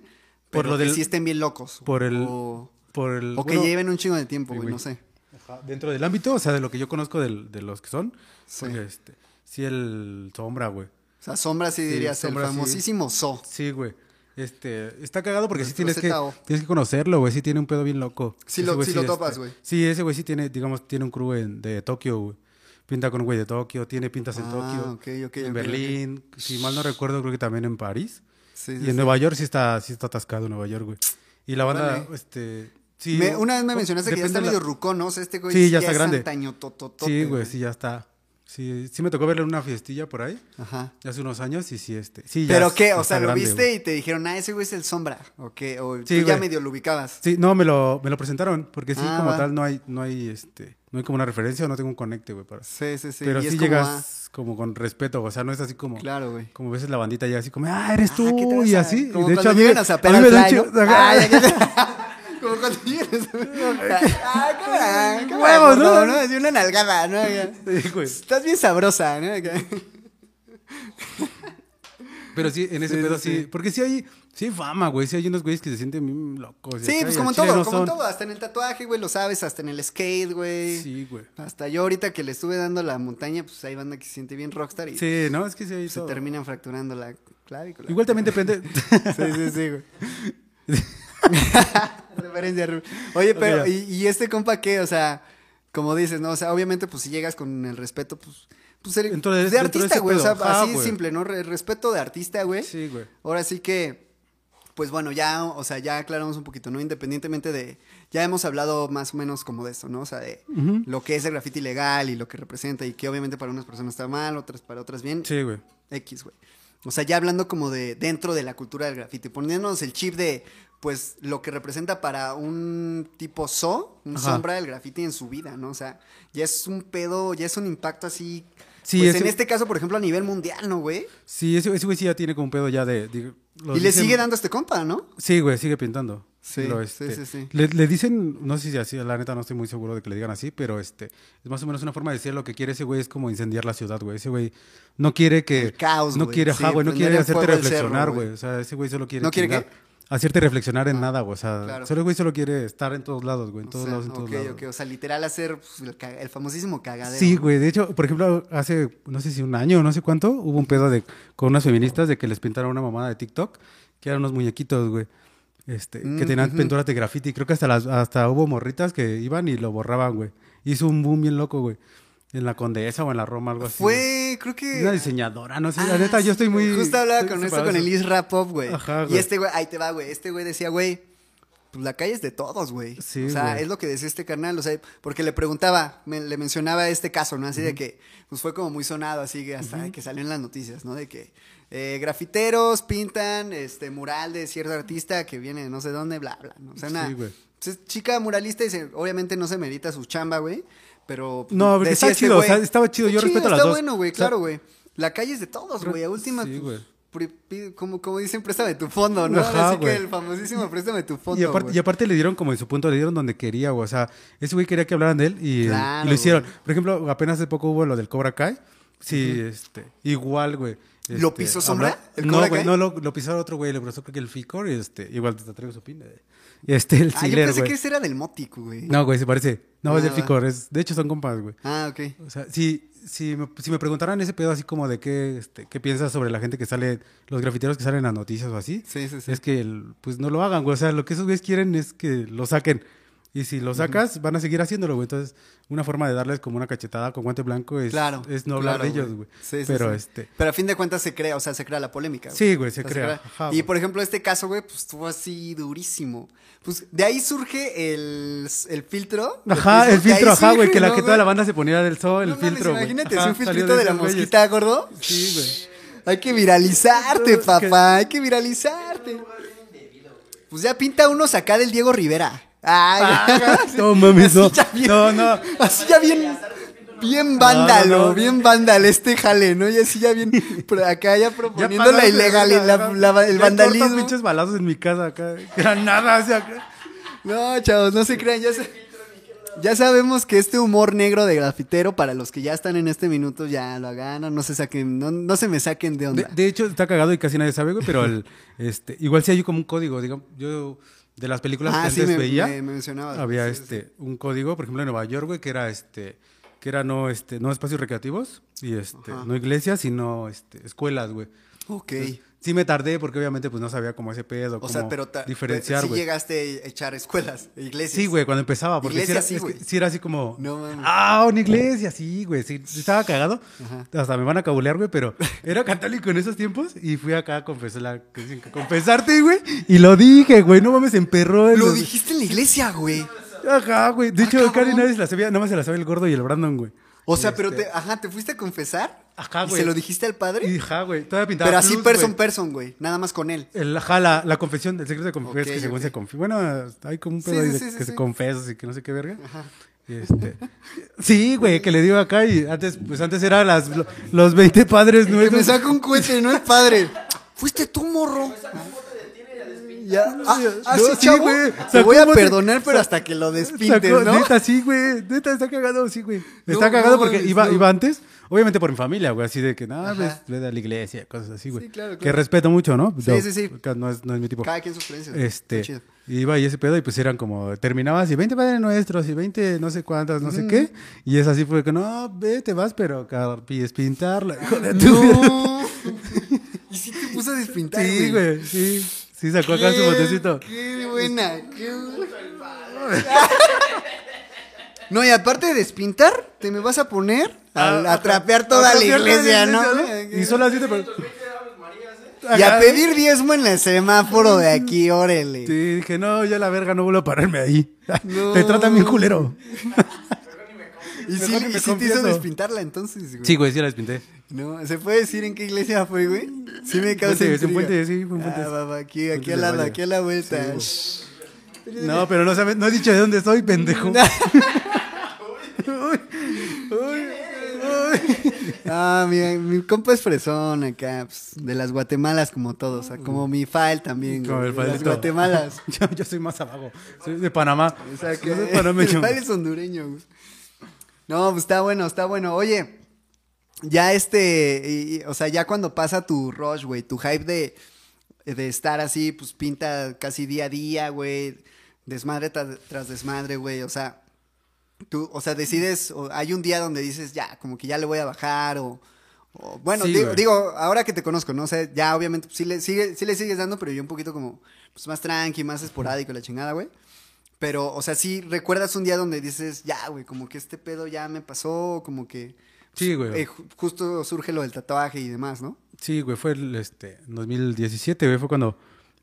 Speaker 1: pero
Speaker 2: por lo
Speaker 1: que
Speaker 2: del-
Speaker 1: sí estén bien locos.
Speaker 2: por el-
Speaker 1: O,
Speaker 2: Por el,
Speaker 1: o que
Speaker 2: bueno,
Speaker 1: lleven un chingo de tiempo,
Speaker 2: Sí,
Speaker 1: güey,
Speaker 2: güey.
Speaker 1: no sé.
Speaker 2: ajá, dentro del ámbito, o sea, de lo que yo conozco del- de los que son.
Speaker 1: Sí.
Speaker 2: porque, este, sí, el sombra, güey.
Speaker 1: O sea, Sombra sí dirías, el
Speaker 2: Sombra sí.
Speaker 1: famosísimo So.
Speaker 2: Sí, güey. Este, está cagado porque sí
Speaker 1: Nuestro
Speaker 2: tienes que,
Speaker 1: ZO.
Speaker 2: tienes que conocerlo, güey. Sí tiene un pedo bien loco.
Speaker 1: Sí
Speaker 2: Ese
Speaker 1: lo-
Speaker 2: güey
Speaker 1: sí lo topas,
Speaker 2: este,
Speaker 1: güey.
Speaker 2: Sí, ese güey sí tiene, digamos, tiene un crew en- de Tokio, güey. Pinta con un güey de Tokio, tiene pintas en
Speaker 1: Ah,
Speaker 2: Tokio.
Speaker 1: ok, ok,
Speaker 2: en
Speaker 1: ok,
Speaker 2: Berlín, si mal no recuerdo, creo que también en París.
Speaker 1: Sí,
Speaker 2: y
Speaker 1: sí,
Speaker 2: en
Speaker 1: sí.
Speaker 2: Nueva York sí está, sí está atascado Nueva York, güey. Y la banda,
Speaker 1: Órale.
Speaker 2: este... Sí,
Speaker 1: Me- una vez me mencionaste que ya
Speaker 2: depende
Speaker 1: está
Speaker 2: de
Speaker 1: medio
Speaker 2: la-
Speaker 1: rucón, ¿no? O sea, este güey
Speaker 2: Sí, ya está
Speaker 1: es
Speaker 2: grande.
Speaker 1: antañotototote,
Speaker 2: Sí, güey, sí, ya está. Sí, sí me tocó verle en una fiestilla por ahí.
Speaker 1: Ajá.
Speaker 2: Hace unos años y sí, este. Sí, ya
Speaker 1: ¿Pero
Speaker 2: es-
Speaker 1: qué? O
Speaker 2: está
Speaker 1: sea, lo
Speaker 2: grande,
Speaker 1: viste
Speaker 2: güey.
Speaker 1: y te dijeron, ah, ese güey es el sombra. ¿O qué? O tú
Speaker 2: Sí,
Speaker 1: ya
Speaker 2: güey.
Speaker 1: medio lo ubicabas.
Speaker 2: Sí, no, me lo, me lo presentaron, porque sí,
Speaker 1: Ah,
Speaker 2: como
Speaker 1: va.
Speaker 2: tal, no hay, no hay, este, no hay como una referencia, no tengo un conecte, güey, para...
Speaker 1: Sí, sí, sí.
Speaker 2: Pero
Speaker 1: y
Speaker 2: sí
Speaker 1: es como, ah,
Speaker 2: llegas como con respeto, o sea, no es así como...
Speaker 1: claro, güey.
Speaker 2: Como a veces la bandita llega así como, ah, eres
Speaker 1: Ah,
Speaker 2: tú,
Speaker 1: ¿qué te vas
Speaker 2: y
Speaker 1: a-
Speaker 2: así.
Speaker 1: Como
Speaker 2: y de hecho,
Speaker 1: cuando
Speaker 2: a mí,
Speaker 1: llegan a
Speaker 2: a
Speaker 1: zapear
Speaker 2: mí me
Speaker 1: al
Speaker 2: da un
Speaker 1: fly, ¿no? Ah,
Speaker 2: chingo-
Speaker 1: Ay, ay, ay. Como cuando llegas. Ah, cámara, cámara,
Speaker 2: Huevos, ¿no?
Speaker 1: gordo, ¿no? Así una nalgada, ¿no? Acá.
Speaker 2: Sí, güey.
Speaker 1: Estás bien sabrosa, ¿no? Acá.
Speaker 2: Pero sí, en ese
Speaker 1: Sí,
Speaker 2: pedo
Speaker 1: sí,
Speaker 2: sí,
Speaker 1: sí.
Speaker 2: porque sí hay, sí hay fama, güey, sí hay unos güeyes que se sienten bien locos. y
Speaker 1: Sí,
Speaker 2: acá,
Speaker 1: pues
Speaker 2: y
Speaker 1: como
Speaker 2: al
Speaker 1: en
Speaker 2: chile
Speaker 1: todo,
Speaker 2: no
Speaker 1: como en
Speaker 2: son-
Speaker 1: todo. Hasta en el tatuaje, güey, lo sabes. Hasta en el skate, güey.
Speaker 2: Sí, güey.
Speaker 1: Hasta yo ahorita que le estuve dando la montaña, pues hay banda que se siente bien rockstar y
Speaker 2: Sí, no, es que sí hay
Speaker 1: se
Speaker 2: todo.
Speaker 1: terminan fracturando la clavícula.
Speaker 2: Igual también depende...
Speaker 1: Sí, sí, sí, güey. Referencia, Rubén. Oye, pero,
Speaker 2: Ok, ya.
Speaker 1: ¿y, y este compa qué? O sea, como dices, ¿no? O sea, obviamente, pues si llegas con el respeto, pues. pues el-
Speaker 2: Dentro de-
Speaker 1: de,
Speaker 2: dentro de
Speaker 1: artista,
Speaker 2: ese
Speaker 1: güey. O sea,
Speaker 2: pedo. Ajá,
Speaker 1: así
Speaker 2: güey.
Speaker 1: simple, ¿no? Re- respeto de artista, güey.
Speaker 2: Sí, güey.
Speaker 1: Ahora sí que. Pues bueno, ya, o sea, ya aclaramos un poquito, ¿no? Independientemente de. Ya hemos hablado más o menos como de esto, ¿no? O sea, de lo que es el grafiti legal y lo que representa y que obviamente para unas personas está mal, otras para otras bien.
Speaker 2: Sí, güey.
Speaker 1: X, güey. O sea, ya hablando como de dentro de la cultura del grafiti, poniéndonos el chip de, pues, lo que representa para un tipo so, un
Speaker 2: Ajá.
Speaker 1: sombra del grafiti en su vida, ¿no? O sea, ya es un pedo, ya es un impacto así.
Speaker 2: Sí,
Speaker 1: pues
Speaker 2: es
Speaker 1: en
Speaker 2: un-
Speaker 1: este caso, por ejemplo, a nivel mundial, ¿no, güey?
Speaker 2: Sí, ese, ese güey sí ya tiene como un pedo ya de... de- lo
Speaker 1: Y le
Speaker 2: dicen-
Speaker 1: sigue dando este compa, ¿no?
Speaker 2: Sí, güey, sigue pintando.
Speaker 1: Sí,
Speaker 2: Lo, este,
Speaker 1: sí, sí, sí.
Speaker 2: Le, le dicen, no sé si así, la neta no estoy muy seguro de que le digan así, pero este, es más o menos una forma de decir lo que quiere ese güey es como incendiar la ciudad, güey. Ese güey no quiere que...
Speaker 1: El caos,
Speaker 2: No
Speaker 1: güey.
Speaker 2: quiere, ajá,
Speaker 1: Sí,
Speaker 2: güey, no
Speaker 1: prender
Speaker 2: quiere
Speaker 1: el
Speaker 2: hacerte
Speaker 1: fuego al
Speaker 2: reflexionar,
Speaker 1: cerro, güey.
Speaker 2: güey. O sea, ese güey solo quiere...
Speaker 1: ¿No quiere
Speaker 2: chingar-
Speaker 1: qué? Ah,
Speaker 2: Hacerte reflexionar en nada, güey. O sea,
Speaker 1: claro.
Speaker 2: solo el güey solo quiere estar en todos lados, güey. En todos
Speaker 1: o sea,
Speaker 2: lados, en todos
Speaker 1: ok,
Speaker 2: lados.
Speaker 1: ok, o sea, literal hacer pues, el, ca- el famosísimo cagadero.
Speaker 2: Sí,
Speaker 1: ¿no?
Speaker 2: güey. De hecho, por ejemplo, hace, no sé si un año, no sé cuánto, hubo un pedo de, con unas feministas de que les pintaron una mamada de TikTok, que eran unos muñequitos, güey. Este,
Speaker 1: Mm,
Speaker 2: que tenían pinturas de graffiti. Creo que hasta, las, hasta hubo morritas que iban y lo borraban, güey. Hizo un boom bien loco, güey. En la Condesa o en la Roma, algo así. güey.
Speaker 1: Fue, creo que.
Speaker 2: Una diseñadora, no sé.
Speaker 1: Ah,
Speaker 2: la neta,
Speaker 1: sí,
Speaker 2: yo estoy
Speaker 1: güey.
Speaker 2: muy.
Speaker 1: Justo hablaba
Speaker 2: estoy
Speaker 1: con esto
Speaker 2: separado
Speaker 1: con
Speaker 2: de
Speaker 1: el
Speaker 2: eso.
Speaker 1: Is Rap Pop, güey.
Speaker 2: Ajá,
Speaker 1: Y
Speaker 2: güey.
Speaker 1: este güey, ahí te va, güey. Este güey decía, güey, pues la calle es de todos, güey.
Speaker 2: Sí,
Speaker 1: o sea,
Speaker 2: güey.
Speaker 1: es lo que decía este carnal, o sea, porque le preguntaba, me- le mencionaba este caso, ¿no? Así de que, pues fue como muy sonado, así que hasta que salió en las noticias, ¿no? De que eh, grafiteros pintan este mural de cierto artista que viene de no sé dónde, bla, bla. ¿no? O sea,
Speaker 2: Sí,
Speaker 1: nada.
Speaker 2: güey.
Speaker 1: Pues, es chica muralista y se- obviamente no se merita su chamba, güey. Pero pues,
Speaker 2: No, porque
Speaker 1: decía este
Speaker 2: está chido,
Speaker 1: güey,
Speaker 2: o sea, estaba chido,
Speaker 1: está
Speaker 2: yo respeto a las
Speaker 1: está
Speaker 2: dos.
Speaker 1: bueno, güey,
Speaker 2: O sea,
Speaker 1: claro, güey. La calle es de todos, güey. A última,
Speaker 2: Sí,
Speaker 1: pues,
Speaker 2: güey.
Speaker 1: pri- pi- como, como dicen, préstame tu fondo, ¿no?
Speaker 2: Ajá,
Speaker 1: Así
Speaker 2: güey.
Speaker 1: que el famosísimo préstame tu fondo.
Speaker 2: Y aparte,
Speaker 1: güey.
Speaker 2: y aparte le dieron como en su punto, le dieron donde quería, güey. O sea, ese güey quería que hablaran de él y,
Speaker 1: Claro,
Speaker 2: y lo hicieron.
Speaker 1: güey.
Speaker 2: Por ejemplo, apenas hace poco hubo lo del Cobra Kai. Sí, este, igual, güey.
Speaker 1: ¿Lo
Speaker 2: este,
Speaker 1: pisó Sombra?
Speaker 2: habla-
Speaker 1: ¿El
Speaker 2: no,
Speaker 1: Cobra
Speaker 2: güey,
Speaker 1: Kai?
Speaker 2: no, lo, lo pisó otro güey, le brosó creo que el Ficor y este, igual te traigo su pina. eh. Este, el
Speaker 1: ah, yo
Speaker 2: Siler,
Speaker 1: pensé
Speaker 2: güey.
Speaker 1: que ese era del Motic, güey.
Speaker 2: No, güey, se parece. No, es
Speaker 1: Ah,
Speaker 2: el
Speaker 1: va.
Speaker 2: Ficor, es, de hecho son compas, güey.
Speaker 1: Ah, ok.
Speaker 2: O sea, si, si, me, si me preguntaran ese pedo así como de qué, este, qué piensas sobre la gente que sale, los grafiteros que salen en las noticias o así,
Speaker 1: Sí, sí, sí.
Speaker 2: es que el- pues no lo hagan, güey. O sea, lo que esos güeyes quieren es que lo saquen. Y si lo sacas, van a seguir haciéndolo, güey. Entonces, una forma de darles como una cachetada con guante blanco es,
Speaker 1: claro.
Speaker 2: es no hablar
Speaker 1: claro,
Speaker 2: de ellos, güey.
Speaker 1: Sí, sí,
Speaker 2: Pero
Speaker 1: sí.
Speaker 2: este.
Speaker 1: Pero a fin de cuentas se crea, o sea, se crea la polémica.
Speaker 2: Sí, güey, se
Speaker 1: O sea,
Speaker 2: crea. Ajá,
Speaker 1: y
Speaker 2: güey.
Speaker 1: por ejemplo, este caso, güey, pues estuvo así durísimo. Pues de ahí surge el, el filtro. de
Speaker 2: Ajá, el
Speaker 1: Facebook, de ahí
Speaker 2: filtro, ajá, güey,
Speaker 1: surge,
Speaker 2: que, la,
Speaker 1: ¿no,
Speaker 2: que toda la
Speaker 1: güey?
Speaker 2: banda se ponía del sol,
Speaker 1: No
Speaker 2: el
Speaker 1: mames,
Speaker 2: filtro, güey.
Speaker 1: Imagínate,
Speaker 2: Ajá,
Speaker 1: si un
Speaker 2: salió
Speaker 1: filtrito de, la
Speaker 2: esos güeyes.
Speaker 1: mosquita, gordo.
Speaker 2: Sí, güey.
Speaker 1: Hay que viralizarte, papá. Hay que viralizarte. Pues ya pinta unos acá del Diego Rivera. Ay,
Speaker 2: Ah, No mames, no.
Speaker 1: Así ya bien-
Speaker 2: No, no.
Speaker 1: Así ya bien. Bien vándalo,
Speaker 2: No, no, no.
Speaker 1: bien vándalo este jale, ¿no? Y así ya bien. pro- Acá ya
Speaker 2: Ya
Speaker 1: proponiendo
Speaker 2: pagaron,
Speaker 1: la ilegal,
Speaker 2: ya,
Speaker 1: la- la-
Speaker 2: ya,
Speaker 1: el
Speaker 2: ya cortan
Speaker 1: vandalismo.
Speaker 2: pinches balazos en mi casa acá. Granadas o sea, acá.
Speaker 1: No, chavos, no se crean, ya, sa- ya sabemos que este humor negro de grafitero, para los que ya están en este minuto, ya lo ganan, no se saquen, no, no se me saquen de onda.
Speaker 2: De, de hecho, está cagado y casi nadie sabe, güey, pero el, este, igual sí hay como un código, digamos, yo de las películas que
Speaker 1: ah, sí,
Speaker 2: antes
Speaker 1: me,
Speaker 2: veía,
Speaker 1: me mencionabas.
Speaker 2: había
Speaker 1: Sí, sí,
Speaker 2: este, un código, por ejemplo, en Nueva York, güey, que era este, que era no, este, no espacios recreativos y este, no iglesias, sino este, escuelas, güey.
Speaker 1: Ok.
Speaker 2: Entonces, Sí me tardé porque obviamente pues no sabía cómo ese pedo,
Speaker 1: O
Speaker 2: cómo
Speaker 1: sea, pero ta-
Speaker 2: diferenciar,
Speaker 1: sí
Speaker 2: güey.
Speaker 1: llegaste a echar escuelas, e iglesias.
Speaker 2: Sí, güey, cuando empezaba, porque
Speaker 1: Iglesia
Speaker 2: si,
Speaker 1: sí,
Speaker 2: era, es que
Speaker 1: güey.
Speaker 2: sí era así como,
Speaker 1: No mames.
Speaker 2: ah, una iglesia, sí, güey, sí, sí estaba cagado, hasta me van a cabulear, güey, pero era católico en esos tiempos y fui acá a confesar la- confesarte, güey, y lo dije, güey, no mames, se emperró. el-
Speaker 1: Lo dijiste en la iglesia, güey.
Speaker 2: Ajá, güey, de
Speaker 1: Ah,
Speaker 2: hecho, Cari
Speaker 1: cabrón.
Speaker 2: nadie se la sabía, nada más se la sabía el gordo y el Brandon, güey.
Speaker 1: O sea, pero te, ajá, te fuiste a confesar.
Speaker 2: Este. Ajá,
Speaker 1: ¿Y
Speaker 2: güey.
Speaker 1: se lo dijiste al padre.
Speaker 2: Y, ajá, güey, todavía pintaba
Speaker 1: pero así
Speaker 2: plus,
Speaker 1: person
Speaker 2: güey.
Speaker 1: person, güey. Nada más con él.
Speaker 2: El- ajá, la, la confesión, el secreto de confesión,
Speaker 1: Ok,
Speaker 2: que según
Speaker 1: ok.
Speaker 2: se confía. Bueno, hay como un
Speaker 1: Sí,
Speaker 2: pedo ahí
Speaker 1: sí,
Speaker 2: de
Speaker 1: sí, sí,
Speaker 2: que
Speaker 1: sí.
Speaker 2: se confesas y que no sé qué verga. Y este, sí, güey, que le dio acá y antes, pues antes eran las, los 20 padres
Speaker 1: Que me
Speaker 2: nuestros.
Speaker 1: saca un cohete, no el padre. Fuiste tú, morro. Ya, ah, ah,
Speaker 2: No,
Speaker 1: sí,
Speaker 2: sí,
Speaker 1: chavo.
Speaker 2: güey.
Speaker 1: Te
Speaker 2: Sacó
Speaker 1: voy a
Speaker 2: bote-
Speaker 1: perdonar, pero
Speaker 2: sa-
Speaker 1: hasta que lo despintes,
Speaker 2: Sacó-
Speaker 1: ¿no?
Speaker 2: Neta, sí, güey. Neta, está cagado, sí, güey. Está
Speaker 1: No,
Speaker 2: cagado
Speaker 1: no
Speaker 2: porque
Speaker 1: mames,
Speaker 2: iba,
Speaker 1: no.
Speaker 2: iba antes, obviamente por mi familia, güey, así de que nada,
Speaker 1: Ajá.
Speaker 2: ves, ve a la iglesia, cosas así, güey.
Speaker 1: Sí, claro,
Speaker 2: Que
Speaker 1: claro.
Speaker 2: respeto mucho, ¿no?
Speaker 1: Sí,
Speaker 2: No,
Speaker 1: sí, sí.
Speaker 2: No es, no es mi tipo.
Speaker 1: Cada quien sus creencias. güey.
Speaker 2: Este,
Speaker 1: Está chido.
Speaker 2: iba y ese pedo, y pues eran como, terminabas y 20 padres nuestros, y 20 no sé cuántas, no sé qué.
Speaker 1: Mm.
Speaker 2: Y es así, fue que no, ve, te vas, pero carpilles pintarla. hijo de tu-
Speaker 1: Ah, No. y si te puso a despintar,
Speaker 2: Sí, güey, sí. Sí, sacó acá su
Speaker 1: Qué-
Speaker 2: botecito.
Speaker 1: Qué buena. qué bu- No, y aparte de despintar, te me vas a poner
Speaker 2: Ah,
Speaker 1: al- a, trapear toda
Speaker 2: A
Speaker 1: la
Speaker 2: trapear
Speaker 1: iglesia, ¿no?
Speaker 2: iglesia, Y solo así te pero-
Speaker 1: Y a
Speaker 2: Ajá.
Speaker 1: pedir diezmo en el semáforo de aquí, órale.
Speaker 2: Sí, dije, no, ya la verga, no vuelvo a pararme ahí.
Speaker 1: No.
Speaker 2: Te tratan bien culero.
Speaker 1: Y sí,
Speaker 2: Mejor
Speaker 1: y
Speaker 2: ni me
Speaker 1: sí te hizo
Speaker 2: confieso.
Speaker 1: despintarla entonces, güey.
Speaker 2: Sí, güey, sí la despinté.
Speaker 1: No, ¿se puede decir en qué iglesia fue, güey? Sí me causa
Speaker 2: Puente, es en
Speaker 1: intriga.
Speaker 2: Puente, sí, fue en Puente.
Speaker 1: Ah, va, va, aquí, aquí
Speaker 2: Puente
Speaker 1: al
Speaker 2: de
Speaker 1: lado,
Speaker 2: Valle.
Speaker 1: aquí a la vuelta.
Speaker 2: No, pero no sabes, no he dicho de dónde soy, pendejo.
Speaker 1: Ah, mi, mi compa es fresón acá, pues, de las Guatemalas como todos, ah, como mi file también, güey,
Speaker 2: Como el
Speaker 1: de las
Speaker 2: palito.
Speaker 1: Guatemalas.
Speaker 2: yo, yo soy más abajo. Soy de Panamá.
Speaker 1: O sea que
Speaker 2: Yo soy
Speaker 1: el
Speaker 2: panameño.
Speaker 1: file es hondureño. güey. No, pues está bueno, está bueno. Oye, ya este, y- y, o sea, ya cuando pasa tu rush, güey, tu hype de, de estar así, pues pinta casi día a día, güey, desmadre tras, tras desmadre, güey, o sea, tú, o sea, decides, o hay un día donde dices, ya, como que ya le voy a bajar, o, o- bueno,
Speaker 2: Sí,
Speaker 1: digo,
Speaker 2: güey.
Speaker 1: digo, ahora que te conozco, no sé, ya obviamente pues, sí, le sigue, sí le sigues dando, pero yo un poquito como, pues más tranqui, más esporádico, la chingada, güey. Pero, o sea, sí recuerdas un día donde dices, ya, güey, como que este pedo ya me pasó, como que...
Speaker 2: Sí, güey.
Speaker 1: Eh, ju- justo surge lo del tatuaje y demás, ¿no?
Speaker 2: Sí, güey, fue el este, 2017, güey, fue cuando,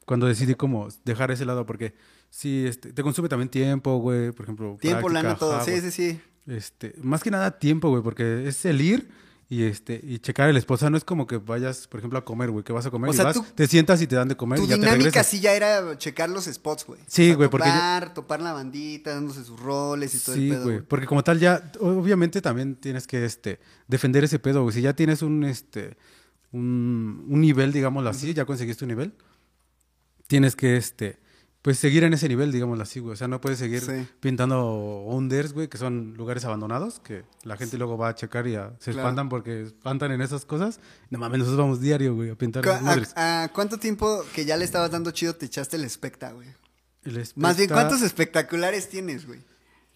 Speaker 2: cuando decidí como dejar ese lado, porque sí, este, te consume también tiempo, güey, por ejemplo.
Speaker 1: Tiempo,
Speaker 2: práctica,
Speaker 1: lana, todo.
Speaker 2: ajá,
Speaker 1: Sí, sí,
Speaker 2: güey.
Speaker 1: sí.
Speaker 2: Este, más que nada tiempo, güey, porque es el ir y este y checar el esposa no es como que vayas, por ejemplo, a comer, güey, que vas a comer
Speaker 1: O
Speaker 2: y
Speaker 1: sea,
Speaker 2: vas,
Speaker 1: tú-
Speaker 2: te sientas y te dan de comer
Speaker 1: Tu
Speaker 2: y ya te
Speaker 1: dinámica
Speaker 2: regresas.
Speaker 1: sí ya era checar los spots, güey.
Speaker 2: Sí,
Speaker 1: O sea,
Speaker 2: güey, porque yo-
Speaker 1: Topar, topar la bandita, dándose sus roles y todo el
Speaker 2: Sí,
Speaker 1: pedo.
Speaker 2: güey,
Speaker 1: güey.
Speaker 2: porque como tal ya obviamente también tienes que este defender ese pedo, güey. Si ya tienes un este un, un nivel, digámoslo así, ya conseguiste un nivel, tienes que este pues seguir en ese nivel, digámoslo así, güey. O sea, no puedes seguir
Speaker 1: Sí.
Speaker 2: pintando unders, güey, que son lugares abandonados que la gente luego va a checar y a- se
Speaker 1: Claro.
Speaker 2: espantan porque espantan en esas cosas. No mames, nosotros vamos diario, güey, a pintar
Speaker 1: Cu- ah,
Speaker 2: esas madres.
Speaker 1: a- a ¿Cuánto tiempo que ya le estabas dando chido te echaste el especta, güey?
Speaker 2: El
Speaker 1: Más bien,
Speaker 2: especta-
Speaker 1: ¿cuántos espectaculares tienes, güey?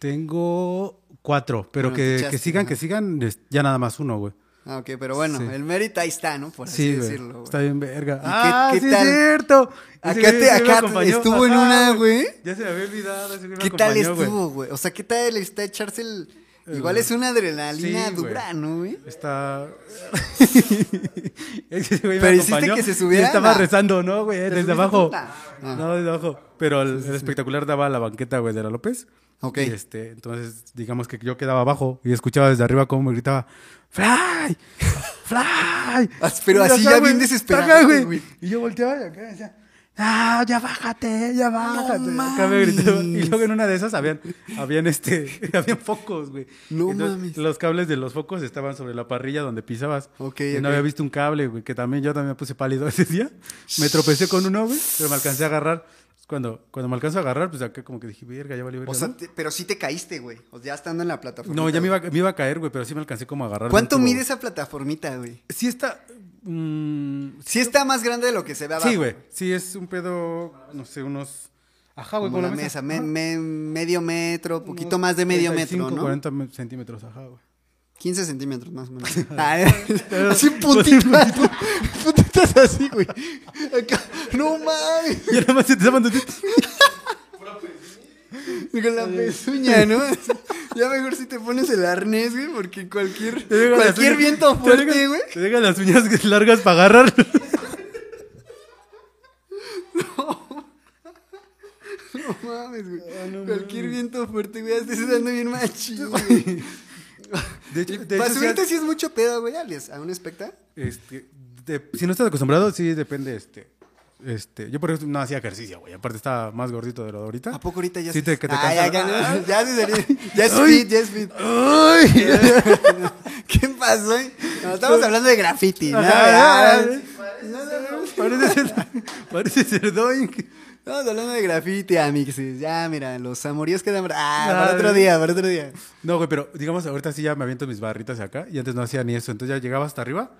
Speaker 2: Tengo cuatro, pero
Speaker 1: Bueno, te
Speaker 2: que,
Speaker 1: echaste,
Speaker 2: que sigan,
Speaker 1: Ah, ¿no?
Speaker 2: que sigan, es- ya nada más uno, güey.
Speaker 1: Ah, ok, pero bueno,
Speaker 2: Sí.
Speaker 1: el mérito ahí está, ¿no? Por así
Speaker 2: Sí, güey.
Speaker 1: decirlo, güey.
Speaker 2: Está bien verga.
Speaker 1: qué-
Speaker 2: ah,
Speaker 1: qué
Speaker 2: sí
Speaker 1: tal?
Speaker 2: es cierto.
Speaker 1: Acá
Speaker 2: Ese güey-
Speaker 1: te-
Speaker 2: ese güey me
Speaker 1: acá
Speaker 2: acompañó.
Speaker 1: estuvo en
Speaker 2: Ajá,
Speaker 1: una, güey.
Speaker 2: Ya se me había olvidado. ese güey me
Speaker 1: ¿Qué tal
Speaker 2: acompañó, güey.
Speaker 1: estuvo, güey? O sea, ¿qué tal está echarse el.
Speaker 2: Eh,
Speaker 1: Igual es una adrenalina
Speaker 2: sí, güey.
Speaker 1: dura, ¿no, güey?
Speaker 2: Está. Ese güey me
Speaker 1: Pero hiciste
Speaker 2: acompañó
Speaker 1: que se
Speaker 2: y
Speaker 1: subiera,
Speaker 2: Estaba
Speaker 1: ¿no?
Speaker 2: rezando, ¿no, güey? Desde
Speaker 1: subiste
Speaker 2: abajo.
Speaker 1: tú? Nah. Ah.
Speaker 2: No, desde abajo. Pero el, el espectacular daba a la banqueta, güey, de la López.
Speaker 1: Ok.
Speaker 2: Y este, entonces, digamos que yo quedaba abajo y escuchaba desde arriba cómo me gritaba: ¡Fly! ¡Fly!
Speaker 1: As- pero
Speaker 2: Y
Speaker 1: así
Speaker 2: acá,
Speaker 1: ya
Speaker 2: güey,
Speaker 1: bien desesperado,
Speaker 2: acá, güey.
Speaker 1: güey.
Speaker 2: Y yo volteaba y acá decía. Ah, ya bájate, ya bájate. Acá me
Speaker 1: mames.
Speaker 2: gritaba. Y luego en una de esas habían, habían este, habían focos, güey.
Speaker 1: No mames.
Speaker 2: Los cables de los focos estaban sobre la parrilla donde pisabas.
Speaker 1: Ok,
Speaker 2: Y
Speaker 1: ok.
Speaker 2: No había visto un cable, güey, que también yo también me puse pálido ese día. Me tropecé con uno, güey, pero me alcancé a agarrar. Pues Cuando, cuando me alcanzo a agarrar, pues acá como que dije, verga, ya valió verga.
Speaker 1: O sea,
Speaker 2: ¿no?
Speaker 1: te- pero sí te caíste, güey. O sea, ya estando en la plataforma.
Speaker 2: No, ya me iba, me iba a caer, güey, pero sí me alcancé como a agarrar.
Speaker 1: ¿Cuánto
Speaker 2: mucho, güey.
Speaker 1: mide esa plataformita, güey?
Speaker 2: Sí está... mm,
Speaker 1: Sí está más grande de lo que se ve abajo.
Speaker 2: sí, güey. Sí es un pedo, no sé, unos... Ajá, güey,
Speaker 1: Como
Speaker 2: con
Speaker 1: la
Speaker 2: la
Speaker 1: mesa,
Speaker 2: mesa.
Speaker 1: me- me-
Speaker 2: Ajá.
Speaker 1: medio metro, poquito
Speaker 2: Unos
Speaker 1: más de medio metro,
Speaker 2: 35,
Speaker 1: ¿no?
Speaker 2: 40 centímetros, ajá, güey.
Speaker 1: 15 centímetros más o menos. Ay, así
Speaker 2: pues
Speaker 1: puntitas. puntitas así, güey. Acá, no mames.
Speaker 2: Y nada más se te estaban tu
Speaker 1: Con la pezuña, ¿no? Ya mejor si te pones el arnés, güey, porque cualquier,
Speaker 2: Te dejan las
Speaker 1: cualquier
Speaker 2: uñas-
Speaker 1: viento
Speaker 2: te
Speaker 1: fuerte,
Speaker 2: dejan-
Speaker 1: güey.
Speaker 2: Te dejan las uñas largas para agarrar.
Speaker 1: No Ah, mames, güey. cualquier viento fuerte, güey, ya estés dando bien machín, güey.
Speaker 2: De hecho, de
Speaker 1: Para
Speaker 2: hecho,
Speaker 1: subirte
Speaker 2: sí,
Speaker 1: si es mucho pedo, güey, Alias, a un especta.
Speaker 2: este, de- si no estás acostumbrado, sí depende. Este, este, yo por ejemplo no hacía ejercicio, güey. Aparte estaba más gordito de lo de ahorita.
Speaker 1: ¿A poco ahorita ya
Speaker 2: Sí,
Speaker 1: se-
Speaker 2: te- que te
Speaker 1: Ah, ya, ya,
Speaker 2: cansas.
Speaker 1: no, ya se salió. Ya es
Speaker 2: Ay.
Speaker 1: fit, ya es fit.
Speaker 2: ¡Ay!
Speaker 1: ¿Qué pasó? eh? No, estamos hablando de graffiti, ¿no?
Speaker 2: Ajá,
Speaker 1: Ah,
Speaker 2: ajá. Parece ser, parece ser doing.
Speaker 1: Estamos hablando de graffiti, amixes. Ya, mira, los amoríos quedan. Ah,
Speaker 2: Ah,
Speaker 1: para otro
Speaker 2: güey.
Speaker 1: día, para otro día.
Speaker 2: No, güey, pero digamos, ahorita sí ya me aviento mis barritas acá y antes no hacía ni eso. Entonces ya llegaba hasta arriba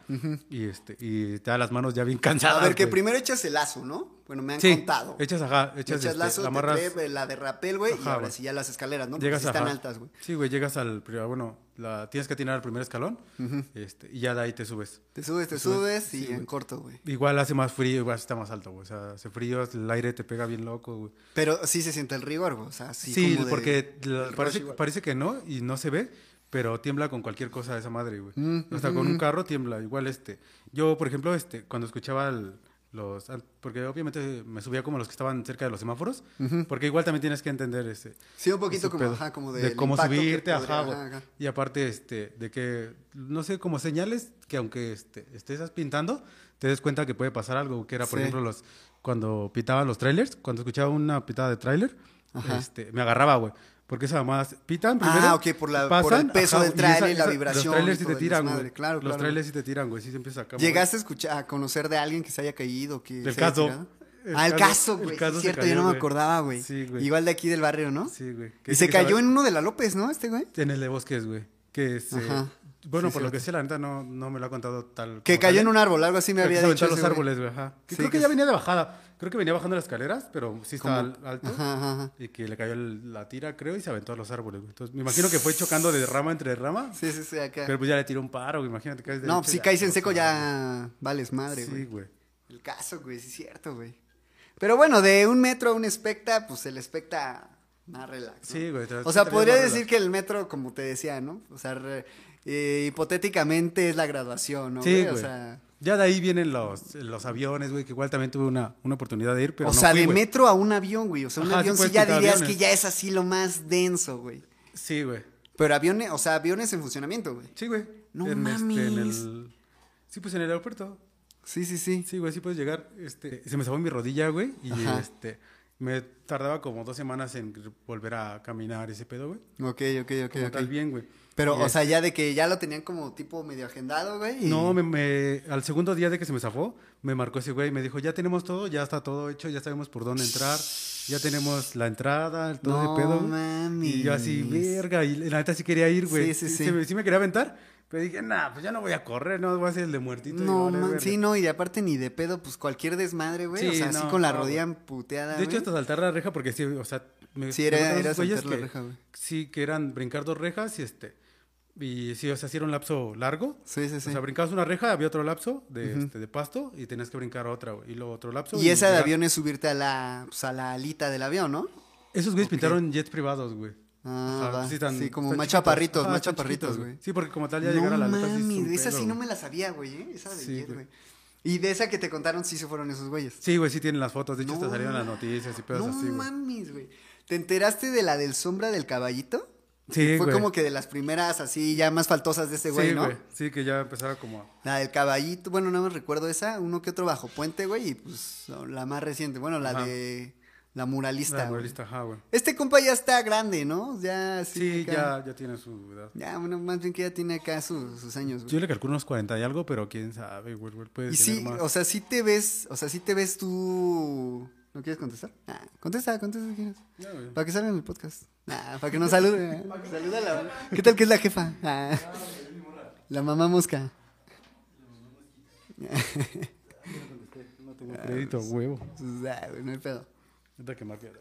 Speaker 2: y, este, y te da las manos ya bien
Speaker 1: A
Speaker 2: cansadas.
Speaker 1: ver, que
Speaker 2: güey.
Speaker 1: primero echas el lazo, ¿no? Bueno, me han
Speaker 2: Sí,
Speaker 1: contado.
Speaker 2: echas, ajá, echas,
Speaker 1: echas
Speaker 2: este,
Speaker 1: lazo, te
Speaker 2: amarras-
Speaker 1: trae la de rapel, güey, y
Speaker 2: Ajá,
Speaker 1: ahora
Speaker 2: güey.
Speaker 1: sí ya las escaleras, ¿no? Porque
Speaker 2: Llegas
Speaker 1: sí están
Speaker 2: ajá.
Speaker 1: altas, güey.
Speaker 2: Sí, güey, llegas al primer, bueno, la, tienes que atinar al primer escalón este, y ya de ahí te subes.
Speaker 1: Te subes, te subes y en corto, güey.
Speaker 2: Igual hace más frío, igual está más alto, güey. O sea, hace frío, el aire te pega bien loco, güey.
Speaker 1: Pero sí se siente el rigor, güey. O sea, sí.
Speaker 2: Sí,
Speaker 1: como de-
Speaker 2: porque la-
Speaker 1: rush
Speaker 2: parece,
Speaker 1: igual.
Speaker 2: parece que no y no se ve, pero tiembla con cualquier cosa de esa madre, güey.
Speaker 1: Mm,
Speaker 2: Hasta con un carro tiembla, igual este. Yo, por ejemplo, este, cuando escuchaba el- los... an- Porque obviamente me subía como los que estaban cerca de los semáforos, porque igual también tienes que entender este...
Speaker 1: Sí, un poquito
Speaker 2: ese
Speaker 1: como,
Speaker 2: pedo.
Speaker 1: ajá, como de.
Speaker 2: de cómo subirte, ajá, güey.
Speaker 1: ajá, ajá.
Speaker 2: Y aparte, este, de que, no sé, como señales que aunque este, estés pintando, te des cuenta que puede pasar algo, que era, por
Speaker 1: Sí.
Speaker 2: ejemplo, los, cuando pitaban los trailers, cuando escuchaba una pitada de trailer,
Speaker 1: Ajá.
Speaker 2: este, me agarraba, güey. Porque esas mamás pitan
Speaker 1: Ah,
Speaker 2: primero.
Speaker 1: ok, por la- por el peso del
Speaker 2: güey, y esa-
Speaker 1: tráiler, la
Speaker 2: esa-
Speaker 1: vibración
Speaker 2: Los trailers
Speaker 1: y
Speaker 2: sí
Speaker 1: todo
Speaker 2: te
Speaker 1: el
Speaker 2: tiran,
Speaker 1: desmadre,
Speaker 2: güey.
Speaker 1: claro,
Speaker 2: Los
Speaker 1: claro.
Speaker 2: trailers sí te tiran, güey. Sí se empieza a acabar.
Speaker 1: ¿Llegaste a, escuchar, a conocer de alguien que se haya caído? Que
Speaker 2: Del
Speaker 1: se haya
Speaker 2: caso.
Speaker 1: tirado?
Speaker 2: El
Speaker 1: ah, el
Speaker 2: caso-
Speaker 1: caso,
Speaker 2: el
Speaker 1: güey.
Speaker 2: caso
Speaker 1: Es
Speaker 2: se
Speaker 1: cierto,
Speaker 2: cayó,
Speaker 1: yo no me
Speaker 2: güey.
Speaker 1: acordaba, güey.
Speaker 2: Sí, güey.
Speaker 1: Igual de aquí del barrio, ¿no?
Speaker 2: Sí, güey.
Speaker 1: Y
Speaker 2: Que
Speaker 1: se
Speaker 2: dice que
Speaker 1: cayó
Speaker 2: estaba-
Speaker 1: en uno de la López, ¿no? Este güey.
Speaker 2: En el de Bosques, güey. Que este,
Speaker 1: Ajá.
Speaker 2: Bueno,
Speaker 1: Sí,
Speaker 2: por lo
Speaker 1: cierto.
Speaker 2: que sé, la neta no, no me lo ha contado tal.
Speaker 1: Que
Speaker 2: como
Speaker 1: cayó
Speaker 2: tal.
Speaker 1: en un árbol, algo así me
Speaker 2: Pero que
Speaker 1: había
Speaker 2: se
Speaker 1: dicho.
Speaker 2: aventó a los
Speaker 1: ese güey.
Speaker 2: árboles, güey. Ajá. Que
Speaker 1: Sí,
Speaker 2: creo
Speaker 1: que
Speaker 2: que ya
Speaker 1: es-
Speaker 2: venía de bajada. Creo que venía bajando las escaleras, pero sí estaba
Speaker 1: Como-
Speaker 2: alto.
Speaker 1: Ajá, ajá, ajá.
Speaker 2: Y que le cayó el- la tira, creo, y se aventó a los árboles, güey. Entonces, me imagino que fue chocando de rama entre rama.
Speaker 1: Sí, sí, sí, acá.
Speaker 2: Pero pues ya le tiró un paro, güey. Imagínate que
Speaker 1: no, pues, si caes en seco ya vales madre, güey.
Speaker 2: Sí, güey.
Speaker 1: El caso, güey, sí es cierto, güey. Pero bueno, de un metro a un especta, pues el especta más relax. ¿no?
Speaker 2: Sí, güey, te-
Speaker 1: O sea,
Speaker 2: te
Speaker 1: podría
Speaker 2: ves más
Speaker 1: decir que el metro, como te decía, ¿no? O sea, re- eh, hipotéticamente es la graduación, ¿no?
Speaker 2: Sí, güey.
Speaker 1: O sea,
Speaker 2: Ya de ahí vienen los, los aviones, güey, que igual también tuve una, una oportunidad de ir, pero
Speaker 1: o
Speaker 2: no
Speaker 1: sea
Speaker 2: fui,
Speaker 1: de
Speaker 2: güey.
Speaker 1: metro a un avión, güey. O sea, un
Speaker 2: Ajá, sí
Speaker 1: avión sí,
Speaker 2: puedes
Speaker 1: ya
Speaker 2: quitar
Speaker 1: dirías
Speaker 2: aviones.
Speaker 1: que ya es así lo más denso, güey.
Speaker 2: Sí, güey.
Speaker 1: Pero aviones, o sea, aviones en funcionamiento, güey.
Speaker 2: Sí, güey.
Speaker 1: No
Speaker 2: En este, en
Speaker 1: mames.
Speaker 2: el- Sí, pues en el aeropuerto.
Speaker 1: Sí, sí, sí.
Speaker 2: Sí, güey, sí puedes llegar. Este, se me salvó mi rodilla, güey, y
Speaker 1: Ajá.
Speaker 2: este me tardaba como dos semanas en r- volver a caminar ese pedo, güey.
Speaker 1: Ok, ok, ok,
Speaker 2: Como
Speaker 1: ok.
Speaker 2: tal bien, güey.
Speaker 1: Pero,
Speaker 2: Y,
Speaker 1: o
Speaker 2: este,
Speaker 1: sea, ya de que ya lo tenían como tipo medio agendado, güey. y-
Speaker 2: no, me, me- al segundo día de que se me zafó, me marcó ese güey y me dijo, ya tenemos todo, ya está todo hecho, ya sabemos por dónde entrar, ya tenemos la entrada, todo
Speaker 1: No
Speaker 2: ese pedo. güey".
Speaker 1: mames.
Speaker 2: Y yo así, verga, y la neta sí quería ir, güey.
Speaker 1: Sí, sí,
Speaker 2: Y
Speaker 1: sí.
Speaker 2: se me- sí me quería aventar, pero dije, nah, pues ya no voy a correr, no voy a ser el de muertito. y
Speaker 1: No,
Speaker 2: vale
Speaker 1: man,
Speaker 2: verga".
Speaker 1: sí, no, y de aparte ni de pedo, pues cualquier desmadre, güey. o
Speaker 2: Sí,
Speaker 1: sea, así
Speaker 2: no,
Speaker 1: con la
Speaker 2: no,
Speaker 1: rodilla amputeada.
Speaker 2: De hecho,
Speaker 1: güey.
Speaker 2: hasta saltar la reja, porque sí, o sea, me
Speaker 1: Sí,
Speaker 2: me
Speaker 1: era-
Speaker 2: gustaron
Speaker 1: era
Speaker 2: esos güeyes
Speaker 1: saltar la
Speaker 2: que-
Speaker 1: reja, güey.
Speaker 2: Sí, que eran brincar dos rejas y este. Y sí, o sea, sí era un lapso largo.
Speaker 1: Sí, sí, sí.
Speaker 2: O sea, brincabas una reja, había otro lapso de, este, de pasto y tenías que brincar otra, güey, y luego otro lapso.
Speaker 1: y esa de
Speaker 2: llegar-
Speaker 1: avión es subirte a la, pues, a la alita del avión, ¿no?
Speaker 2: Esos güeyes pintaron jets privados, güey.
Speaker 1: Ah, va.
Speaker 2: están-
Speaker 1: Sí, como
Speaker 2: están
Speaker 1: más
Speaker 2: chiquitos.
Speaker 1: chaparritos,
Speaker 2: Ajá,
Speaker 1: más
Speaker 2: están
Speaker 1: chaparritos,
Speaker 2: chiquitos,
Speaker 1: güey.
Speaker 2: Sí, porque como tal ya llegar
Speaker 1: No
Speaker 2: a la neta sí es
Speaker 1: mames,
Speaker 2: un
Speaker 1: de esa
Speaker 2: pedo,
Speaker 1: sí no
Speaker 2: güey.
Speaker 1: me la sabía, güey, ¿eh? Esa de
Speaker 2: Sí,
Speaker 1: Jet,
Speaker 2: güey.
Speaker 1: güey. Y de esa que te contaron sí se fueron esos güeyes.
Speaker 2: Sí, güey, sí tienen las fotos. De hecho,
Speaker 1: No
Speaker 2: hasta salieron las
Speaker 1: mames.
Speaker 2: noticias y pedos
Speaker 1: No
Speaker 2: así, güey.
Speaker 1: mames, güey. ¿Te enteraste de la del sombra del caballito?
Speaker 2: Sí,
Speaker 1: Fue
Speaker 2: güey.
Speaker 1: como que de las primeras así ya más faltosas de ese güey,
Speaker 2: Sí,
Speaker 1: ¿no?
Speaker 2: güey. Sí, que ya empezaba como a-
Speaker 1: La del caballito, bueno, no me recuerdo esa, uno que otro bajo puente, güey, y pues la más reciente, bueno, la
Speaker 2: Ajá.
Speaker 1: de la muralista.
Speaker 2: la
Speaker 1: güey.
Speaker 2: moralista, ajá, güey.
Speaker 1: Este compa ya está grande, ¿no? Ya
Speaker 2: Sí,
Speaker 1: acá-
Speaker 2: ya, ya tiene su edad.
Speaker 1: Ya, bueno, más bien que ya tiene acá su- sus años, güey.
Speaker 2: Yo le calculo unos 40 y algo, pero quién sabe, güey, güey, puede
Speaker 1: Y
Speaker 2: tener
Speaker 1: sí,
Speaker 2: más.
Speaker 1: o sea, sí te ves, o sea, sí te ves tú. ¿No quieres contestar? Ah, contesta, contesta si quieres.
Speaker 2: Ya, güey.
Speaker 1: Para que salga en el podcast. Ah, para que nos salude. Saluda a la. ¿Qué tal que es la jefa? Ah. La mamá mosca.
Speaker 2: Tengo crédito, huevo.
Speaker 1: Pues, ah, güey, no hay pedo.
Speaker 2: Ahorita que marque.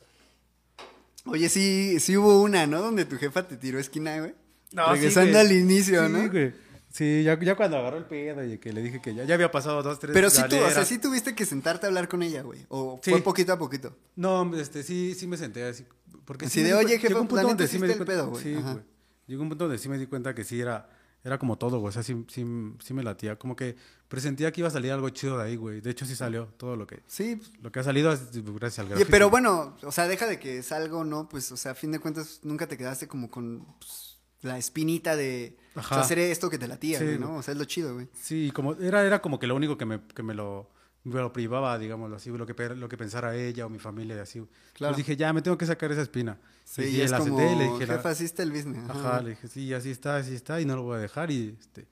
Speaker 1: Oye, sí, sí hubo una, ¿no? Donde tu jefa te tiró esquina, güey.
Speaker 2: No,
Speaker 1: Regresando
Speaker 2: güey.
Speaker 1: al inicio,
Speaker 2: Sí,
Speaker 1: ¿no?
Speaker 2: güey. Sí, ya, ya cuando agarró el pedo y que le dije que ya, ya había pasado dos, tres
Speaker 1: Pero sí, tú, o
Speaker 2: galeras.
Speaker 1: sea, sí tuviste que sentarte a hablar con ella, güey. O
Speaker 2: Sí.
Speaker 1: fue poquito a poquito.
Speaker 2: No, este, sí, sí me senté así. Porque
Speaker 1: Así
Speaker 2: sí me
Speaker 1: de,
Speaker 2: di cu-
Speaker 1: "Oye, jefe,
Speaker 2: llegó
Speaker 1: la neta
Speaker 2: me
Speaker 1: hiciste
Speaker 2: di
Speaker 1: el
Speaker 2: cuenta-
Speaker 1: pedo, güey".
Speaker 2: Sí,
Speaker 1: Ajá.
Speaker 2: güey. Llegó un punto donde sí me di cuenta que sí era, era como todo, güey. O sea, sí, sí, sí me latía. Como que presentía que iba a salir algo chido de ahí, güey. De hecho, sí salió todo lo que,
Speaker 1: Sí. pues,
Speaker 2: lo que ha salido es gracias al
Speaker 1: oye,
Speaker 2: grafito.
Speaker 1: pero bueno, o sea, deja de que es algo, ¿no? Pues, o sea, a fin de cuentas, nunca te quedaste como con pues, la espinita de o sea,
Speaker 2: Ajá.
Speaker 1: hacer esto que te latía,
Speaker 2: Sí,
Speaker 1: güey,
Speaker 2: güey.
Speaker 1: ¿no? O sea, es lo chido, güey.
Speaker 2: Sí, como, era, era como que lo único que me, que me lo, me lo privaba, digámoslo así, lo que, pe- lo que pensara ella o mi familia y así.
Speaker 1: Claro.
Speaker 2: Pues dije, ya, me tengo que sacar esa espina.
Speaker 1: Sí,
Speaker 2: Y
Speaker 1: y es
Speaker 2: la
Speaker 1: como,
Speaker 2: senté y le dije, la-
Speaker 1: jefa, así está el business.
Speaker 2: Ajá,
Speaker 1: Ajá.
Speaker 2: le dije, sí, así está, así está, y no lo voy a dejar. Y este,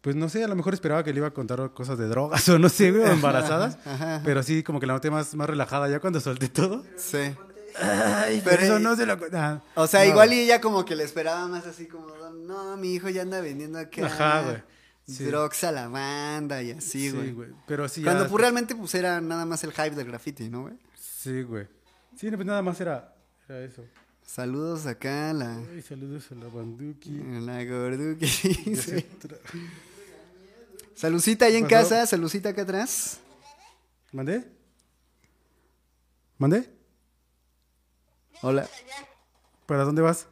Speaker 2: pues no sé, a lo mejor esperaba que le iba a contar cosas de drogas o no sé, güey, o embarazadas.
Speaker 1: ajá, ajá.
Speaker 2: Pero sí, como que la noté más, más relajada ya cuando solté todo.
Speaker 1: Sí.
Speaker 2: Ay,
Speaker 1: pero-
Speaker 2: eso no se lo cu- ah,
Speaker 1: O sea,
Speaker 2: no,
Speaker 1: igual y ella como que le esperaba más así como, no, mi hijo ya anda vendiendo acá.
Speaker 2: Ajá, güey. Sí.
Speaker 1: Drogs a la banda y así, güey.
Speaker 2: Pero sí, ya-
Speaker 1: Cuando pues, realmente pues era nada más el hype del graffiti, ¿no, güey?
Speaker 2: Sí, güey. Sí, no, pues nada más era, era eso.
Speaker 1: Saludos acá a la,
Speaker 2: Ay, saludos a la
Speaker 1: a
Speaker 2: banduki.
Speaker 1: la gorduki. Sí.
Speaker 2: Ya se tra-
Speaker 1: Salucita ahí en
Speaker 2: Pasó.
Speaker 1: casa, salucita acá atrás.
Speaker 2: ¿Mandé? ¿Mandé?
Speaker 1: Hola.
Speaker 2: ¿Para dónde vas?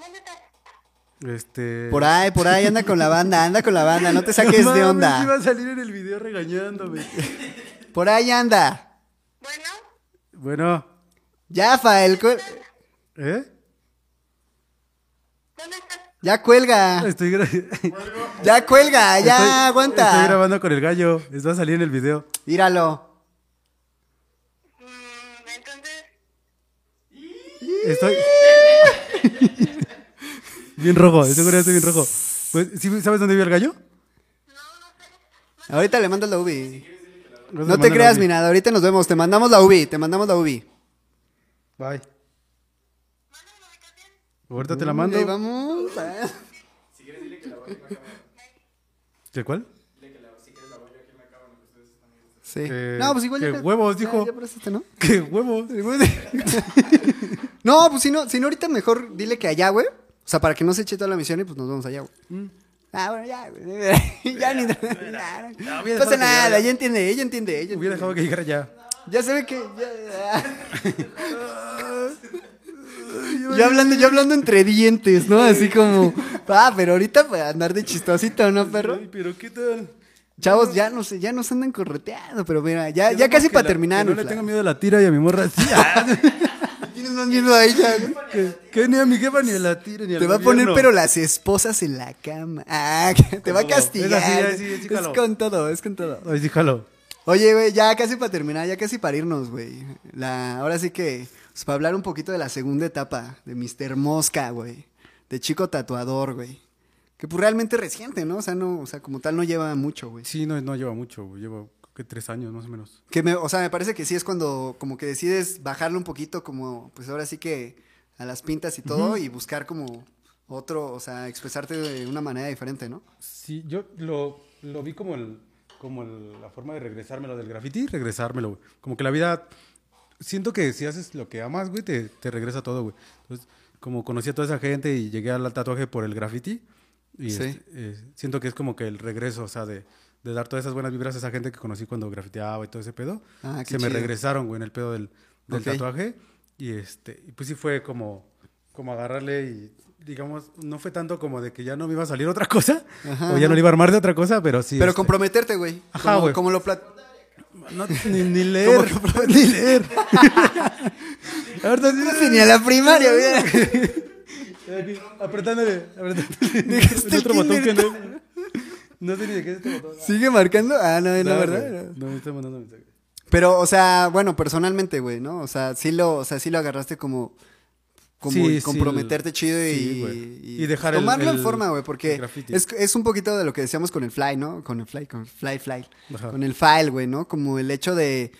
Speaker 3: ¿Dónde estás?
Speaker 2: Este...
Speaker 1: Por ahí, por ahí, anda con la banda, anda con la banda, no te saques
Speaker 2: No
Speaker 1: de
Speaker 2: mames, Iba
Speaker 1: onda.
Speaker 2: a salir en el video regañándome.
Speaker 1: Por ahí anda.
Speaker 3: Bueno,
Speaker 2: bueno,
Speaker 1: Ya, Fael, cuel-
Speaker 2: ¿eh?
Speaker 3: ¿dónde estás?
Speaker 1: ya cuelga.
Speaker 2: Estoy, gra-
Speaker 1: Ya cuelga, ya,
Speaker 2: estoy-
Speaker 1: aguanta.
Speaker 2: Estoy grabando con el gallo. Es- Va a salir en el video.
Speaker 1: Míralo.
Speaker 3: Mm, entonces,
Speaker 2: Estoy. bien rojo, estoy seguro que estoy bien rojo. Pues, ¿sí ¿Sabes dónde vive el gallo?
Speaker 1: Ahorita le mandas la UBI.
Speaker 2: Luego
Speaker 1: No
Speaker 2: mando
Speaker 1: te
Speaker 2: la
Speaker 1: creas,
Speaker 2: UBI.
Speaker 1: mira, ahorita nos vemos. Te mandamos la UBI, te mandamos la UBI.
Speaker 2: Bye. Ahorita te la mando.
Speaker 1: Ahí vamos. ah.
Speaker 2: ¿De cuál?
Speaker 1: Sí.
Speaker 2: Que-
Speaker 1: no, pues igual
Speaker 2: Eh, que
Speaker 1: ya-
Speaker 2: huevos,
Speaker 1: ya-
Speaker 2: dijo.
Speaker 1: ya prestaste, ¿no?
Speaker 2: ¡Qué huevos!
Speaker 1: No, pues si no, si no ahorita mejor dile que allá, güey. O sea, para que no se eche toda la misión y pues nos vamos allá, güey. Ah, bueno, ya, güey. ya ni. ya,
Speaker 2: Mm. No,
Speaker 1: no
Speaker 2: hubiera dejado
Speaker 1: pasa
Speaker 2: que llegara.
Speaker 1: nada, ella entiende, ella entiende, ella
Speaker 2: Hubiera
Speaker 1: entiende.
Speaker 2: dejado que llegara ya.
Speaker 1: Ya se ve que. Ya, yo hablando, yo hablando entre dientes, ¿no? Así como. Ah, pero ahorita para andar de chistosito, ¿no, perro?
Speaker 2: Ay, pero ¿qué tal?
Speaker 1: Chavos, ya nos, ya nos andan correteando, pero mira, ya, ya
Speaker 2: Digamos
Speaker 1: casi
Speaker 2: que
Speaker 1: para
Speaker 2: la-
Speaker 1: terminar, mi
Speaker 2: que No le
Speaker 1: Fla.
Speaker 2: tengo miedo a la tira y a mi morra. Sí, Ah,
Speaker 1: Tienes más miedo a ella, güey.
Speaker 2: que, que ni a mi jefa ni a la tira ni al
Speaker 1: Te va a poner,
Speaker 2: gobierno.
Speaker 1: pero las esposas en la cama. Ah, te va a
Speaker 2: Como-
Speaker 1: castigar.
Speaker 2: es así, así,
Speaker 1: es
Speaker 2: chícalo.
Speaker 1: con todo, es con todo.
Speaker 2: Ay, sí, jalo.
Speaker 1: Oye, güey, ya casi para terminar, ya casi para irnos, güey. La, ahora sí que, pues, para hablar un poquito de la segunda etapa, de Mr. Mosca, güey. De chico tatuador, güey. Que pues realmente reciente, ¿no? O sea, no, o sea, como tal no lleva mucho, güey.
Speaker 2: Sí, no, no lleva mucho, güey. Lleva creo que tres años más o menos.
Speaker 1: Que me, o sea, me parece que sí es cuando como que decides bajarlo un poquito, como, pues ahora sí que a las pintas y todo, y buscar como otro, o sea, expresarte de una manera diferente, ¿no?
Speaker 2: Sí, yo lo, lo vi como el, como el- la forma de regresármelo del graffiti, regresármelo, güey. Como que la vida, siento que si haces lo que amas, güey, te, te regresa todo, güey. Entonces, como conocí a toda esa gente y llegué al tatuaje por el graffiti, y
Speaker 1: Sí.
Speaker 2: este, eh, siento que es como que el regreso, o sea, de, de dar todas esas buenas vibras a esa gente que conocí cuando grafiteaba y todo ese pedo.
Speaker 1: Ah, qué
Speaker 2: se me
Speaker 1: chido.
Speaker 2: regresaron, güey, en el pedo del, del
Speaker 1: Ok.
Speaker 2: tatuaje. Y este, y pues sí fue como, como agarrarle y digamos, no fue tanto como de que ya no me iba a salir otra cosa,
Speaker 1: Ajá,
Speaker 2: o ya no le iba a armar de otra cosa, pero sí.
Speaker 1: Pero
Speaker 2: este,
Speaker 1: comprometerte, güey.
Speaker 2: Ajá,
Speaker 1: Como-
Speaker 2: güey.
Speaker 1: Como lo plat-
Speaker 2: no, ni, ni leer, ni leer. Ahorita sí-
Speaker 1: Ni a la primaria, güey.
Speaker 2: Aquí, apretándole, apretándole.
Speaker 1: Dejaste
Speaker 2: El
Speaker 1: el
Speaker 2: otro botón que
Speaker 1: "Este kinder.
Speaker 2: no es. No sé ni de qué es este botón.
Speaker 1: ¿Sigue marcando? Ah, no, es la
Speaker 2: No,
Speaker 1: verdad.
Speaker 2: güey, No me está mandando mensaje.
Speaker 1: Pero, o sea, bueno, personalmente, güey, ¿no? O sea, sí lo, o sea, sí lo agarraste como, como
Speaker 2: Sí,
Speaker 1: el
Speaker 2: sí,
Speaker 1: comprometerte
Speaker 2: el-
Speaker 1: chido y,
Speaker 2: sí, güey. Y dejar el-
Speaker 1: tomarlo en
Speaker 2: el-
Speaker 1: forma, güey,
Speaker 2: el
Speaker 1: porque
Speaker 2: graffiti.
Speaker 1: es, es un poquito de lo que decíamos con el fly, ¿no? Con el fly, con el fly, fly.
Speaker 2: Ajá.
Speaker 1: Con el file, güey, ¿no? Como el hecho de,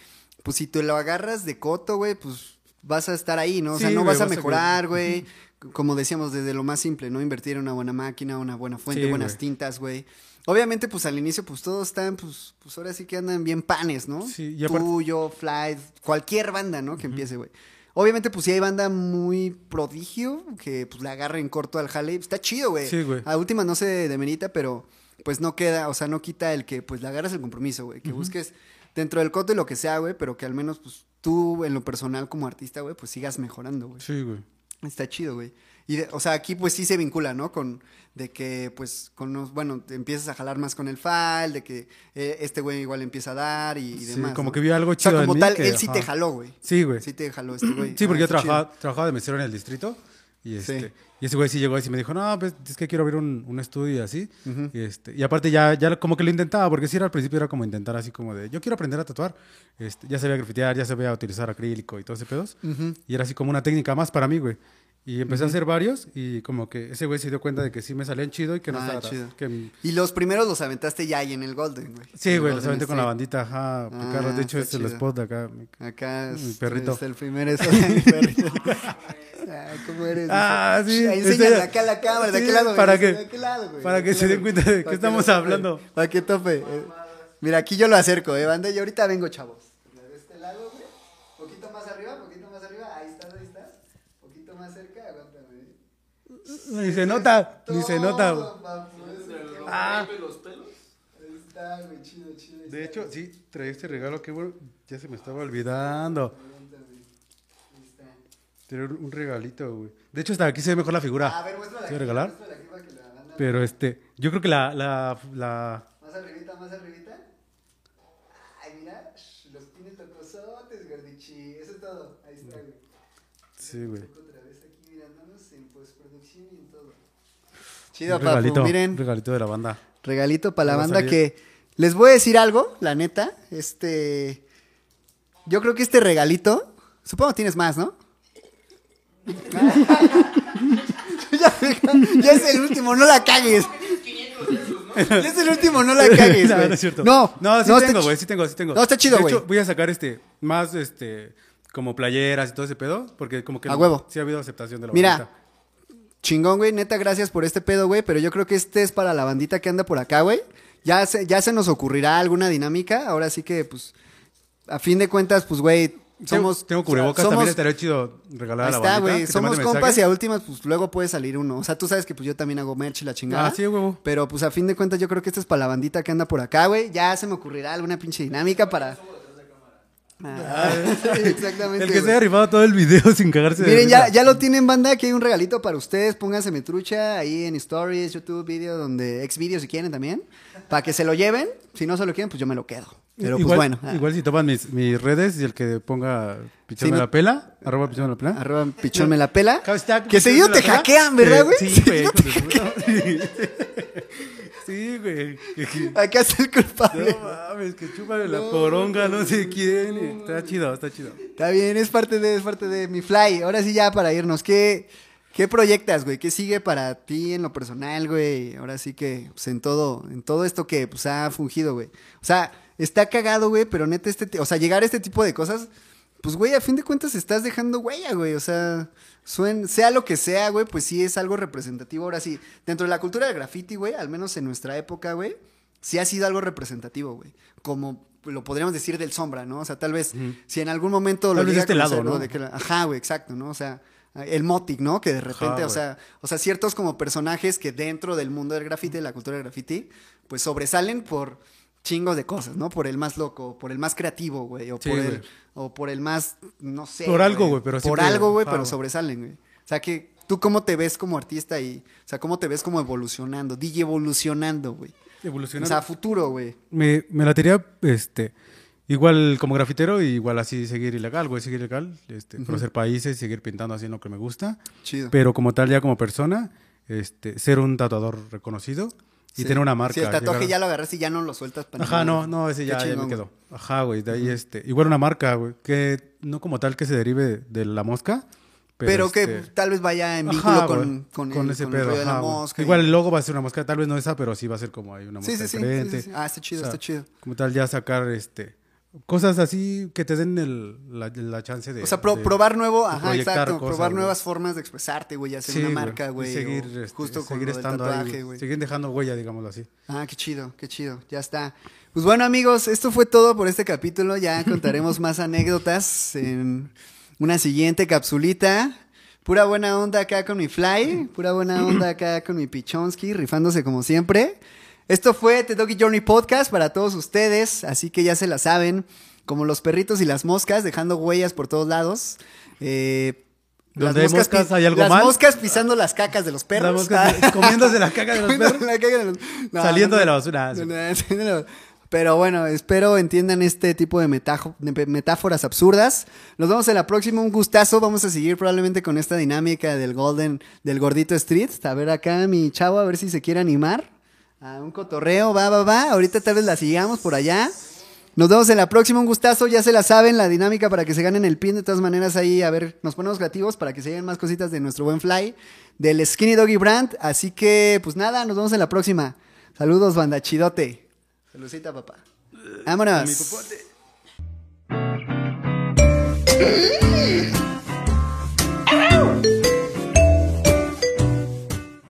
Speaker 1: pues si tú lo agarras de coto, güey, pues vas a estar ahí, ¿no? O sea,
Speaker 2: Sí,
Speaker 1: no
Speaker 2: güey,
Speaker 1: vas a
Speaker 2: vas a
Speaker 1: mejorar, güey. C- Como decíamos, desde lo más simple, ¿no? Invertir en una buena máquina, una buena fuente,
Speaker 2: Sí,
Speaker 1: buenas
Speaker 2: güey.
Speaker 1: tintas, güey. Obviamente, pues al inicio, pues todos están, pues, pues ahora sí que andan bien panes, ¿no?
Speaker 2: Sí, y aparte-
Speaker 1: Tú, yo, Fly, cualquier banda, ¿no? Que empiece, güey. Obviamente, pues sí hay banda muy prodigio que pues la agarra en corto al jale. Está chido, güey.
Speaker 2: Sí, güey.
Speaker 1: A última no se demerita, pero pues no queda, o sea, no quita el que pues le agarras el compromiso, güey. Que busques dentro del coto y lo que sea, güey, pero que al menos pues tú en lo personal como artista, güey, pues sigas mejorando, güey.
Speaker 2: Sí, güey.
Speaker 1: Está chido, güey. Y, de- o sea, aquí pues sí se vincula, ¿no? Con, de que, pues, con los- bueno, te empiezas a jalar más con el file, de que eh, este güey igual empieza a dar y, y
Speaker 2: Sí,
Speaker 1: demás.
Speaker 2: como
Speaker 1: ¿no?
Speaker 2: que vio algo
Speaker 1: O
Speaker 2: chido
Speaker 1: sea,
Speaker 2: en
Speaker 1: como
Speaker 2: mí
Speaker 1: tal,
Speaker 2: que,
Speaker 1: él sí te
Speaker 2: ajá.
Speaker 1: jaló, güey.
Speaker 2: Sí, güey.
Speaker 1: Sí te jaló este güey.
Speaker 2: Sí, porque
Speaker 1: Ah,
Speaker 2: yo
Speaker 1: está chido.
Speaker 2: trabajaba, trabajaba de mesero en el distrito. Y, este,
Speaker 1: Sí.
Speaker 2: y ese güey sí llegó así y me dijo, no, pues es que quiero abrir un, un estudio y así. y, este, y aparte ya, ya como que lo intentaba, porque sí era al principio era como intentar así como de, yo quiero aprender a tatuar. Este, ya sabía grafitear, ya sabía utilizar acrílico y todo ese pedos. Y era así como una técnica más para mí, güey. Y empecé a hacer varios y como que ese güey se dio cuenta de que sí me salían chido y que no
Speaker 1: Ah,
Speaker 2: estaba...
Speaker 1: chido.
Speaker 2: que-
Speaker 1: Y los primeros los aventaste ya ahí en el Golden, güey. En
Speaker 2: sí,
Speaker 1: el
Speaker 2: güey, los
Speaker 1: Golden
Speaker 2: aventé con la
Speaker 1: State.
Speaker 2: bandita, ajá, picarros. De hecho,
Speaker 1: Ah, está
Speaker 2: este es el
Speaker 1: chido.
Speaker 2: spot de acá. mi-
Speaker 1: Acá es,
Speaker 2: Mi Mm, perrito.
Speaker 1: es el primer eso de mi perrito. Ah, ¿Cómo eres?
Speaker 2: Ah, sí.
Speaker 1: Ahí enséñale
Speaker 2: Este-
Speaker 1: acá a la cámara, ¿de
Speaker 2: Sí,
Speaker 1: qué lado? güey?
Speaker 2: para que-
Speaker 1: ¿De qué lado, güey?
Speaker 2: para
Speaker 1: ¿De
Speaker 2: que
Speaker 1: qué
Speaker 2: se den
Speaker 1: lado?
Speaker 2: cuenta de qué
Speaker 1: Para que
Speaker 2: estamos
Speaker 1: lo tope,
Speaker 2: hablando.
Speaker 1: Para que tope. Eh, Mira, aquí yo lo acerco, eh, banda, y ahorita vengo, chavos. De este lado, güey. Poquito más arriba, poquito más arriba. Ahí estás, ahí estás. Poquito más cerca, aguántame. eh.
Speaker 2: Ni se nota, ni se nota. güey.
Speaker 1: Todo, papu, es lo que-
Speaker 2: Ah.
Speaker 4: los pelos?
Speaker 1: Ahí está, güey, chido, chido. ahí
Speaker 2: De
Speaker 1: está,
Speaker 2: hecho, sí, traía este regalo que bueno, ya se me estaba olvidando.
Speaker 1: aguántame. Ahí está.
Speaker 2: Traía un un regalito, güey. De hecho, hasta aquí se ve mejor la figura.
Speaker 1: A ver, muéstrala. aquí,
Speaker 2: ¿Te voy a Ah, regalar?
Speaker 1: muéstrala aquí para que la banda-
Speaker 2: Pero este, yo creo que la, la, la...
Speaker 1: Más arribita, más arribita. Ay, mira, sh, los tienes tocosotes, gordichi. Eso es todo. Ahí está, güey.
Speaker 2: Sí, güey.
Speaker 1: Toco Otra vez aquí mirándonos en postproducción y en todo. Chido,
Speaker 2: un regalito,
Speaker 1: papu.
Speaker 2: un
Speaker 1: pues, Miren,
Speaker 2: regalito de la banda.
Speaker 1: regalito para la
Speaker 2: No
Speaker 1: banda
Speaker 2: sabía.
Speaker 1: que... Les voy a decir algo, la neta. Este... Yo creo que este regalito... Supongo tienes más, ¿no? ya, ya es el último, no la cagues.
Speaker 4: Tienes 500 de esos, ¿no?
Speaker 1: Ya es el último, no la cagues,
Speaker 2: no,
Speaker 1: güey.
Speaker 2: no es cierto.
Speaker 1: No, este
Speaker 2: no, sí
Speaker 1: está
Speaker 2: tengo,
Speaker 1: ch-
Speaker 2: güey, sí tengo, sí tengo.
Speaker 1: No, está chido,
Speaker 2: De
Speaker 1: güey.
Speaker 2: hecho, voy a sacar este, más este, como playeras y todo ese pedo, porque como que...
Speaker 1: A huevo.
Speaker 2: Sí ha habido aceptación de la
Speaker 1: Mira,
Speaker 2: bandita.
Speaker 1: Chingón, güey. Neta, gracias por este pedo, güey. Pero yo creo que este es para la bandita que anda por acá, güey. Ya se, ya se nos ocurrirá alguna dinámica. Ahora sí que, pues, a fin de cuentas, pues, güey, somos.
Speaker 2: Tengo, tengo cubrebocas,
Speaker 1: somos-
Speaker 2: también estaría chido regalar
Speaker 1: Ahí
Speaker 2: a la
Speaker 1: está,
Speaker 2: bandita.
Speaker 1: güey.
Speaker 2: que te
Speaker 1: Somos
Speaker 2: mande
Speaker 1: compas y
Speaker 2: mensajes.
Speaker 1: a últimas, pues luego puede salir uno. O sea, tú sabes que pues yo también hago merch y la chingada.
Speaker 2: Ah, sí, huevo.
Speaker 1: Pero pues a fin de cuentas yo creo que este es para la bandita que anda por acá, güey. Ya se me ocurrirá alguna pinche dinámica para. Ah, exactamente.
Speaker 2: El que se
Speaker 1: güey.
Speaker 2: haya rifado todo el video sin cagarse de
Speaker 1: Miren, ya,
Speaker 2: risa.
Speaker 1: ya lo tienen, banda. Aquí hay un regalito para ustedes. Pónganse metrucha ahí en Stories, YouTube, video, donde ex video si quieren también. Para que se lo lleven. Si no se lo quieren, pues yo me lo quedo. Pero
Speaker 2: igual,
Speaker 1: pues bueno. ah,
Speaker 2: Igual si toman mis, mis redes y el que ponga pichón
Speaker 1: Sí, no-
Speaker 2: la pela, arroba pichón la pela.
Speaker 1: Arroba pichón me la pela.
Speaker 2: Hashtag
Speaker 1: Que
Speaker 2: pichón
Speaker 1: seguido
Speaker 2: me la
Speaker 1: te
Speaker 2: pela.
Speaker 1: hackean, ¿verdad,
Speaker 2: Eh,
Speaker 1: güey?
Speaker 2: Sí, güey. hijo de puta. Sí, güey.
Speaker 1: Acá está el culpable.
Speaker 2: No mames, que chúpame la poronga, no sé quién. Está chido, está chido.
Speaker 1: Está bien, es parte de, es parte de mi fly. Ahora sí ya para irnos, ¿qué, qué proyectas, güey? ¿Qué sigue para ti en lo personal, güey? Ahora sí que, pues en todo, en todo esto que pues ha fungido, güey. O sea, está cagado, güey, pero neta, este, ti- o sea, llegar a este tipo de cosas, pues güey, a fin de cuentas estás dejando huella, güey. O sea, suen, sea lo que sea, güey, pues sí es algo representativo. Ahora sí, dentro de la cultura del graffiti, güey, al menos en nuestra época, güey, sí ha sido algo representativo, güey. Como lo podríamos decir del sombra, ¿no? O sea, tal vez si en algún momento
Speaker 2: Tal
Speaker 1: lo
Speaker 2: vez de
Speaker 1: llega a
Speaker 2: este lado,
Speaker 1: conocer,
Speaker 2: ¿no?
Speaker 1: o de que la- Ajá, güey, exacto, ¿no? O sea, el Motic, ¿no? Que de repente, o
Speaker 2: güey.
Speaker 1: sea, o sea, ciertos como personajes que dentro del mundo del graffiti, de la cultura del graffiti, pues sobresalen por chingos de cosas, ¿no? Por el más loco, por el más creativo, güey, o
Speaker 2: Sí,
Speaker 1: por el
Speaker 2: güey.
Speaker 1: o por el más no sé.
Speaker 2: Por algo, güey, pero
Speaker 1: por
Speaker 2: siempre-
Speaker 1: algo, güey,
Speaker 2: ajá,
Speaker 1: pero
Speaker 2: güey.
Speaker 1: sobresalen, güey. O sea, que tú cómo te ves como artista y o sea, cómo te ves como evolucionando, DJ evolucionando, güey. O
Speaker 2: Evolucionando.
Speaker 1: sea, a futuro, güey.
Speaker 2: me, me latería, este, igual como grafitero, y igual así seguir ilegal, güey, seguir ilegal, este, conocer países, seguir pintando así en lo que me gusta.
Speaker 1: Chido.
Speaker 2: Pero como tal, ya como persona, este, ser un tatuador reconocido y
Speaker 1: Sí.
Speaker 2: tener una marca.
Speaker 1: Si el tatuaje
Speaker 2: llegar-
Speaker 1: ya lo agarras y ya no lo sueltas para
Speaker 2: Ajá,
Speaker 1: nada.
Speaker 2: no, no, ese
Speaker 1: Qué
Speaker 2: ya, ya
Speaker 1: chingón,
Speaker 2: me
Speaker 1: güey.
Speaker 2: quedó. Ajá, güey, de ahí este, igual una marca, güey, que no como tal que se derive de, de la mosca,
Speaker 1: Pero, que
Speaker 2: este,
Speaker 1: tal vez vaya en vínculo
Speaker 2: ajá, güey,
Speaker 1: con, con, el-
Speaker 2: ese
Speaker 1: con el
Speaker 2: pedo,
Speaker 1: rollo de la
Speaker 2: ajá, güey.
Speaker 1: mosca. y-
Speaker 2: Igual el logo va a ser una mosca, tal vez no esa, pero sí va a ser como hay una
Speaker 1: Sí,
Speaker 2: mosca
Speaker 1: sí, sí, sí, sí,
Speaker 2: diferente.
Speaker 1: sí. Ah, está chido, está chido.
Speaker 2: Como tal, ya sacar este cosas así que te den el- la, la chance de.
Speaker 1: O sea, pro-
Speaker 2: de-
Speaker 1: probar nuevo,
Speaker 2: de
Speaker 1: ajá,
Speaker 2: proyectar
Speaker 1: exacto,
Speaker 2: cosas,
Speaker 1: probar
Speaker 2: güey.
Speaker 1: nuevas formas de expresarte, güey, hacer
Speaker 2: Sí,
Speaker 1: una marca, güey,
Speaker 2: Y
Speaker 1: o
Speaker 2: seguir, este,
Speaker 1: justo con
Speaker 2: seguir
Speaker 1: lo del
Speaker 2: estando
Speaker 1: tatuaje,
Speaker 2: ahí.
Speaker 1: güey.
Speaker 2: Seguir dejando huella, digámoslo así.
Speaker 1: Ah, qué chido, qué chido, ya está. Pues bueno, amigos, esto fue todo por este capítulo, ya contaremos más anécdotas en una siguiente capsulita. Pura buena onda acá con mi Fly, pura buena onda acá con mi Pichonsky, rifándose como siempre. Esto fue The Doggy Journey Podcast para todos ustedes, así que ya se la saben, como los perritos y las moscas, dejando huellas por todos lados. Eh,
Speaker 2: Donde hay moscas,
Speaker 1: pi-
Speaker 2: ¿hay algo
Speaker 1: las
Speaker 2: mal?
Speaker 1: moscas pisando las cacas de los perros.
Speaker 2: Las moscas
Speaker 1: Ah.
Speaker 2: comiéndose la caca de los
Speaker 1: Comiendo
Speaker 2: perros.
Speaker 1: la caca de los- No,
Speaker 2: Saliendo
Speaker 1: no,
Speaker 2: de
Speaker 1: no.
Speaker 2: la basura. ah,
Speaker 1: No, no, saliendo de la- Pero bueno, espero entiendan este tipo de, metajo- de metáforas absurdas. Nos vemos en la próxima, un gustazo. Vamos a seguir probablemente con esta dinámica del Golden, del Gordito Street. A ver acá mi chavo, a ver si se quiere animar a un cotorreo. Va, va, va. Ahorita tal vez la sigamos por allá. Nos vemos en la próxima, un gustazo. Ya se la saben, la dinámica para que se ganen el pin. De todas maneras, ahí, a ver, nos ponemos creativos para que se lleguen más cositas de nuestro buen fly, del Skinny Doggy Brand. Así que, pues nada, nos vemos en la próxima. Saludos, banda chidote. Saludcita, papá. Vámonos.
Speaker 2: Mi popote.